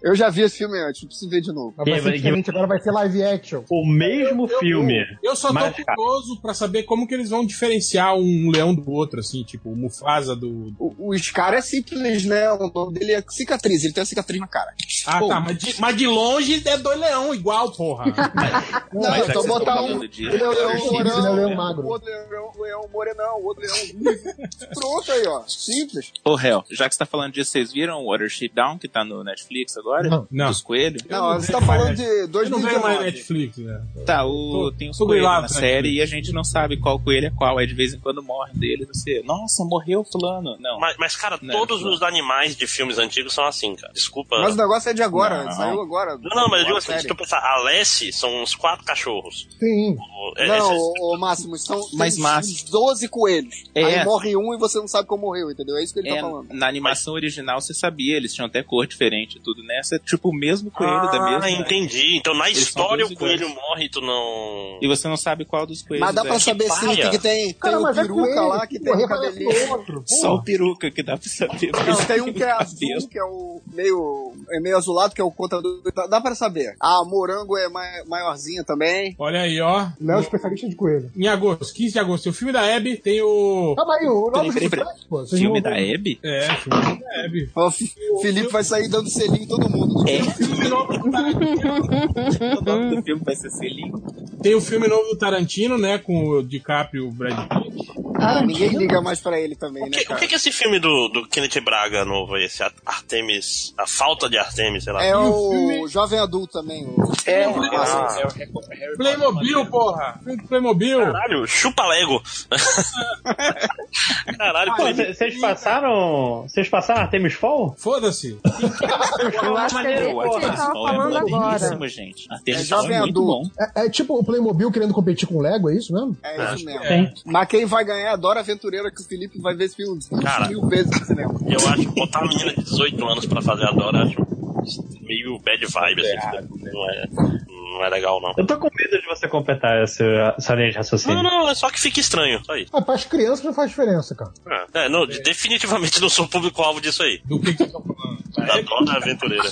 S4: Eu já vi esse filme antes, preciso ver de novo.
S10: Mas vai ser diferente, agora vai ser live action.
S12: O mesmo filme.
S2: Eu só tô
S12: mas, cara,
S2: curioso pra saber como que eles vão diferenciar um leão do outro, assim, tipo, o Mufasa do.
S4: O, o Scar é simples, né? O nome dele é cicatriz, ele tem uma cicatriz na cara.
S2: Ah,
S4: Pô.
S2: tá, mas de, mas de longe é dois leão igual, porra.
S10: Ah.
S4: Não,
S13: Mas é
S4: então
S13: que vocês
S4: botar
S13: tão
S4: um.
S13: falando de-
S4: Ele é o leão
S13: Sim,
S10: ele é o leão
S4: morão,
S10: magro.
S4: o outro leão, leão morenão, o outro leão ruivo. Pronto aí, ó. Simples.
S13: Ô, réu, já que você tá falando disso, vocês viram o Watership Down, que tá no Netflix agora?
S2: Não, não.
S13: Dos coelhos?
S4: Não,
S2: não
S4: você
S2: vejo
S4: tá falando
S2: mais
S4: de
S2: Eu não vejo mais
S4: 2019.
S2: Netflix, né?
S13: Tá, o,
S2: Tô-
S13: tem os
S2: tô
S13: coelhos
S2: grilado,
S13: na
S2: né?
S13: série e a gente não sabe qual coelho é qual. Aí de vez em quando morre um deles, você, nossa, morreu fulano. Não,
S11: Mas, mas, cara,
S13: Não,
S11: todos
S13: não.
S11: os animais de filmes antigos são assim, cara. Desculpa.
S4: Mas o negócio é de agora,
S13: Não.
S4: saiu agora.
S11: Não, não, mas eu digo
S4: Uma
S11: assim,
S4: série.
S11: se tu pensar, a Lessie são uns quatro cachorros.
S10: Sim.
S11: O- é-
S4: Não,
S11: esses-
S4: ô, ô, Máximo, são
S13: Mas,
S4: tem
S13: Máximo-
S4: 12 coelhos.
S13: É.
S4: Aí morre um e você não sabe como morreu, entendeu? É isso que ele tá
S13: é,
S4: falando.
S13: na animação original você sabia, eles tinham até cor diferente e tudo nessa. É tipo o mesmo coelho da
S11: ah,
S13: mesma.
S11: entendi. Então na
S13: Eles são
S11: história
S13: todos
S11: o coelho
S13: iguais.
S11: morre e tu não.
S13: E você não sabe qual dos coelhos.
S4: Mas dá
S13: é.
S4: pra saber sim
S11: paia.
S4: que, que tem, tem
S10: Cara,
S4: o
S10: mas é
S4: peruca
S10: coelho,
S4: lá, que tem
S10: morrer
S4: o
S10: parece
S4: cabelinho.
S10: o outro.
S13: Só o peruca que dá pra saber.
S4: Não, tem um que é azul, que é o meio, é meio azulado, que é o contador. Dá- Dá pra saber. Ah, morango é mai- maiorzinha também.
S2: Olha aí, ó.
S10: Léo, especialista de coelho. Tá
S2: Em agosto, 15 de agosto, o filme da Abby tem o.
S10: Calma aí, o nome
S13: Peraí,
S10: do
S13: peraí,
S10: filme, pô. Vocês
S13: Filme
S10: não-
S13: da Abby?
S2: É, filme da Abby.
S4: Ó, o Fi- Felipe vai sair dando selinho em todo mundo.
S13: É. O nome do filme vai ser Selinho.
S2: Tem o filme novo do Tarantino, né? Com o DiCaprio e o Brad Pitt.
S4: Ah, ninguém liga mais pra ele
S11: O
S4: também, né,
S11: que, o
S4: cara?
S11: que que é esse filme do, do Kenneth Braga novo aí? Esse Ar- Artemis. A falta de Artemis, sei lá.
S4: É o jovem adulto também. O... É,
S11: Ah,
S2: Playmobil, porra! Filme do Playmobil!
S11: Caralho, chupa Lego. Caralho,
S12: pô,
S11: pô,
S12: cê- Vocês passaram. Vocês passaram Artemis Fall?
S2: Foda-se!
S8: Eu acho que é
S13: O
S8: desse que ele
S13: Artemis
S8: tava
S13: Fall é
S8: falando agora.
S13: moderníssimo, gente.
S4: É
S13: Artemis Fall
S4: jovem
S13: é muito bom.
S4: adulto.
S10: É, é tipo o Playmobil querendo competir com o Lego, é isso mesmo?
S4: É isso mesmo.
S2: É.
S4: Mas quem vai ganhar é a Dora Aventureira, que o Felipe vai ver esse filme
S11: Cara.
S4: mil vezes no cinema.
S11: eu acho que botar uma menina de 18 anos pra fazer a Dora, acho meio bad vibe, assim.
S13: Tá
S11: tipo,
S13: né?
S11: Não é, não é legal, não.
S12: Eu tô com medo de você completar essa, essa linha de raciocínio.
S11: Não, não, é só que fica estranho, só isso.
S10: Ah, para as crianças não faz diferença, cara.
S11: É, não, de- definitivamente não sou público-alvo disso aí.
S2: Do que que eu tô falando? é
S11: Da Dora Aventureira.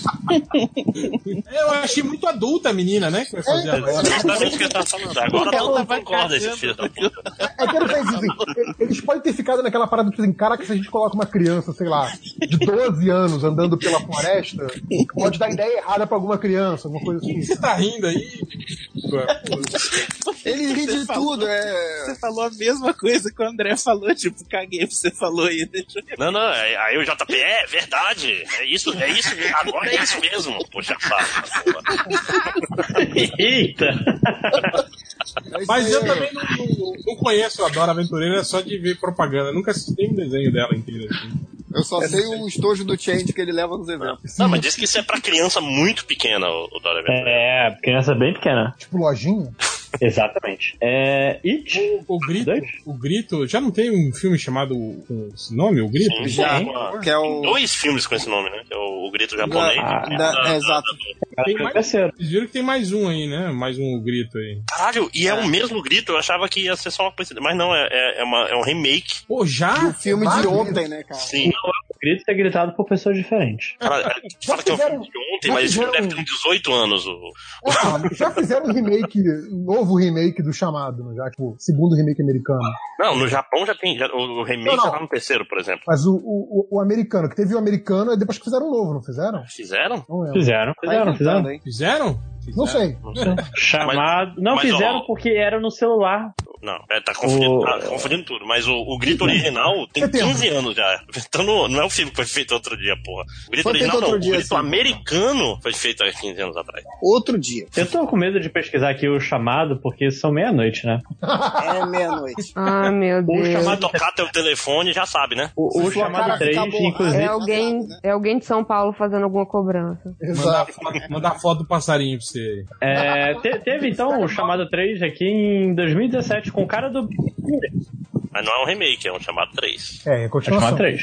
S2: Eu achei muito adulta a menina, né? Que vai fazer agora.
S11: Exatamente o que eu É, tava falando. Agora todo mundo concorda, esse filho da puta.
S10: É que ele faz isso, assim, eles podem ter ficado naquela parada tipo assim, caraca, se a gente coloca uma criança, sei lá, de 12 anos andando pela floresta, pode dar ideia errada pra alguma criança, alguma coisa assim.
S2: Você tá rindo aí?
S4: Ele ri de tudo, é.
S13: Você falou a mesma coisa que o André falou, tipo, caguei pro que você falou aí, deixa eu...
S11: Não, não, aí aí o JP, é verdade. É isso, é isso, agora é isso mesmo. Poxa, fala.
S12: Eita!
S4: é isso
S2: Mas eu
S4: aí.
S2: também não, não- não conheço a Dora Aventureira, é só de ver propaganda. Nunca assisti um desenho dela inteiro. assim.
S4: Eu só sei um o estojo do Change que ele leva nos eventos.
S11: Não, mas diz que isso é pra criança muito pequena, o, o Dora Aventureira.
S12: É, criança bem pequena.
S10: Tipo, lojinha.
S6: Exatamente. É, It?
S2: O, o grito, o grito. Já não tem um filme chamado com esse nome, o grito?
S11: Sim,
S2: Já.
S11: tem uma-
S2: que é
S11: tem dois filmes com esse nome, né? Que é o, o Grito Japonês.
S2: Da-
S11: e o
S2: da-
S11: da-
S2: é, exato.
S11: da-
S2: Tem mais, vocês viram que tem mais um aí, né? Mais um grito aí.
S11: Caralho, e é, o mesmo grito, eu achava que ia ser só uma coincidência. Mas não, é, é, é uma- é um remake.
S2: Pô, já?
S4: Do filme de ontem, né, cara?
S11: Sim.
S6: O grito é gritado por pessoas diferentes.
S11: Caralho, tu fala que é um filme de ontem,
S10: já
S11: mas esse filme
S10: fizeram-
S11: deve ter uns 18 anos. O...
S10: Ah, já fizeram um remake, um novo remake do chamado, não já, tipo, segundo remake americano.
S11: Não, no Japão já tem. já- o, o remake
S10: Não, não.
S11: já tá no terceiro, por exemplo.
S10: Mas o, o, o americano, que teve o americano, é depois que fizeram o novo, não fizeram? É,
S11: Fizeram?
S10: Não lembro.
S6: Fizeram, fizeram, fizeram.
S2: Fizeram?
S10: Não sei.
S6: Chamado. não
S11: mas,
S6: fizeram
S11: ó,
S6: porque era no celular.
S11: Não, é, tá confundindo, tá confundindo tudo. Mas o, o grito original tem 15 anos já. Então não, não é o filme que foi feito outro dia, porra. O grito
S6: Foi feito
S11: original não,
S6: outro
S11: o
S6: dia,
S11: grito
S6: sim.
S11: americano foi feito há 15 anos atrás.
S4: Outro dia.
S6: Eu tô com medo de pesquisar aqui o chamado, porque são meia-noite, né?
S4: É meia-noite.
S8: Ah, meu
S6: O
S8: Deus.
S11: Vai tocar
S4: um
S11: teu telefone, já sabe, né?
S6: O, o chamado 3, inclusive.
S8: É alguém,
S4: né?
S8: é alguém de São Paulo fazendo alguma cobrança.
S2: Mandar foto, mandar foto do passarinho pra você.
S6: É, te- teve então o chamado 3 aqui em 2017 com o cara do.
S11: Mas não é um remake, é um chamado 3.
S10: É, é continuação.
S6: Chamado 3.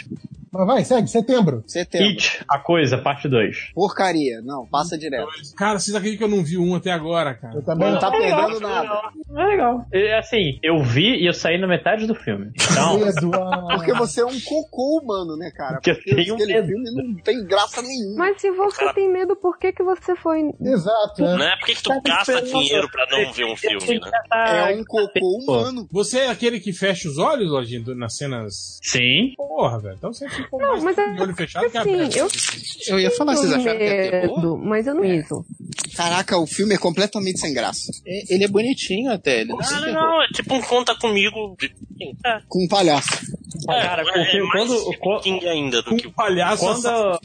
S10: Mas vai, segue, setembro.
S4: Setembro.
S6: It, a coisa, parte 2.
S4: Porcaria. Não,
S11: Então
S4: passa direto.
S11: é
S2: Cara, vocês acreditam que eu não vi um até agora, cara? Eu
S4: também não.
S8: é
S4: Tá perdendo nada.
S6: É legal. É, assim, eu vi e eu saí na metade do filme. Então,
S4: Porque você é um cocô humano, né, cara?
S6: Porque eu
S11: um
S6: tenho
S4: aquele
S6: medo.
S4: filme não tem graça nenhuma.
S8: Mas se você tem medo, por que, que você foi.
S10: Exato.
S11: Né? Por que, que tu gasta dinheiro pra não ver um filme, né?
S4: É um cocô
S2: humano. Você é aquele que fecha os olhos, Lojinha, do- nas cenas.
S6: Sim.
S2: Porra, velho. Então você ficou
S8: Não,
S2: mais
S8: mas é-
S2: de olho fechado que
S8: assim,
S2: aberto.
S8: eu-
S4: Eu ia falar, vocês acharam que é
S8: medo, mas eu não isso.
S4: Caraca, o filme é completamente sem graça.
S13: Ele é bonitinho até. Ele não se
S11: Não,
S13: ferrou.
S11: não, é tipo um conta comigo. de- É,
S4: Com um palhaço.
S6: cara, porque quando-
S11: quando. é ainda do que o
S6: palhaço Quando-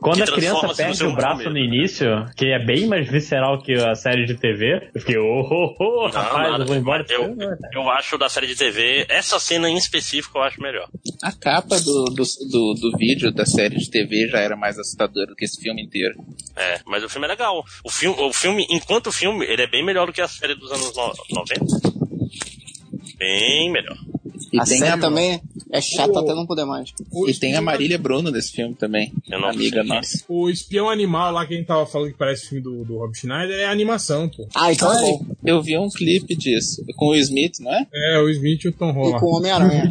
S6: Quando
S11: Que
S6: a criança
S11: transforma-se no
S6: perde
S11: seu
S6: o braço
S11: marido.
S6: no início, que é bem mais visceral que a série de TV, eu fiquei, oh, oh, oh, rapaz,
S11: nada.
S6: eu vou embora.
S11: Eu, eu acho da série de TV, essa cena em específico eu acho melhor.
S13: A capa do, do, do, do vídeo da série de TV já era mais assustadora do Tá que esse filme inteiro.
S11: É, mas o filme é legal. O filme, o filme, enquanto filme, ele é bem melhor do que a série dos anos no- 90. Bem melhor.
S4: a cena também é chata
S2: O-
S4: até não poder mais.
S13: E tem a Marília Bruno nesse filme também.
S11: Eu não
S13: amiga
S11: sei.
S13: nossa.
S2: O Espião Animal lá, que a gente tava falando que parece filme do, do Rob Schneider, é animação, pô.
S4: Ah, então é bom.
S13: Eu vi um clipe disso. Com o Smith, não é?
S2: É, o Smith e o Tom Holland.
S4: Homem-Aranha.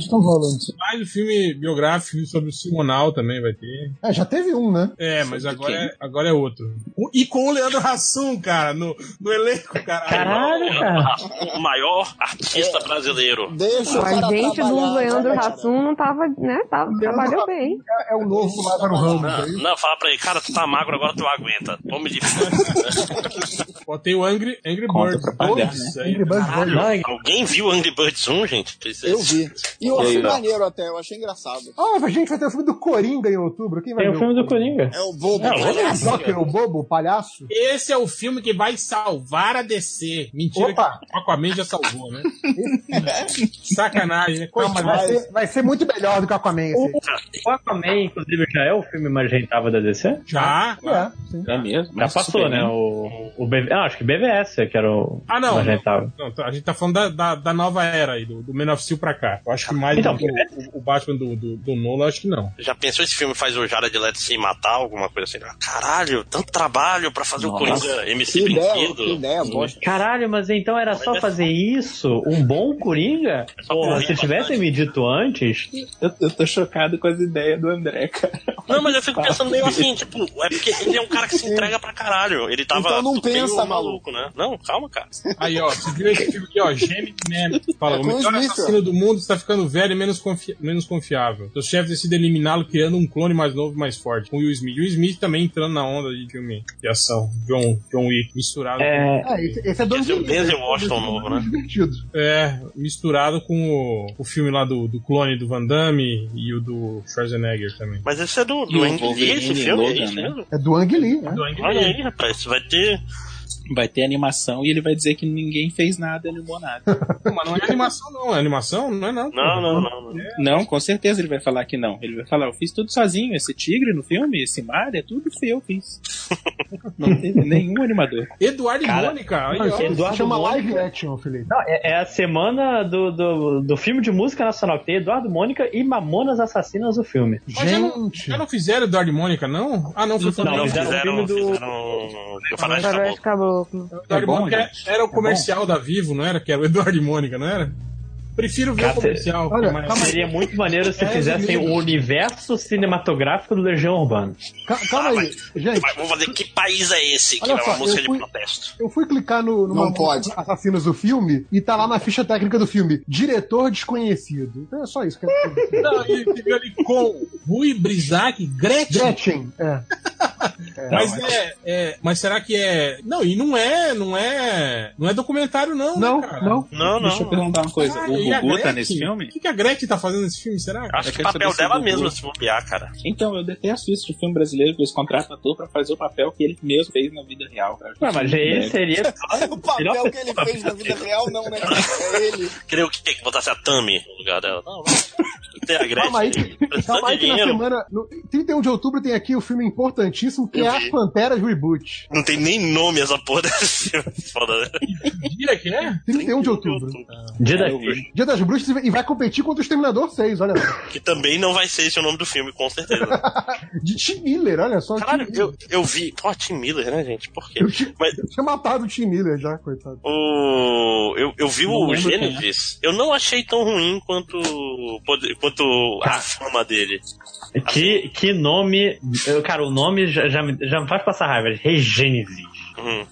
S2: Mais o filme biográfico sobre o Simonal também vai ter.
S10: É, já teve um, né?
S2: É, mas agora é, agora é outro. O- E com o Leandro Hassum, cara, no, no elenco, cara.
S11: Caralho, cara. O maior artista brasileiro.
S4: Deixa
S8: O agente do Leandro Hassum não tava, né? Tava, trabalhou bem.
S10: É o novo Lázaro
S11: Não,
S10: Ramos.
S11: não, fala pra ele, cara, tu tá magro, agora tu aguenta. Tome de
S2: Pô, tem o Angry, Angry
S11: Conta
S2: Birds.
S11: pra pagar,
S2: dois
S11: né?
S2: aí.
S11: Angry Birds Caralho, Alguém viu Angry Birds 1, gente?
S4: Eu vi. E eu
S11: E aí,
S4: achei
S11: não?
S4: maneiro até, eu achei engraçado.
S10: Ah, mas, gente, vai ter o filme do Coringa em outubro. Quem vai
S6: Tem o
S10: ver
S6: filme do Coringa.
S4: É o bobo.
S10: É,
S2: olha
S10: o Joker, o bobo, o palhaço.
S2: Esse é o filme que vai salvar a DC. Mentira
S10: Opa.
S2: que o Aquaman já salvou, né? Sacanagem, né?
S10: Não, mas vai, ser, vai ser muito melhor do que o Aquaman esse. aí.
S6: O Aquaman, inclusive, já é o filme mais rentável da DC?
S2: Já.
S10: É, sim.
S13: É mesmo.
S6: Já passou, né? O, o BV... ah, acho que BVS é que era o
S2: Ah, não.
S6: mais
S2: não.
S6: rentável.
S2: Não, tá, a gente tá falando da, da, da nova era aí, do, do Man of Steel pra cá. Eu acho que mais
S6: Então,
S2: do que o, o Batman do, do, do Nolan, eu acho que não.
S11: Já pensou esse filme faz o Jared Leto sem matar, alguma coisa assim? Caralho, tanto trabalho pra fazer o Coringa MC
S4: Que ideia,
S11: brinquedo.
S4: que ideia, bosta.
S6: Caralho, mas então era
S11: é
S6: só fazer isso? Um bom Coringa? Porra, se tivessem me dito antes.
S13: Eu, eu tô chocado com as ideias do André, cara.
S11: Não, mas eu fico pensando meio assim, tipo, é porque ele é um cara que se entrega pra caralho. Ele tava
S4: Então não
S11: tudo meio
S4: pensa,
S11: maluco, né? Não, calma, cara.
S2: Aí, ó, você viu esse filme aqui, ó, Gêmeos Man. Fala,
S4: É
S2: o
S4: com
S2: melhor
S4: Smith,
S2: assassino do mundo está ficando velho e menos, confi- menos confiável. Seu chefe decide eliminá-lo, criando um clone mais novo e mais forte. Com Will Smith. Will Smith também entrando na onda de filme de ação. John, John Wick, misturado.
S6: É,
S10: É, esse, esse é
S11: Ia ser o
S10: 2000.
S11: Denzel Washington novo, né?
S10: divertido.
S2: É, misturado com o, o filme lá do, do clone do Van Damme e o do Schwarzenegger também.
S11: Mas esse é do,
S13: E
S11: do
S13: o
S11: Ang Lee, esse
S13: Wolverine
S11: filme?
S13: Logan,
S11: é isso
S13: né?
S11: mesmo?
S10: É do Ang Lee, né?
S2: Do Ang
S11: Olha
S2: Lee.
S11: aí, rapaz, vai ter
S13: Vai ter animação e ele vai dizer que ninguém fez nada, animou nada.
S2: Não, mas não é animação, não. É animação? Não é, não.
S13: Não, não, não.
S2: É.
S13: Não, com certeza ele vai falar que não. Ele vai falar, eu fiz tudo sozinho. Esse tigre no filme, esse mar, é tudo que eu fiz. não teve nenhum animador.
S2: Eduardo
S13: Cara,
S2: e Mônica. Aí,
S13: não,
S2: ó.
S13: Eduardo
S10: Isso chama
S13: Mônica.
S10: live action, Felipe.
S6: Não, é, é a semana do, do, do filme de música nacional, que tem Eduardo Mônica e Mamonas Assassinas o filme.
S2: Mas já não, já não fizeram Eduardo e Mônica, não? Ah, não, foi
S6: Não,
S2: Fantástico.
S6: fizeram o filme do-
S11: Fizeram o Fanático da
S8: Faroeste Caboclo.
S2: É
S13: É
S2: Eduardo e Mônica era, era o comercial da Vivo, não era? Que era o Eduardo e Mônica, não era? Prefiro ver
S6: Cara,
S2: o comercial.
S6: olha,
S2: mas-
S6: calma aí. seria muito maneiro se
S2: É,
S6: fizessem
S2: Juninho.
S6: o universo cinematográfico do Legião Urbana.
S10: Calma aí, gente.
S11: Ah, Mas vamos fazer que país é esse que
S10: Olha
S11: é uma
S10: só,
S11: música
S10: eu
S11: de
S10: fui-
S11: protesto?
S10: Eu fui clicar no, no Mamonas Assassinos do filme e tá lá na ficha técnica do filme. Diretor desconhecido. Então é só isso que é.
S2: Não, e teve ali com Rui Brisac, Gretchen.
S10: Gretchen, é.
S2: mas, é, é- mas será que é. Não, e não é, não é. Não é documentário, não. Não, não.
S11: Não, não.
S13: Deixa eu perguntar uma coisa. O Gugu tá nesse filme?
S2: O que, que a Gretchen tá fazendo nesse filme, será?
S11: Acho
S13: É Eu
S11: que o
S13: quero
S11: papel
S13: saber se o
S11: dela
S13: Gugu-
S11: mesma se bobear, cara.
S13: Então, eu detesto isso de filme brasileiro, que eles contratam ator pra fazer o papel que ele mesmo fez na vida real. cara. Né?
S6: Ué, Ah, mas ele seria
S4: o papel que ele fez na vida real, não, né? É ele.
S11: Queria o quê? Que botasse a Tami no lugar dela. Não, não. Tem a Gretchen.
S10: Calma aí,
S11: Precisando
S10: Calma aí
S11: de
S10: que na
S11: dinheiro.
S10: semana. No 31 de outubro tem aqui o filme importantíssimo que
S11: Eu
S10: é
S11: vi.
S10: As Panteras Reboot.
S11: Não tem nem nome essa porra desse filme. Foda, né?
S2: Dia que é?
S10: 31 de outubro.
S6: Dia
S11: É,
S6: das
S10: Dia das Bruxas e vai competir contra o Exterminador 6, olha só.
S11: Que também não vai ser esse o nome do filme, com certeza.
S10: De Tim Miller, olha só.
S11: Caralho, eu, eu vi. Pô, Tim Miller, né, gente? Por quê?
S10: Eu tinha,
S11: Mas
S10: eu tinha matado o Tim Miller já, coitado.
S11: o. Eu, eu vi
S10: Não
S11: o
S10: lembro quem é.
S11: Gênesis. Eu não achei tão ruim quanto. pode- quanto a fama dele.
S6: Que, que nome. eu, cara, o nome já, já, me- já me faz passar raiva. Regênesis.
S2: Uhum.
S11: Hum.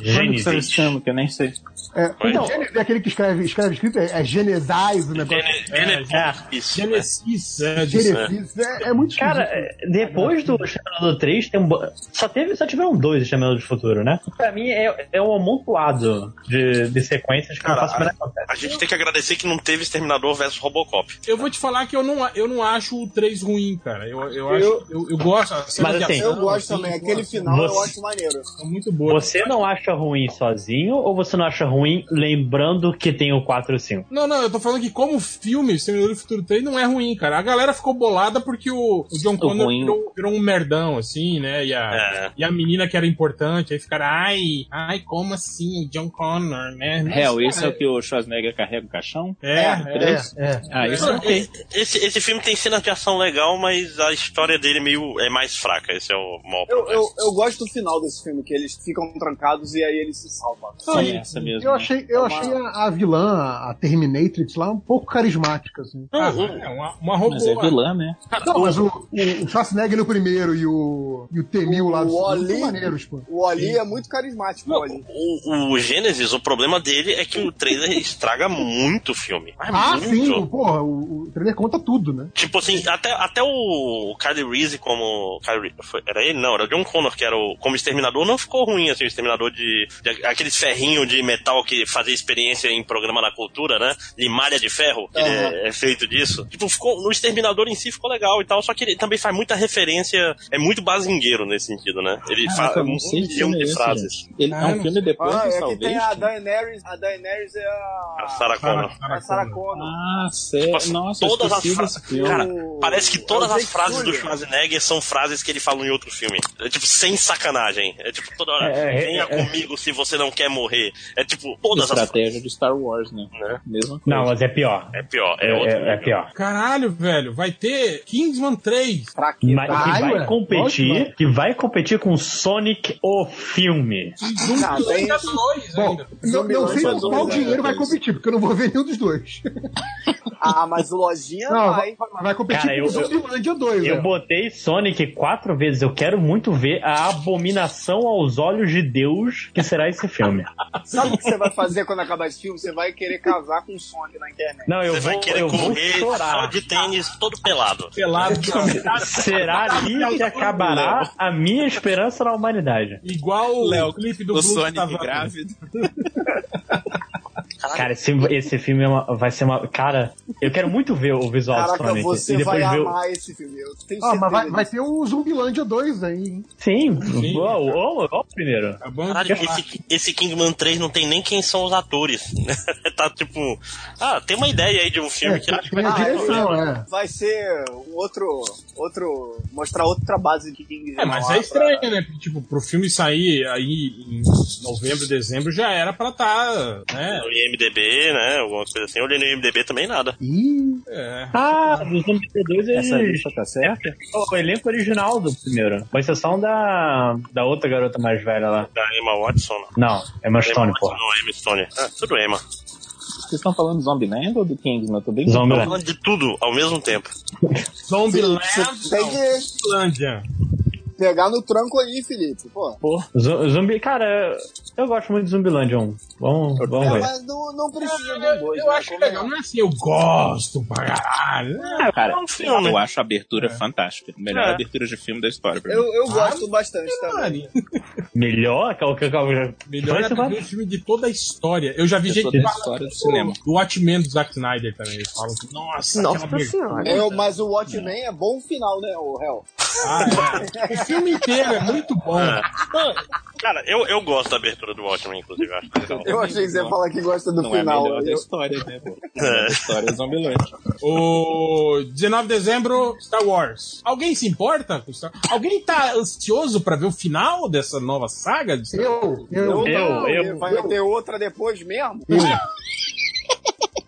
S6: Gênesis.
S13: chama, que eu nem sei.
S10: É,
S6: Mas-
S10: o Gênesis é aquele que escreve, escreve escrito, é, é Genesize o negócio.
S6: É,
S2: Genesis, é,
S10: Genesis, é, é muito
S6: Cara,
S10: esquisito.
S6: é, depois do Exterminador 3, tem um, bo- só, teve, só tiveram dois Exterminador do Futuro, né? Pra mim é, é um amontoado de, de sequências que eu não faço a menor ideia.
S11: A gente tem que agradecer que não teve Exterminador versus Robocop.
S2: Eu vou te falar que eu não, eu não acho o 3 ruim, cara. Eu, eu, acho.
S11: Eu-
S2: Eu, eu gosto. as cenas de ação,
S4: eu gosto
S2: assim,
S4: também.
S2: com
S4: Aquele
S2: ação.
S4: final eu
S6: Você-
S4: acho maneiro.
S2: tá Muito boa.
S6: Você não acha ruim sozinho ou você não acha ruim lembrando que tem o 4 e o 5?
S2: Não, não, eu tô falando que como filme, Exterminador do Futuro 3 não é ruim, cara. A galera ficou bolada porque o, o John Connor
S13: ruim.
S2: virou, virou um merdão, assim, né? E a, e a menina que era importante, aí ficaram, ai, ai, como assim, o John Connor, né? Mas,
S13: Hell, esse é
S2: cara,
S13: o que o Schwarzenegger carrega o caixão?
S2: É, é,
S10: é.
S13: Ah, isso é
S11: Não,
S13: ok.
S11: Esse, esse filme tem cenas de ação legal, mas a história dele é meio, é mais fraca. Esse é o maior
S4: Eu,
S11: problema.
S4: eu, eu gosto do final desse filme, que eles ficam trancados e aí eles se salvam.
S10: Ah, e-
S11: é
S10: eu achei, eu achei a, a vilã, a Terminatrix lá, um pouco carismática, assim.
S2: Ah, é uma, uma robô.
S13: Mas é vilã, né?
S10: Não, mas o, o, o Schwarzenegger no primeiro e o, e o Temil lá do
S4: O
S10: segundo
S4: Oli,
S10: são maneiros, pô.
S4: o Oli é muito carismático, o Oli.
S11: O, o Gênesis, o problema dele é que o trailer estraga muito o filme. Mas
S10: Ah,
S11: muito.
S10: sim, o- porra, o, o trailer conta tudo, né?
S11: Tipo assim, até, até o Kyle Reese como. Kyle Reese, foi- era ele? Não, era o John Connor, que era o, como exterminador, não ficou ruim, assim, o exterminador de. de aqueles ferrinhos de metal que fazia experiência em programa da cultura, né? De malha de ferro, que ele é, é feito disso. Tipo, ficou, no exterminador em si ficou legal e tal, só que ele também faz muita referência. É muito bazingueiro nesse sentido, né? Ele faz
S13: Caraca, eu
S11: um
S13: não sei que
S11: milhão
S13: filme é
S11: de
S13: esse,
S11: frases.
S13: gente. Ele é um filme depois
S4: Ah, é
S13: do
S4: que tem a
S13: Salvation.
S4: Daenerys. A Daenerys é a.
S11: A Sarah Connor.
S4: A Sarah Connor. Tipo assim,
S13: Ah, sério. Nossa, eu
S11: todas as
S13: esqueci desse
S11: frases.
S13: filme.
S11: Cara, parece que todas
S4: é o
S11: as
S4: Jake
S11: frases do
S4: Fuller.
S11: Schwarzenegger são frases que ele falou em outro filme. É tipo, sem sacanagem. É tipo, toda hora,
S13: É, é,
S11: venha
S13: é.
S11: comigo se você não quer morrer. É tipo, todas as frases.
S13: Estratégia de Star Wars, né? Mesma coisa.
S6: Não, mas é pior.
S11: É pior, é,
S6: É-
S11: outro.
S6: é- é pior.
S2: Caralho, velho, vai ter Kingsman 3.
S4: Pra
S6: Mas que
S2: Caralho,
S6: vai
S2: é.
S6: competir,
S2: Lógico,
S6: que vai competir com Sonic o filme.
S4: Ah, tem- é
S10: Bom, não, não sei
S4: Zumbilândia,
S10: com qual
S4: Zumbilândia,
S10: dinheiro vai
S4: dois.
S10: competir, porque eu não vou ver nenhum dos dois.
S4: Ah, mas o Lojinha
S10: Não,
S4: vai.
S10: vai, vai competir
S6: Cara,
S10: com
S6: eu-
S10: o Zumbilândia 2,
S6: Eu
S10: né?
S6: botei Sonic quatro vezes. Eu quero muito ver a abominação aos olhos de Deus que será esse filme.
S4: Sabe o que você vai fazer quando acabar esse filme? Você vai querer casar com o Sonic na internet.
S6: Não, eu
S11: Você vai
S6: vou,
S11: querer
S6: eu vou
S11: correr só
S6: chorar.
S11: de tênis, todo pelado. É
S2: Pelado.
S6: Será ali que acabará a minha esperança na humanidade.
S2: Igual o clipe do
S13: o
S2: Blue
S13: Sonic
S2: Savage.
S13: grávido.
S6: Cara, esse, esse filme é uma- vai ser uma. Cara, eu quero muito ver o visual desse
S4: Caraca,
S6: planeta. e
S4: você vai
S6: depois ver o-
S4: amar esse filme. Eu tenho
S10: Ah, mas
S4: certeza.
S10: vai, vai ter o Zumbilândia 2 aí, hein?
S6: Sim, boa, boa, boa primeiro.
S11: Caralho, esse, esse Kingman 3 não tem nem quem são os atores. tá tipo. Ah, tem uma ideia aí de um filme que acho que vai
S4: Ah,
S11: ter.
S4: é. Vai ser um outro. outro mostrar outra base de King
S2: É, mas é estranho, né? Porque, Tipo, pro filme sair aí em novembro, dezembro, já era pra tá, né?
S11: No IMDB, né? Alguma coisa assim. Eu olhei no IMDB também nada.
S2: É.
S6: Ah, dos anos 32 eles...
S11: Essa lista
S6: tá certa? O elenco original do primeiro. Com exceção da, da outra garota mais velha lá.
S11: Da Emma Watson.
S6: Não, Emma Stone,
S11: Watson,
S6: porra.
S11: Não, Emma Stone. Ah, tudo Emma.
S13: Vocês estão falando do Zombieland ou do Kingsman? Eu tô bem
S11: Tô
S13: confuso.
S11: falando de tudo ao mesmo tempo.
S2: Zombieland.
S4: Você tem que pegar no tranco aí, Felipe. Pô.
S6: Zo- Zumbi, cara, eu gosto muito de Zumbiland 1. Vamos, vamos
S4: É,
S6: ver.
S4: mas não, não precisa de dois. Eu acho legal,
S2: não é assim, eu gosto É pra caralho.
S13: Ah, cara,
S4: um filme.
S13: eu acho a abertura fantástica. Melhor
S4: É.
S13: abertura de filme da história. Pra mim.
S4: Eu, eu gosto bastante também.
S13: é
S6: Melhor? Calma, calma,
S2: Melhor é ver o filme de toda a história. Eu já vi
S13: De
S2: gente
S13: toda a
S2: falar
S13: história do
S2: do
S13: cinema.
S2: O Watchmen do Zack Snyder também. Eles falam que, nossa,
S13: Nossa
S2: aquela
S13: Senhora.
S2: abertura.
S4: É, Eu- mas o Watchmen é bom final, né, o réu?
S2: O filme inteiro é muito bom.
S11: Cara, eu, eu gosto da abertura do Watchmen, inclusive. eu Acho legal.
S4: Eu achei que você ia falar que gosta do
S11: Não é
S4: final.
S11: melhor da
S4: eu...
S13: história, né, pô?
S11: É.
S13: História Zombieland.
S2: O 19 de dezembro, Star Wars. Alguém se importa com Star Alguém tá ansioso pra ver o final dessa nova saga? De Star Wars?
S4: não, Vai ter outra depois mesmo?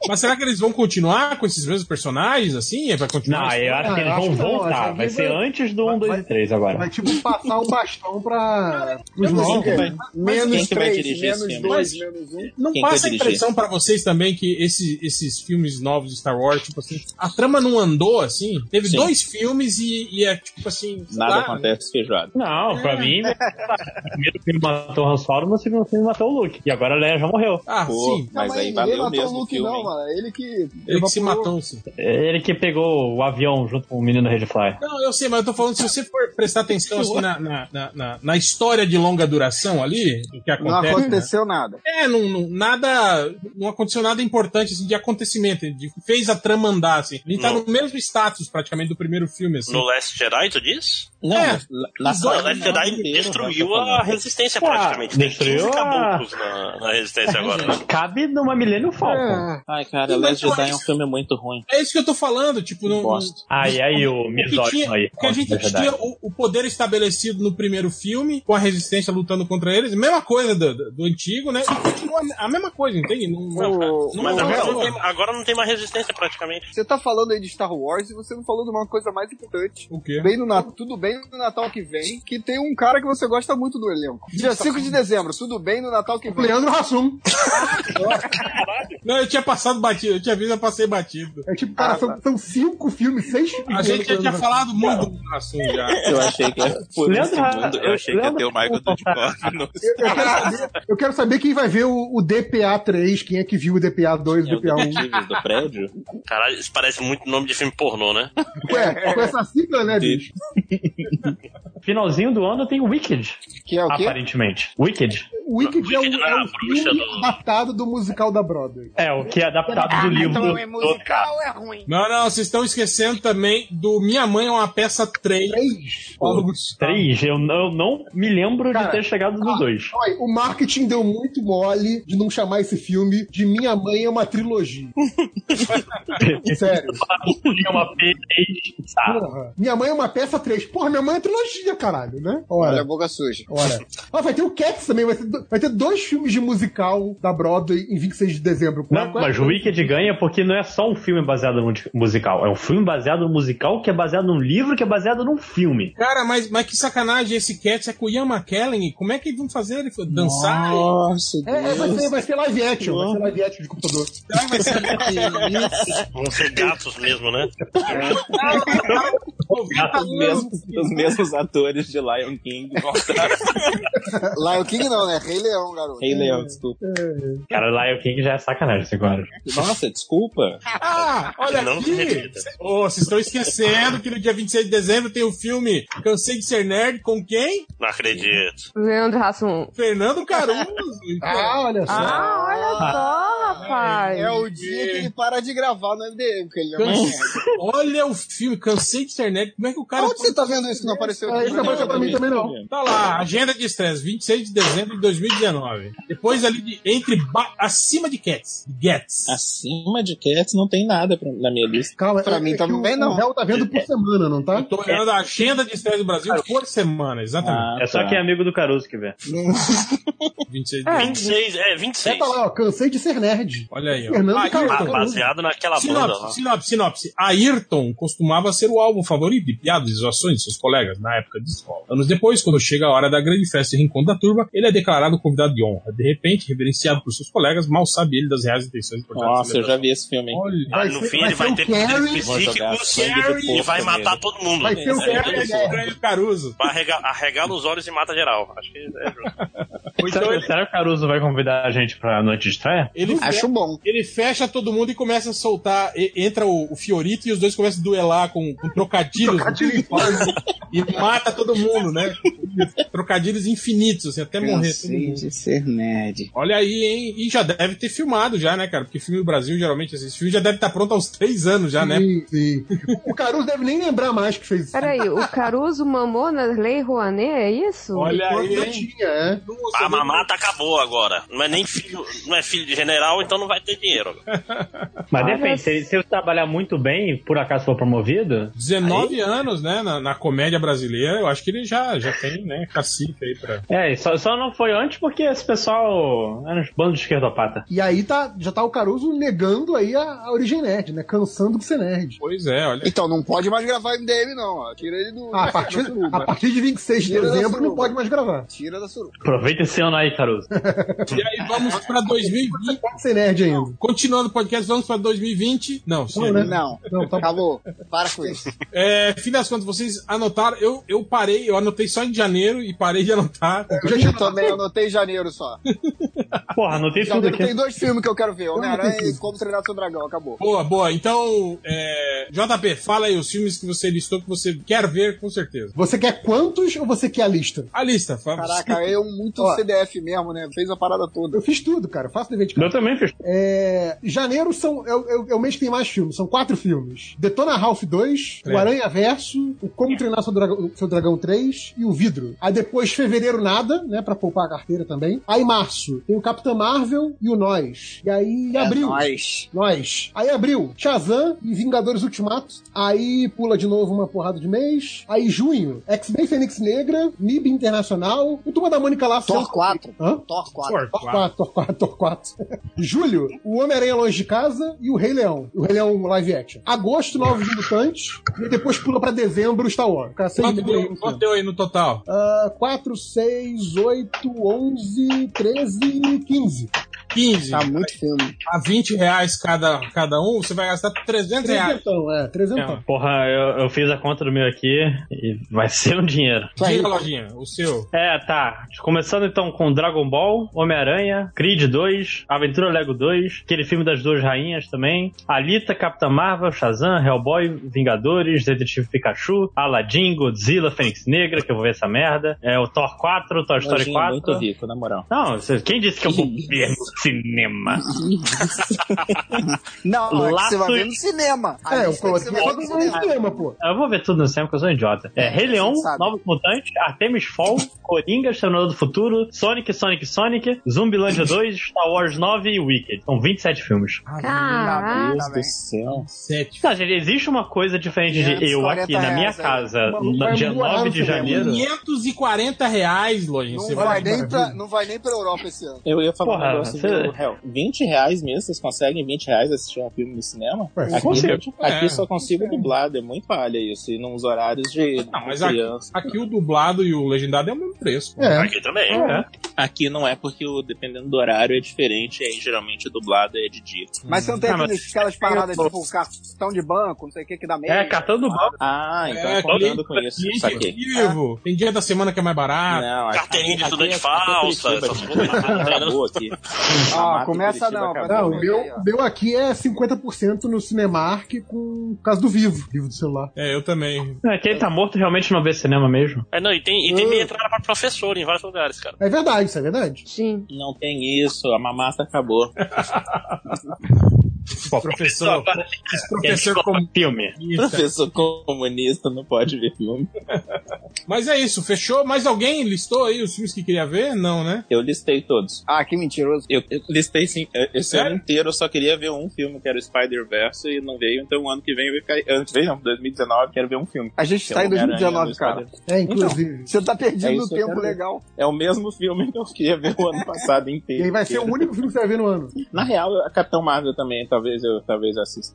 S2: Mas será que eles vão continuar com esses mesmos personagens, assim? Vai continuar?
S6: Não, eu acho que eles
S10: Ah, eu
S6: vão
S10: acho que não,
S6: voltar.
S10: acho que
S6: vai ser
S10: vai-
S6: antes do 1, 2 e 3 agora.
S10: Vai tipo passar um bastão pra os
S2: não sei
S10: novos. né?
S2: quem vai-
S4: Menos
S2: vai
S4: três,
S2: dirigir
S4: menos
S2: esse filme?
S4: dois,
S2: Mas-
S4: menos um.
S2: Não passa a impressão pra vocês também que esse- esses filmes novos de Star Wars, tipo assim, a trama não andou assim? Teve
S13: Sim.
S2: dois filmes e, e é tipo assim. sei
S13: Nada
S2: lá,
S13: acontece feijoado.
S6: Não, pra mim, né, o primeiro filme matou o Han Solo, no segundo filme matou o Luke. E agora a Leia já morreu.
S2: Ah,
S13: sim. Mas aí valeu
S4: Ele matou
S13: mesmo
S4: o
S13: o
S4: Luke,
S13: filme,
S4: não,
S13: hein?
S4: mano. Ele que.
S2: Ele que
S4: evaporou.
S2: se matou, sim.
S6: Ele que pegou o avião junto com o menino Red Fly.
S2: Não, eu sei, mas eu tô falando, se você for prestar atenção assim, na, na, na, na- na história de longa duração ali, do que
S4: Não
S2: acontece.
S4: aconteceu nada.
S2: É, não, não- nada, não aconteceu nada importante assim, de acontecimento, de, fez a trama andar, assim. Ele tá
S11: Não.
S2: no mesmo status praticamente do primeiro filme, assim.
S11: No Last Jedi, tu diz?
S13: Não,
S2: É.
S13: na
S11: Não,
S13: saga
S11: o Last
S13: inteira,
S11: Jedi destruiu a resistência praticamente. Tem 15
S6: destruiu a-
S11: caboclos na, na resistência agora. né?
S6: Cabe numa Millennium Falcon.
S13: É. Ai, cara,
S2: Mas
S13: Last Jedi
S2: eu
S13: é um
S2: acho-
S13: filme muito ruim.
S2: É isso que eu tô falando, tipo, não.
S13: Gosto.
S6: Aí, aí, o
S2: que tinha-
S6: misógino aí.
S2: Porque a gente
S6: Last Jedi.
S2: tinha o, o poder estabelecido no primeiro filme, com a resistência lutando contra eles, mesma coisa do, do- do antigo, né? E continua a mesma coisa, entende? Não, não- é
S11: Mas
S2: não-
S11: agora
S2: não-
S11: não, tem, agora não tem mais resistência praticamente.
S4: Você tá falando aí de Star Wars e você não falou de uma coisa mais importante.
S2: O quê?
S4: Bem no Natal, tudo bem no Natal que vem, que tem um cara que você gosta muito do elenco.
S2: tá
S4: Dia 5 de dezembro, tudo bem no Natal que vem.
S10: Leandro Hassum.
S2: Não, eu tinha passado batido, eu tinha visto, eu passei batido.
S10: É tipo,
S4: Ah,
S10: cara, são, são cinco filmes, seis filmes.
S2: A gente já tinha falado muito do assunto já.
S13: Eu achei que era por um
S10: Leandro-
S13: segundo, eu achei que ia
S10: Leandro-
S13: ter o Michael Dudikoff no
S10: Eu quero saber quem vai ver o, o DPA 3, quem é que viu o DPA 2, o DPA 1.
S13: detetives do prédio.
S11: Caralho, isso parece muito nome de filme pornô, né?
S10: Ué, com essa sigla, né, bicho?
S6: Finalzinho do ano tem Wicked.
S4: Que é o quê?
S6: Aparentemente. Wicked.
S10: O Wicked é o, é o filme adaptado do musical da Broadway.
S6: É, o que é adaptado
S4: Ah,
S6: do livro. do-
S4: então é ruim.
S2: Não, não, vocês estão esquecendo também do Minha Mãe é uma peça 3.
S10: 3?
S6: Três, eu não, eu não me lembro de
S10: Cara,
S6: ter chegado
S10: ah,
S6: no dois.
S10: olha, o marketing deu muito mole de não chamar esse filme de Minha Mãe é uma trilogia. Sério.
S6: É uma P3, tá?
S10: Porra. Minha mãe é uma peça 3. Porra, minha mãe é trilogia, caralho, né?
S6: É.
S4: Olha a
S10: Ora.
S4: boca suja.
S10: Ora. Ah, vai ter o Cats também, vai ter, do- vai ter dois filmes de musical da Broadway em 26 de dezembro. Qual é-
S6: Não,
S10: qual é?
S6: mas o Wicked ganha porque não é só um filme baseado no mu- musical. É um filme baseado no musical que é baseado num livro que é baseado num filme.
S2: Cara, mas, mas que sacanagem esse Cats é com o Ian McKellen. Como é que eles vão fazer ele foi dançar?
S13: Nossa,
S10: É, é, vai, ser, vai ser live action, vai ser live action de computador.
S2: Será que vai ser
S11: Vão ser gatos mesmo, né?
S13: É. Os mesmos, os mesmos atores de Lion King voltaram.
S4: Lion King não, né? Rei Leão, garoto.
S13: Rei Leão, desculpa.
S6: Cara, Lion King já é sacanagem isso agora.
S13: Nossa, desculpa.
S2: Ah, olha
S13: Não se
S2: aqui.
S13: repita.
S2: Ô, vocês estão esquecendo que no dia 26 de dezembro tem o filme Cansei de Ser Nerd com quem?
S11: Não acredito.
S8: Leandro Hassum.
S2: Fernando Caruso. então.
S10: Ah, olha só.
S8: Ah, olha só, rapaz.
S4: É o dia que ele para de gravar no MDM, porque ele é uma
S2: Canse-
S4: merda.
S2: Olha o filme, cansei de internet. Como é que o cara.
S4: Onde você tá vendo isso que não apareceu
S10: É, isso não apareceu pra mim também, não.
S2: Tá lá, agenda de estrelas, 26 de dezembro de 2019. Depois ali de, entre ba- acima de Cats. Gets.
S13: Acima de Cats não tem nada pra- na minha lista.
S10: Calma,
S13: pra
S10: é que o- O réu tá vendo por semana, não tá?
S2: Tô olhando a agenda de estrelas do Brasil por semana, exatamente.
S6: É só quem é amigo do Caruso que vê.
S2: 26 de
S10: É.
S2: dezembro.
S11: 26, é, 26.
S10: É, tá lá, ó, cansei de ser nerd.
S2: Olha aí, ó.
S10: Fernando Cardoso.
S11: baseado naquela banda lá.
S2: Sinopse, sinopse, sinopse. Ayrton costumava ser o alvo favorito de piadas e zoações de seus colegas na época de escola. Anos depois, quando chega a hora da grande festa e reencontro da turma, ele é declarado convidado de honra. De repente, reverenciado por seus colegas, mal sabe ele das reais intenções por trás da
S13: Nossa, eu já
S2: celebração.
S13: vi esse filme. hein?
S2: Olha,
S11: Ah, no fim ele vai ter poderes psíquicos
S13: É sangue do
S11: e vai
S13: porco né?
S11: matar
S13: nele.
S11: todo mundo.
S13: Vai ser o
S11: É,
S13: Carrie,
S11: isso.
S13: né?
S2: Grande Caruso.
S11: Vai arrega- arregala os olhos e mata geral. Acho que é justo.
S6: Será, será que o Caruso vai convidar a gente pra noite de estreia?
S2: Ele
S4: Acho bom.
S2: Ele fecha todo mundo e começa a soltar. e- entra o, o Fiorito e os dois começam a duelar com, com trocadilhos. e mata todo mundo, né? Trocadilhos infinitos, assim, até morrer todo
S4: Cansei
S2: mundo.
S4: de ser nerd.
S2: Olha aí, hein? E já deve ter filmado já, né, cara? Porque filme do Brasil, geralmente, esses filmes já deve estar pronto há uns três anos já, né?
S10: Sim, sim. O Caruso deve nem lembrar mais que fez isso.
S8: Peraí, o Caruso mamou na Lei Rouanet, é isso?
S2: Olha aí,
S10: Eu
S2: hein?
S10: tinha, é.
S11: A mamata Ah, acabou agora. Não é nem filho, não é filho de general, então não vai ter dinheiro.
S6: Mas depende, se, se eu trabalhar muito bem e por acaso for promovido,
S2: 19 anos, né, na, na comédia brasileira, eu acho que ele já, já tem, né, cacife aí pra...
S6: É, e só, só não foi antes porque esse pessoal era um bando de esquerdopata.
S10: E aí tá, já tá o Caruso negando aí a, a origem nerd, né? Cansando de ser nerd.
S2: Pois é, olha.
S4: Então, não pode mais gravar MDM, não. ó. Tira ele do.
S10: Ah, A partir, a partir de 26 de
S4: Tira da
S10: dezembro não
S4: suruba.
S10: pode mais gravar.
S4: Tira da suruba.
S6: Aproveita esse ano aí, Caruso.
S2: E aí vamos pra 2020.
S10: Pode ser é nerd ainda.
S2: Continuando o podcast, vamos pra 2020. Não,
S10: Não,
S2: sério.
S10: né?
S4: Não,
S10: Não, tá
S4: acabou. Para com isso.
S2: É, fim das contas, vocês anotaram. Eu, eu parei, eu anotei só em janeiro e parei de anotar.
S10: já
S4: Eu também anotei em janeiro só.
S6: Porra, não tem tudo
S4: Janeiro
S6: aqui.
S4: tem dois filmes que eu quero ver: Homem-Aranha
S10: anotei
S4: e Como Treinar Seu Dragão. Acabou.
S2: Boa, boa. Então, é, JP, fala aí os filmes que você listou que você quer ver com certeza.
S10: Você quer quantos ou você quer a lista?
S2: A lista, fa-
S4: Caraca, eu muito
S10: Ó.
S4: CDF mesmo, né? Fez a parada toda.
S10: Eu fiz tudo, cara. Faço dever de casa.
S6: Eu também fiz.
S10: É, janeiro são, é, o- é o- é o mês que tem mais filmes. São quatro filmes: Detona Ralph 2,
S2: É.
S10: O Aranha Verso, O Como Treinar seu Dragão, Seu Dragão 3 e O Vidro. Aí depois, fevereiro, nada, né? Pra poupar a carteira também. Aí, março, tem o Capitã Marvel e o Nós. E
S4: É
S10: aí, abril.
S4: Nós.
S10: Nós. Aí abril, Shazam e Vingadores Ultimato. Aí pula de novo uma porrada de mês. Aí junho, X-Men Fênix Negra, MIB Internacional, o Turma da Mônica lá.
S4: Thor 4.
S10: Hã?
S4: Thor 4.
S2: Porra,
S10: Thor
S2: claro.
S10: 4, Thor 4, Thor 4. Julho, o Homem-Aranha Longe de Casa e o Rei Leão. O Rei Leão live action. Agosto, Novos Mutantes. E depois pula pra dezembro, Star Wars. Cara, seis
S2: Quanto
S10: meses.
S2: deu, quanto deu aí no total?
S10: Ah, 4, 6, 8, 11, 13, 15.
S2: 15.
S4: Tá muito filme.
S2: A 20 reais cada, cada um, você vai gastar 300 reais.
S10: Trezentão, é, trezentão.
S6: Então, Porra, eu, eu fiz a conta do meu aqui e vai ser um dinheiro.
S2: Diga, Lojinha, o seu.
S6: É, tá. Começando então com Dragon Ball, Homem-Aranha, Creed 2, Aventura Lego 2, aquele filme das duas rainhas também, Alita, Capitã Marvel, Shazam, Hellboy, Vingadores, Detetive Pikachu, Aladdin, Godzilla, Fênix Negra, que eu vou ver essa merda, é o Thor 4, Toy Story
S13: Lojinha
S6: 4.
S13: muito rico, na moral.
S6: Não, você- quem disse que eu vou ver no cinema?
S4: Não, é que você
S6: Laço
S4: vai ver
S6: e-
S4: no cinema. A
S10: É, eu
S4: lista que você
S10: coloquei
S4: vai ver
S10: todo
S4: no
S10: mundo
S4: cinema.
S10: no cinema, pô.
S6: Eu vou ver tudo no cinema, porque eu sou um idiota. É, Rei Leão,
S4: sabe.
S6: Novos Mutantes, Artemis Fall, Coringa, Exterminador do Futuro, Sonic, Sonic, Sonic, Zumbilândia 2, Star Wars 9 e Wicked. São 27 filmes.
S7: Ah, tá,
S8: Caraca.
S13: Deus do céu.
S2: Sete.
S6: Não, gente, existe uma coisa diferente de
S4: 540
S6: eu aqui na minha
S4: reais, é.
S6: casa,
S10: Maluco,
S6: no
S10: vai
S6: dia
S10: morar
S6: 9
S10: no
S6: de
S10: cinema.
S6: janeiro.
S2: 540 reais, Lojinha.
S4: Não
S2: Você
S4: vai,
S2: vai.
S4: nem pra, não vai nem pra Europa esse ano.
S13: Eu ia falar
S6: Porra,
S13: um negócio
S6: você-
S13: do réu. 20 reais mesmo, vocês conseguem 20 reais assistir um filme no cinema?
S10: Ué,
S13: aqui,
S6: consigo.
S13: aqui
S2: É.
S13: só consigo dublado, é muito palha isso. E nos horários de
S2: Não, mas aqui,
S13: criança.
S2: aqui o dublado e o legendado é o mesmo preço. pô.
S10: É.
S11: Aqui também. né?
S6: É.
S13: Aqui não é porque o, dependendo do horário é diferente, aí geralmente dublado é de dia.
S4: Mas
S11: Hum.
S4: você não tem um
S6: Ah,
S4: aqueles- aquelas paradas tipo cartão de banco, não sei o que que dá meio.
S6: É, cartão do banco.
S13: Ah, então é,
S2: É, cliente-
S13: contando com isso.
S2: cliente
S13: Saquei.
S2: vivo. Tem dia da semana que é mais barato.
S13: Não, aqui-
S11: Carteirinha de
S2: é
S13: aqui-
S11: estudante
S13: aqui-
S11: falsa,
S13: aqui é Curitiba,
S11: essas
S13: gente.
S11: coisas. né?
S13: Acabou aqui.
S10: Ah,
S14: Mato
S10: começa
S14: Curitiba
S10: não.
S14: acabou.
S10: Não, o
S14: Olha
S10: meu,
S14: aí, ó.
S10: meu aqui é 50% no Cinemark com o caso do Vivo, Vivo do celular.
S2: É, eu também.
S12: É, quem tá morto realmente não vê cinema mesmo.
S11: É, não, e tem, e tem meia entrada pra professor em vários lugares, cara.
S10: É verdade, isso é verdade.
S8: Sim.
S13: Não tem isso, a mamata acabou.
S2: professor, esse professor como-
S13: filme. Professor comunista não pode ver filme.
S2: Mas é isso, fechou? Mais alguém listou aí os filmes que queria ver? Não, né?
S13: Eu listei todos.
S4: Ah, que mentiroso.
S13: Eu, eu listei sim. É, Eu- Esse
S2: Sério?
S13: ano inteiro eu só queria ver um filme, que era o Spider-Verse, e não veio, então ano que vem eu vai ficar. Ano que vem, não, 2019, quero ver um filme.
S4: A gente
S13: Que é
S4: tá
S13: o
S4: em
S13: Homem-Aranha
S4: 2019,
S13: do
S4: cara.
S13: Spider-Man.
S10: É, inclusive.
S4: Você tá
S13: É
S4: perdendo
S13: isso
S4: o
S13: que eu
S4: tempo
S13: quero ver.
S4: legal.
S13: É o mesmo filme que eu queria ver o ano passado inteiro.
S10: E aí vai ser o único filme que você vai ver no ano.
S13: Na real, a Capitão Marvel também, talvez eu talvez eu assista.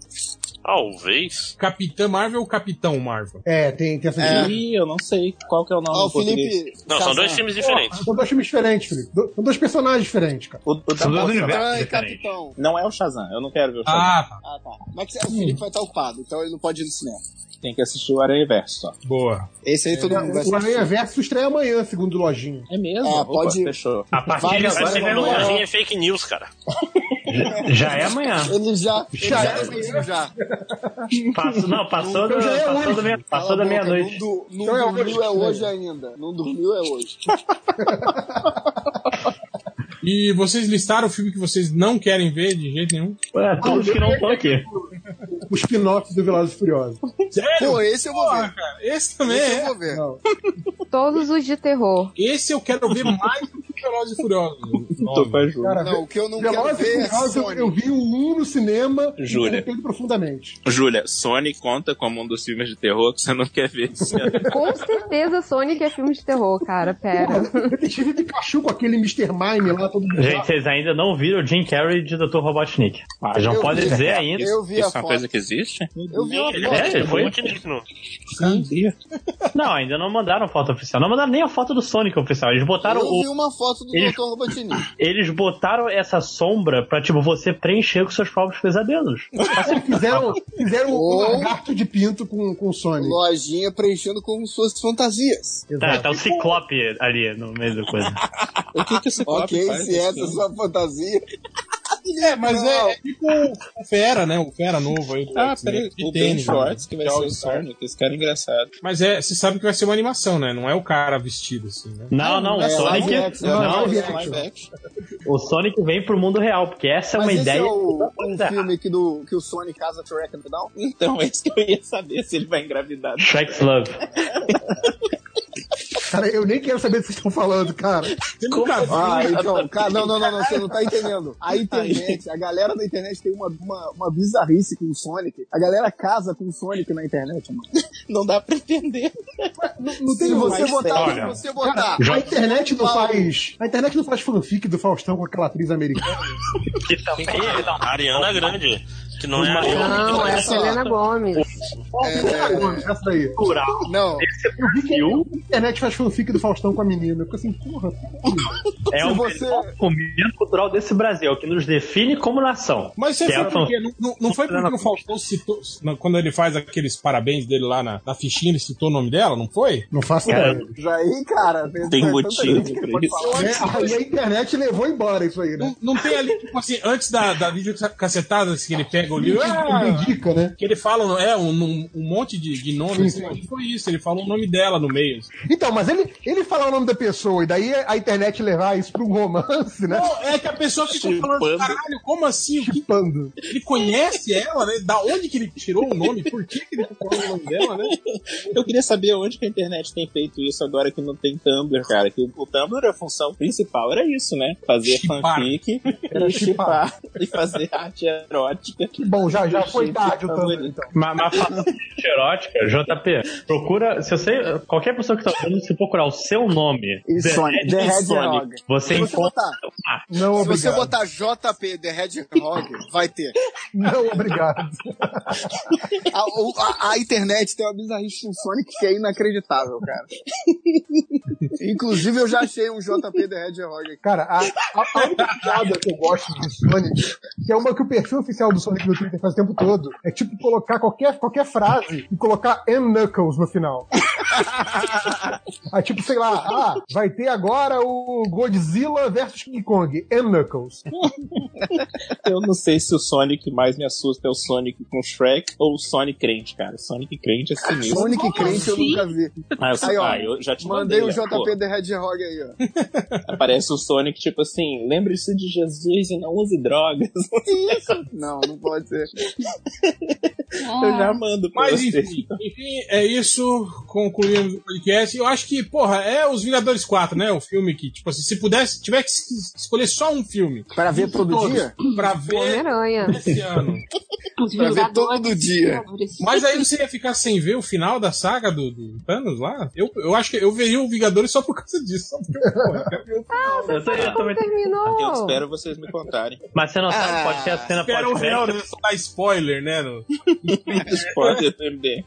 S11: Talvez.
S2: Capitã Marvel ou Capitão Marvel?
S10: É, tem, tem essa
S13: É. Ih, eu não sei qual que é o nome
S10: Ó,
S13: do português.
S10: São dois filmes diferentes, Felipe. Do- são dois personagens diferentes, cara.
S13: O, o da
S10: São dois
S13: Capitão
S10: universos
S13: e
S10: diferentes.
S13: Capitão. Não é o Shazam, eu não quero ver o Shazam.
S4: Então, Ah, tá. Mas que- o Felipe vai estar ocupado, então ele não pode ir no cinema.
S13: Tem que assistir o Aranha Verso só.
S2: Boa.
S4: Esse aí todo mundo vai
S10: É, O Aranha Verso estreia amanhã, segundo o Lojinha.
S13: É mesmo?
S4: É, pode-
S13: Fechou.
S12: A
S11: Vai,
S12: partir de agora
S11: você
S12: vai
S11: vê um
S12: amanhã.
S11: é fake news, cara.
S12: Já é amanhã.
S4: Ele já.
S12: Já é
S4: amanhã, já.
S12: Passou, não, passou,
S4: Eu
S12: da-
S4: já é
S12: passou
S4: hoje.
S12: da meia-
S4: Cala
S12: passou
S4: a
S12: da
S4: boca,
S12: meia-noite.
S4: Não, du- não
S12: Então é hoje.
S4: dormiu é hoje ainda. Não dormiu é hoje.
S2: E vocês listaram o filme que vocês não querem ver de jeito nenhum?
S12: É,
S10: todos que não estão
S12: aqui.
S10: O spin-off do Velozes e Furiosos.
S2: Sério?
S4: Pô, esse eu vou
S2: ver. Cara, esse também
S4: Esse
S2: é.
S4: eu vou ver.
S8: Todos os de terror.
S2: Esse eu quero ver mais do que Velozes e Furiosos. Tô
S13: com a Júlia.
S10: Cara,
S4: Não, o que eu não
S10: Velozes
S4: quero ver
S10: e
S4: é
S10: Furiosos, eu,
S4: Sonic.
S10: eu vi o 1 no cinema
S13: Júlia.
S10: e me profundamente.
S13: Júlia, Sony conta como um dos filmes de terror que você não quer ver. esse ano.
S8: Com certeza Sonic é filme de terror, cara. Pera.
S10: Detetive Pikachu com aquele Mr. Mime lá, todo mundo.
S12: Gente, vocês ainda não viram o Jim Carrey de Dr. Robotnik. Vocês não
S10: eu
S12: podem
S10: vi.
S12: dizer ainda.
S10: Eu vi
S13: Isso
S10: a
S13: é uma
S10: foto.
S13: coisa que existe?
S4: Eu vi uma
S12: Ele
S4: foto.
S12: é, ele foi?
S11: Não.
S12: Não, ainda não mandaram foto oficial. Não mandaram nem a foto do Sonic oficial. Eles botaram
S4: Eu
S12: o.
S4: vi uma foto do
S12: Eles-
S4: Dr. Robotini.
S12: Eles botaram essa sombra pra, tipo, você preencher com seus próprios pesadelos.
S10: Fizeram, fizeram um
S4: Ou-
S10: lagarto de pinto com, com o Sonic.
S4: Lojinha preenchendo com suas fantasias.
S12: Tá, tá o Ciclope ali no meio da coisa.
S13: O que, que o Ciclope
S4: Ok,
S13: faz
S4: se
S13: nesse
S4: essa é
S13: filme?
S4: sua fantasia.
S2: É, mas é, é tipo o Fera, né? O Fera novo aí. do
S13: Ah,
S2: X-Men,
S13: peraí.
S2: de
S13: O Ben
S2: tênis,
S13: Schwartz,
S2: né?
S13: que vai ser o Sonic. Esse cara é engraçado.
S2: Mas é, você sabe que vai ser uma animação, né? Não é o cara vestido assim, né?
S12: Não, não,
S13: É,
S12: o Sonic. não, o Sonic vem pro mundo real, porque essa é uma
S4: Mas esse
S12: ideia.
S4: é o, um filme que, do, que o Sony casa Shrek no final?
S13: Então, é isso que eu ia saber se ele vai engravidar.
S12: Shrek's Love.
S10: Cara, eu nem quero saber do que vocês estão falando, cara.
S13: assim?
S4: Ah, então, cara, não, não, não, não, você não tá entendendo. A internet, a galera da internet tem uma, uma, uma bizarrice com o Sonic. A galera casa com o Sonic na internet, mano.
S13: Não dá pra entender.
S10: Não tem
S4: se você
S10: mais
S4: botar,
S10: sério.
S4: se você
S10: Cara,
S4: botar.
S10: a internet não
S4: Fala-
S10: faz. A internet não faz fanfic do Faustão com aquela atriz americana.
S12: Que também é. não.
S11: Ariana Grande. Que não é a
S8: Não, é a
S11: Ariana
S8: Selena Gomes.
S10: É, essa daí.
S4: Não,
S10: Eu vi que a internet faz fanfic do Faustão com a menina. Eu fico assim, porra.
S12: É
S4: um Se
S12: o
S4: você-
S12: melhor momento cultural desse Brasil, é o que nos define como nação.
S2: Mas você
S12: Que é
S2: foi
S12: a fan-
S2: porque, não, não- não foi porque o Faustão citou, na- quando ele faz aqueles parabéns dele lá na, na fichinha, ele citou o nome dela, não foi? É,
S10: Não faço
S12: Cara,
S10: ideia.
S4: Aí, cara,
S13: Tem
S4: tanta
S13: motivo
S4: gente que
S13: pra
S4: pode
S13: isso.
S4: falar.
S10: É, aí a internet levou embora isso aí, né?
S2: Não, não tem ali, tipo assim, antes da, da vídeo cacetada, assim, que ele pega o livro. "Ah",
S10: Indica, né?
S2: que ele fala, é, um, um- um monte de, de nomes.
S10: Sim, sim.
S2: assim, Foi isso, ele fala o nome dela no meio. assim.
S10: Então, mas ele, ele falar o nome da pessoa e daí a internet levar isso pra um romance, né?
S2: Não, é que a pessoa fica falando,
S13: Chupando.
S2: caralho, como assim? O que-
S10: Pando.
S2: Ele conhece ela, né? Da onde que ele tirou o nome? Por que, que ele
S10: É um
S2: falou o nome dela, né?
S13: Eu queria saber onde que a internet tem feito isso agora que não tem Tumblr, cara. Que o, o Tumblr, a função principal era isso, né? Fazer
S2: Chipar.
S13: fanfic e chipar. E fazer arte erótica. tá
S10: Que bom, já, já foi
S13: Chip
S10: tarde o
S13: favorito.
S10: Tumblr, então.
S12: Mas, mas falando de erótica, JP, procura. Se você. Qualquer pessoa que tá ouvindo, se procurar o seu nome.
S4: E Sonic, The
S12: Hedgehog,
S4: Hedgehog.
S12: Você
S4: Se você
S12: encontra.
S4: botar-
S12: Ah,
S10: Não, é
S4: Se você
S10: obrigado.
S4: botar JP The Hedgehog, vai ter.
S10: Não, obrigado.
S4: A, o- a- a internet tem uma bizarrice com o Sonic que é inacreditável, cara. Inclusive, eu já achei um JP The Hedgehog aqui.
S10: Cara, a, a, a única piada que eu gosto do Sonic, que é uma que o perfil oficial do Sonic no Twitter faz o tempo todo, é tipo colocar qualquer, qualquer frase e colocar and Knuckles no final. Aí, tipo, sei lá, ah, vai ter agora o Godzilla versus King Kong, and Knuckles.
S13: Eu não sei se o Sonic que mais me assusta é o Sonic com Shrek ou o Sonic crente, cara. Sonic crente é sinistro.
S4: Sonic crente eu nunca vi.
S13: Ah, eu,
S4: Aí, ó,
S13: ah, eu já te
S4: mandei o
S13: né?
S4: JP
S13: Pô.
S4: The Hedgehog aí, ó.
S13: Aparece o Sonic, tipo assim, lembre-se de Jesus e não use drogas.
S4: Não, não pode ser.
S2: Ah.
S13: Eu já mando pra
S2: Mas
S13: você.
S2: enfim, enfim, é isso. Concluímos o podcast. Eu acho que, porra, é Os Vingadores 4, né? O filme que, tipo assim, se pudesse, tivesse que escolher só um filme.
S4: Pra ver todo
S2: Todos.
S4: dia?
S2: Pra ver
S8: Homem-Aranha.
S2: esse ano.
S4: Pra ver todo dia.
S2: Mas aí você ia ficar sem ver o final da saga do, do Thanos lá? Eu, eu acho que eu veria o Vingadores só por causa disso. Só porque, porra, eu quero ver o final.
S13: Eu sei, eu também-
S8: Terminou.
S13: Eu espero vocês me contarem.
S6: Mas você não
S2: Ah,
S6: sabe, pode ter a cena
S2: Espera o final,
S6: pós-crédito.
S2: né? Só dar spoiler, né? No...
S13: Spoiler do MDM.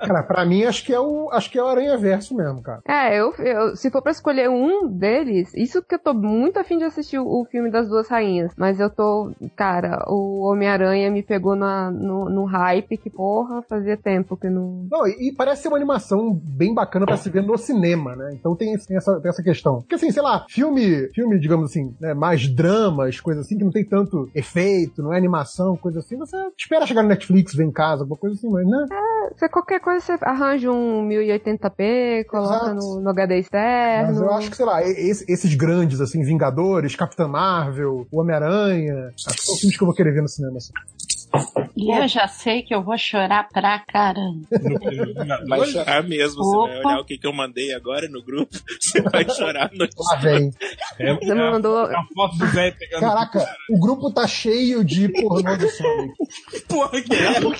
S10: Cara, pra mim acho que é o, acho que é o Aranha Verso mesmo, cara.
S8: É, eu, eu- se for pra escolher um deles, isso que eu tô muito afim de assistir o, o filme das duas rainhas. Mas eu tô, cara, o Homem-Aranha me pegou na, no, no hype, que porra, fazia tempo que não.
S10: Não, e, e parece ser uma animação bem bacana pra se ver no cinema, né? Então tem, esse- tem essa, tem essa questão. Porque assim, sei lá, filme, filme, digamos assim, né, mais dramas, coisa assim, que não tem tanto efeito, não é animação, coisa assim, você espera chegar no Netflix, ver em casa, alguma coisa assim, mas né?
S8: é, Você, qualquer coisa você arranja um 1080p, coloca
S10: Exato.
S8: no, no HD
S10: Mas
S8: externo.
S10: eu acho que, sei lá, e- esse- esses grandes, assim, Vingadores, Capitã Marvel, o Homem-Aranha, são filmes que eu vou querer ver no cinema, assim.
S7: E eu já sei que eu vou chorar pra caramba.
S13: Vai chorar mesmo. Você vai
S7: Opa.
S13: olhar o que, que eu mandei agora no grupo. Você vai chorar no
S10: Lá vem.
S2: É,
S8: Você me mandou.
S2: a foto do Zé pegando.
S10: Caraca, o grupo tá cheio de pornô do Sonic.
S2: Porra, que é?
S6: é um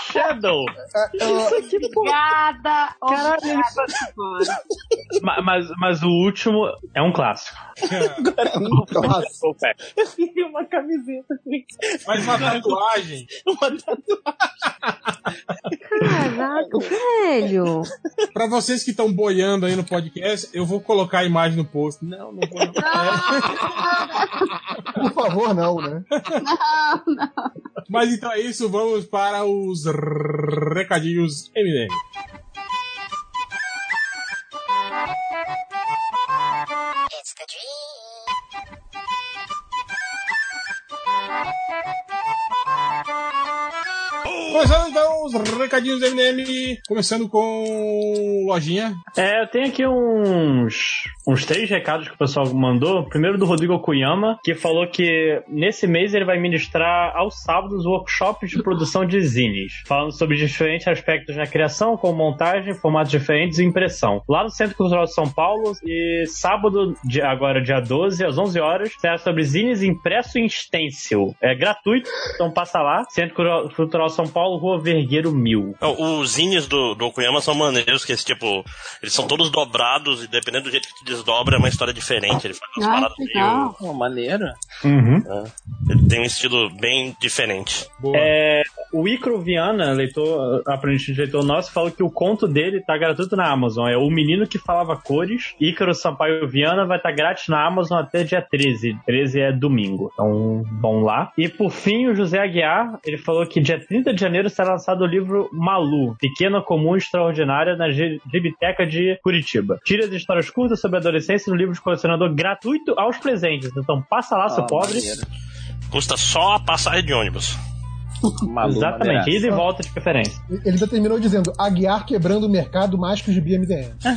S6: Shadow!
S10: É,
S6: é
S7: Obrigada!
S6: tipo- Caralho,
S7: Obrigada, senhora.
S6: Ma- Mas, mas o último é um clássico.
S4: é um
S12: é
S4: Nossa.
S6: Full Pack.
S13: Queria uma camiseta com isso.
S2: Faz uma tatuagem.
S13: Uma tatu-
S8: Caraca, velho!
S2: Pra vocês que estão boiando aí no podcast, eu vou colocar a imagem no post. Não, não vou. Não.
S10: Por favor, não, né?
S2: Mas então é isso, vamos para os recadinhos MDM. Começando então os recadinhos do MDM, começando com Lojinha.
S6: É, eu tenho aqui uns, uns três recados que o pessoal mandou. Primeiro do Rodrigo Okuyama, que falou que nesse mês ele vai ministrar aos sábados workshops de produção de zines, falando sobre diferentes aspectos na criação, com montagem, formatos diferentes e impressão. Lá no Centro Cultural de São Paulo, e sábado, dia- agora dia 12, às 11 horas, será sobre zines impresso em stencil. É gratuito, então passa lá. Centro Cultural- Cultural São Paulo, Rua Vergueiro 1000.
S11: Não, os zines do, do Okuyama são maneiros, que esse tipo, eles são todos dobrados e dependendo do jeito que tu desdobra é uma história diferente. Ele faz umas
S7: Ai,
S11: paradas
S7: que legal.
S11: meio.
S13: Pô, maneiro.
S6: Uhum.
S11: Ele tem um estilo bem diferente.
S2: Boa.
S6: É, o Icro Viana, leitor, aprendiz de leitor nosso, falou que o conto dele tá gratuito na Amazon. É O Menino que Falava Cores, Ícaro Sampaio Viana, vai estar grátis na Amazon até dia 13. 13 é domingo, então vão lá. E por fim, o José Aguiar, ele falou que dia 30 de janeiro será lançado o livro Malu, Pequena Comum Extraordinária, na Gi- Gibiteca de Curitiba. Tira as histórias curtas sobre a adolescência no livro de colecionador gratuito aos presentes. Então passa lá,
S11: Ah,
S6: seu pobre.
S11: Custa só a passagem de ônibus.
S6: Exatamente, ida e volta de preferência.
S10: Ele ainda terminou dizendo: Aguiar quebrando o mercado mais que os de BMDM.
S6: É.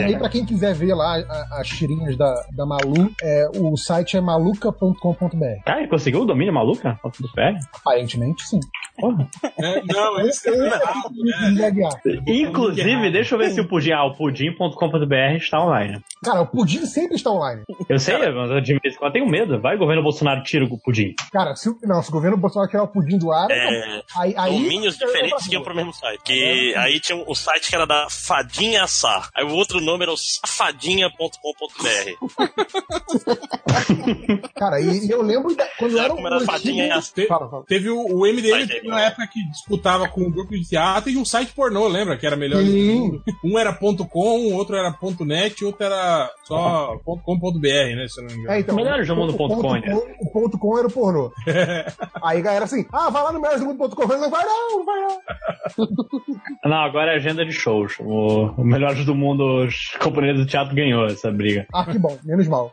S10: e aí, pra quem quiser ver lá a- as tirinhas da, da Malu, é, o site é maluca.com.br.
S6: Cara, Ah, ele conseguiu o domínio maluca? Foto do pé?
S10: Aparentemente, sim.
S6: Porra.
S2: É, não, é isso.
S10: Esse é o link de Aguiar.
S6: Inclusive,
S2: errado.
S6: deixa eu ver se o Pudim. Ah, o pudim.com.br está online.
S10: Cara, o pudim sempre está online.
S6: Eu sei, mas eu de vez em quando tenho medo. Vai, governo Bolsonaro tira o pudim.
S10: Cara, se, o- não, se o governo Bolsonaro tirar o pudim do ar,
S11: É,
S10: aí, aí-
S11: domínios
S10: eu- eu
S11: diferentes
S10: faço. um
S11: que iam pro mesmo site. Que aí tinha um site que era da Fadinha Assar. Aí o outro nome era o safadinha.com.br.
S10: Cara, e, e eu lembro da- quando era
S11: Como era
S10: um
S11: Fadinha Assar.
S2: Te-
S10: Fala, fala.
S2: Teve o, o MDM
S11: Vai,
S2: teve
S11: David.
S2: uma época que disputava com um grupo de teatro e um site pornô, lembra? Que era melhor.
S10: Sim.
S2: Um era .com, o outro era .net, o outro era só .com.br, né? Se eu não me engano.
S10: É, então,
S6: Melhores do
S10: o- o
S6: mundo ponto com,
S10: ponto
S6: né?
S10: com- O ponto com era o pornô. Aí a galera assim, ah, vai lá no melhoresdomundo.com. Não vai não, não vai não.
S6: Não, agora é agenda de shows. O, o Melhores do Mundo, os companheiros do teatro ganhou essa briga.
S10: Ah, que bom, menos mal.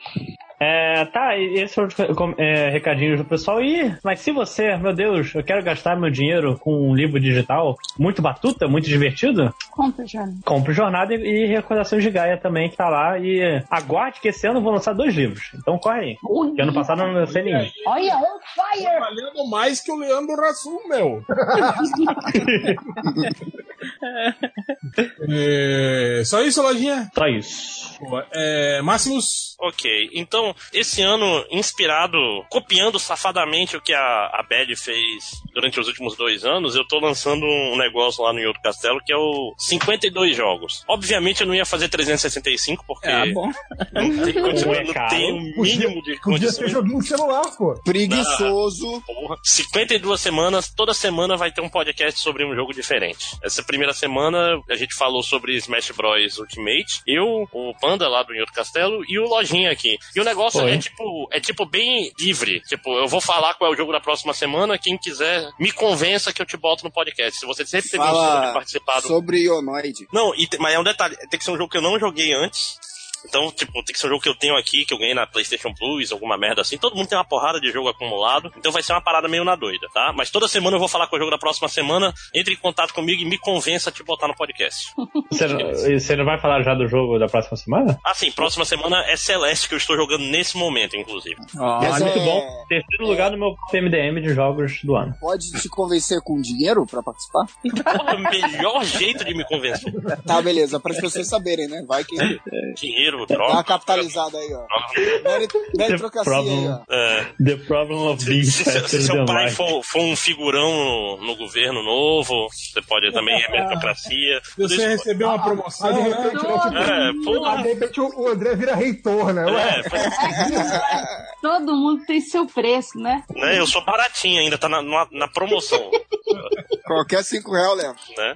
S6: É, tá, e- esses foram os com- é, recadinhos do pessoal. E, mas se você, meu Deus, eu quero gastar meu dinheiro com um livro digital muito batuta, muito divertido,
S9: Compra, Jana.
S6: compre o Jornada e, e Recordações de Gaia também, que tá lá. E aguarde que esse ano eu vou lançar dois livros. Então corre aí. Que ano passado eu não lancei nenhum.
S9: Olha, on fire!
S2: Valendo mais que o Leandro Rassum, meu. É, Só isso, Lojinha?
S6: Só isso.
S2: É, Máximos?
S11: Ok, então esse ano, inspirado, copiando safadamente o que a, a Belly fez durante os últimos dois anos, eu tô lançando um negócio lá no Yoto Castelo que é o 52 jogos. Obviamente eu não ia fazer 365 porque
S10: Ah, bom.
S11: não tem condição,
S10: É
S11: não
S10: caro.
S11: tem o mínimo de
S10: Podia
S11: condições.
S10: ser joguinho de celular, pô.
S11: Ah, porra. 52 semanas, toda semana vai ter um podcast sobre um jogo diferente. Essa primeira semana a gente falou sobre Smash Bros Ultimate, eu, o Panda lá do Nhoto Castelo e o Lojinha aqui. E o negócio
S6: Foi.
S11: é tipo, é tipo bem livre. Tipo, eu vou falar qual é o jogo da próxima semana, quem quiser me convença que eu te boto no podcast. Se você sempre teve
S14: Fala
S11: vontade de participar do
S14: sobre Ionoid.
S11: não, e te- mas é um detalhe, tem que ser um jogo que eu não joguei antes. Então, tipo, tem que ser um jogo que eu tenho aqui, que eu ganhei na PlayStation Plus, alguma merda assim. Todo mundo tem uma porrada de jogo acumulado, então vai ser uma parada meio na doida, tá? Mas toda semana eu vou falar com o jogo da próxima semana, entre em contato comigo e me convença a te botar no podcast.
S6: Você, não- e você não vai falar já do jogo da próxima semana?
S11: Assim, próxima semana é Celeste, que eu estou jogando nesse momento, inclusive.
S6: Ah,
S14: Mas
S6: muito
S14: é-
S6: bom. Terceiro lugar no meu PMDM de jogos do ano.
S14: Pode te convencer com dinheiro pra participar?
S11: O melhor jeito de me convencer.
S14: Tá, beleza. Para as pessoas saberem, né? Vai
S13: É.
S14: que...
S11: Dinheiro,
S14: Dá
S11: droga.
S14: uma capitalizada aí, ó. Mérito- Meritocracia assim
S4: assim
S14: aí, ó.
S6: The problem of being
S11: É. Se, se- se
S6: faster
S11: seu
S6: than
S11: pai
S6: life.
S11: for, for um figurão no, no governo novo, você pode também é meritocracia. tudo
S2: Você
S11: isso-
S2: recebeu uma promoção,
S10: Aí de
S2: né?
S10: repente, né, tipo,
S11: É, porra.
S10: aí, de repente o o André vira reitor, né? Ué,
S11: É, foi-
S9: Todo mundo tem seu preço, né?
S11: né, eu sou baratinho ainda, tá na, na- na promoção.
S14: Qualquer 5 real leva.
S11: Né?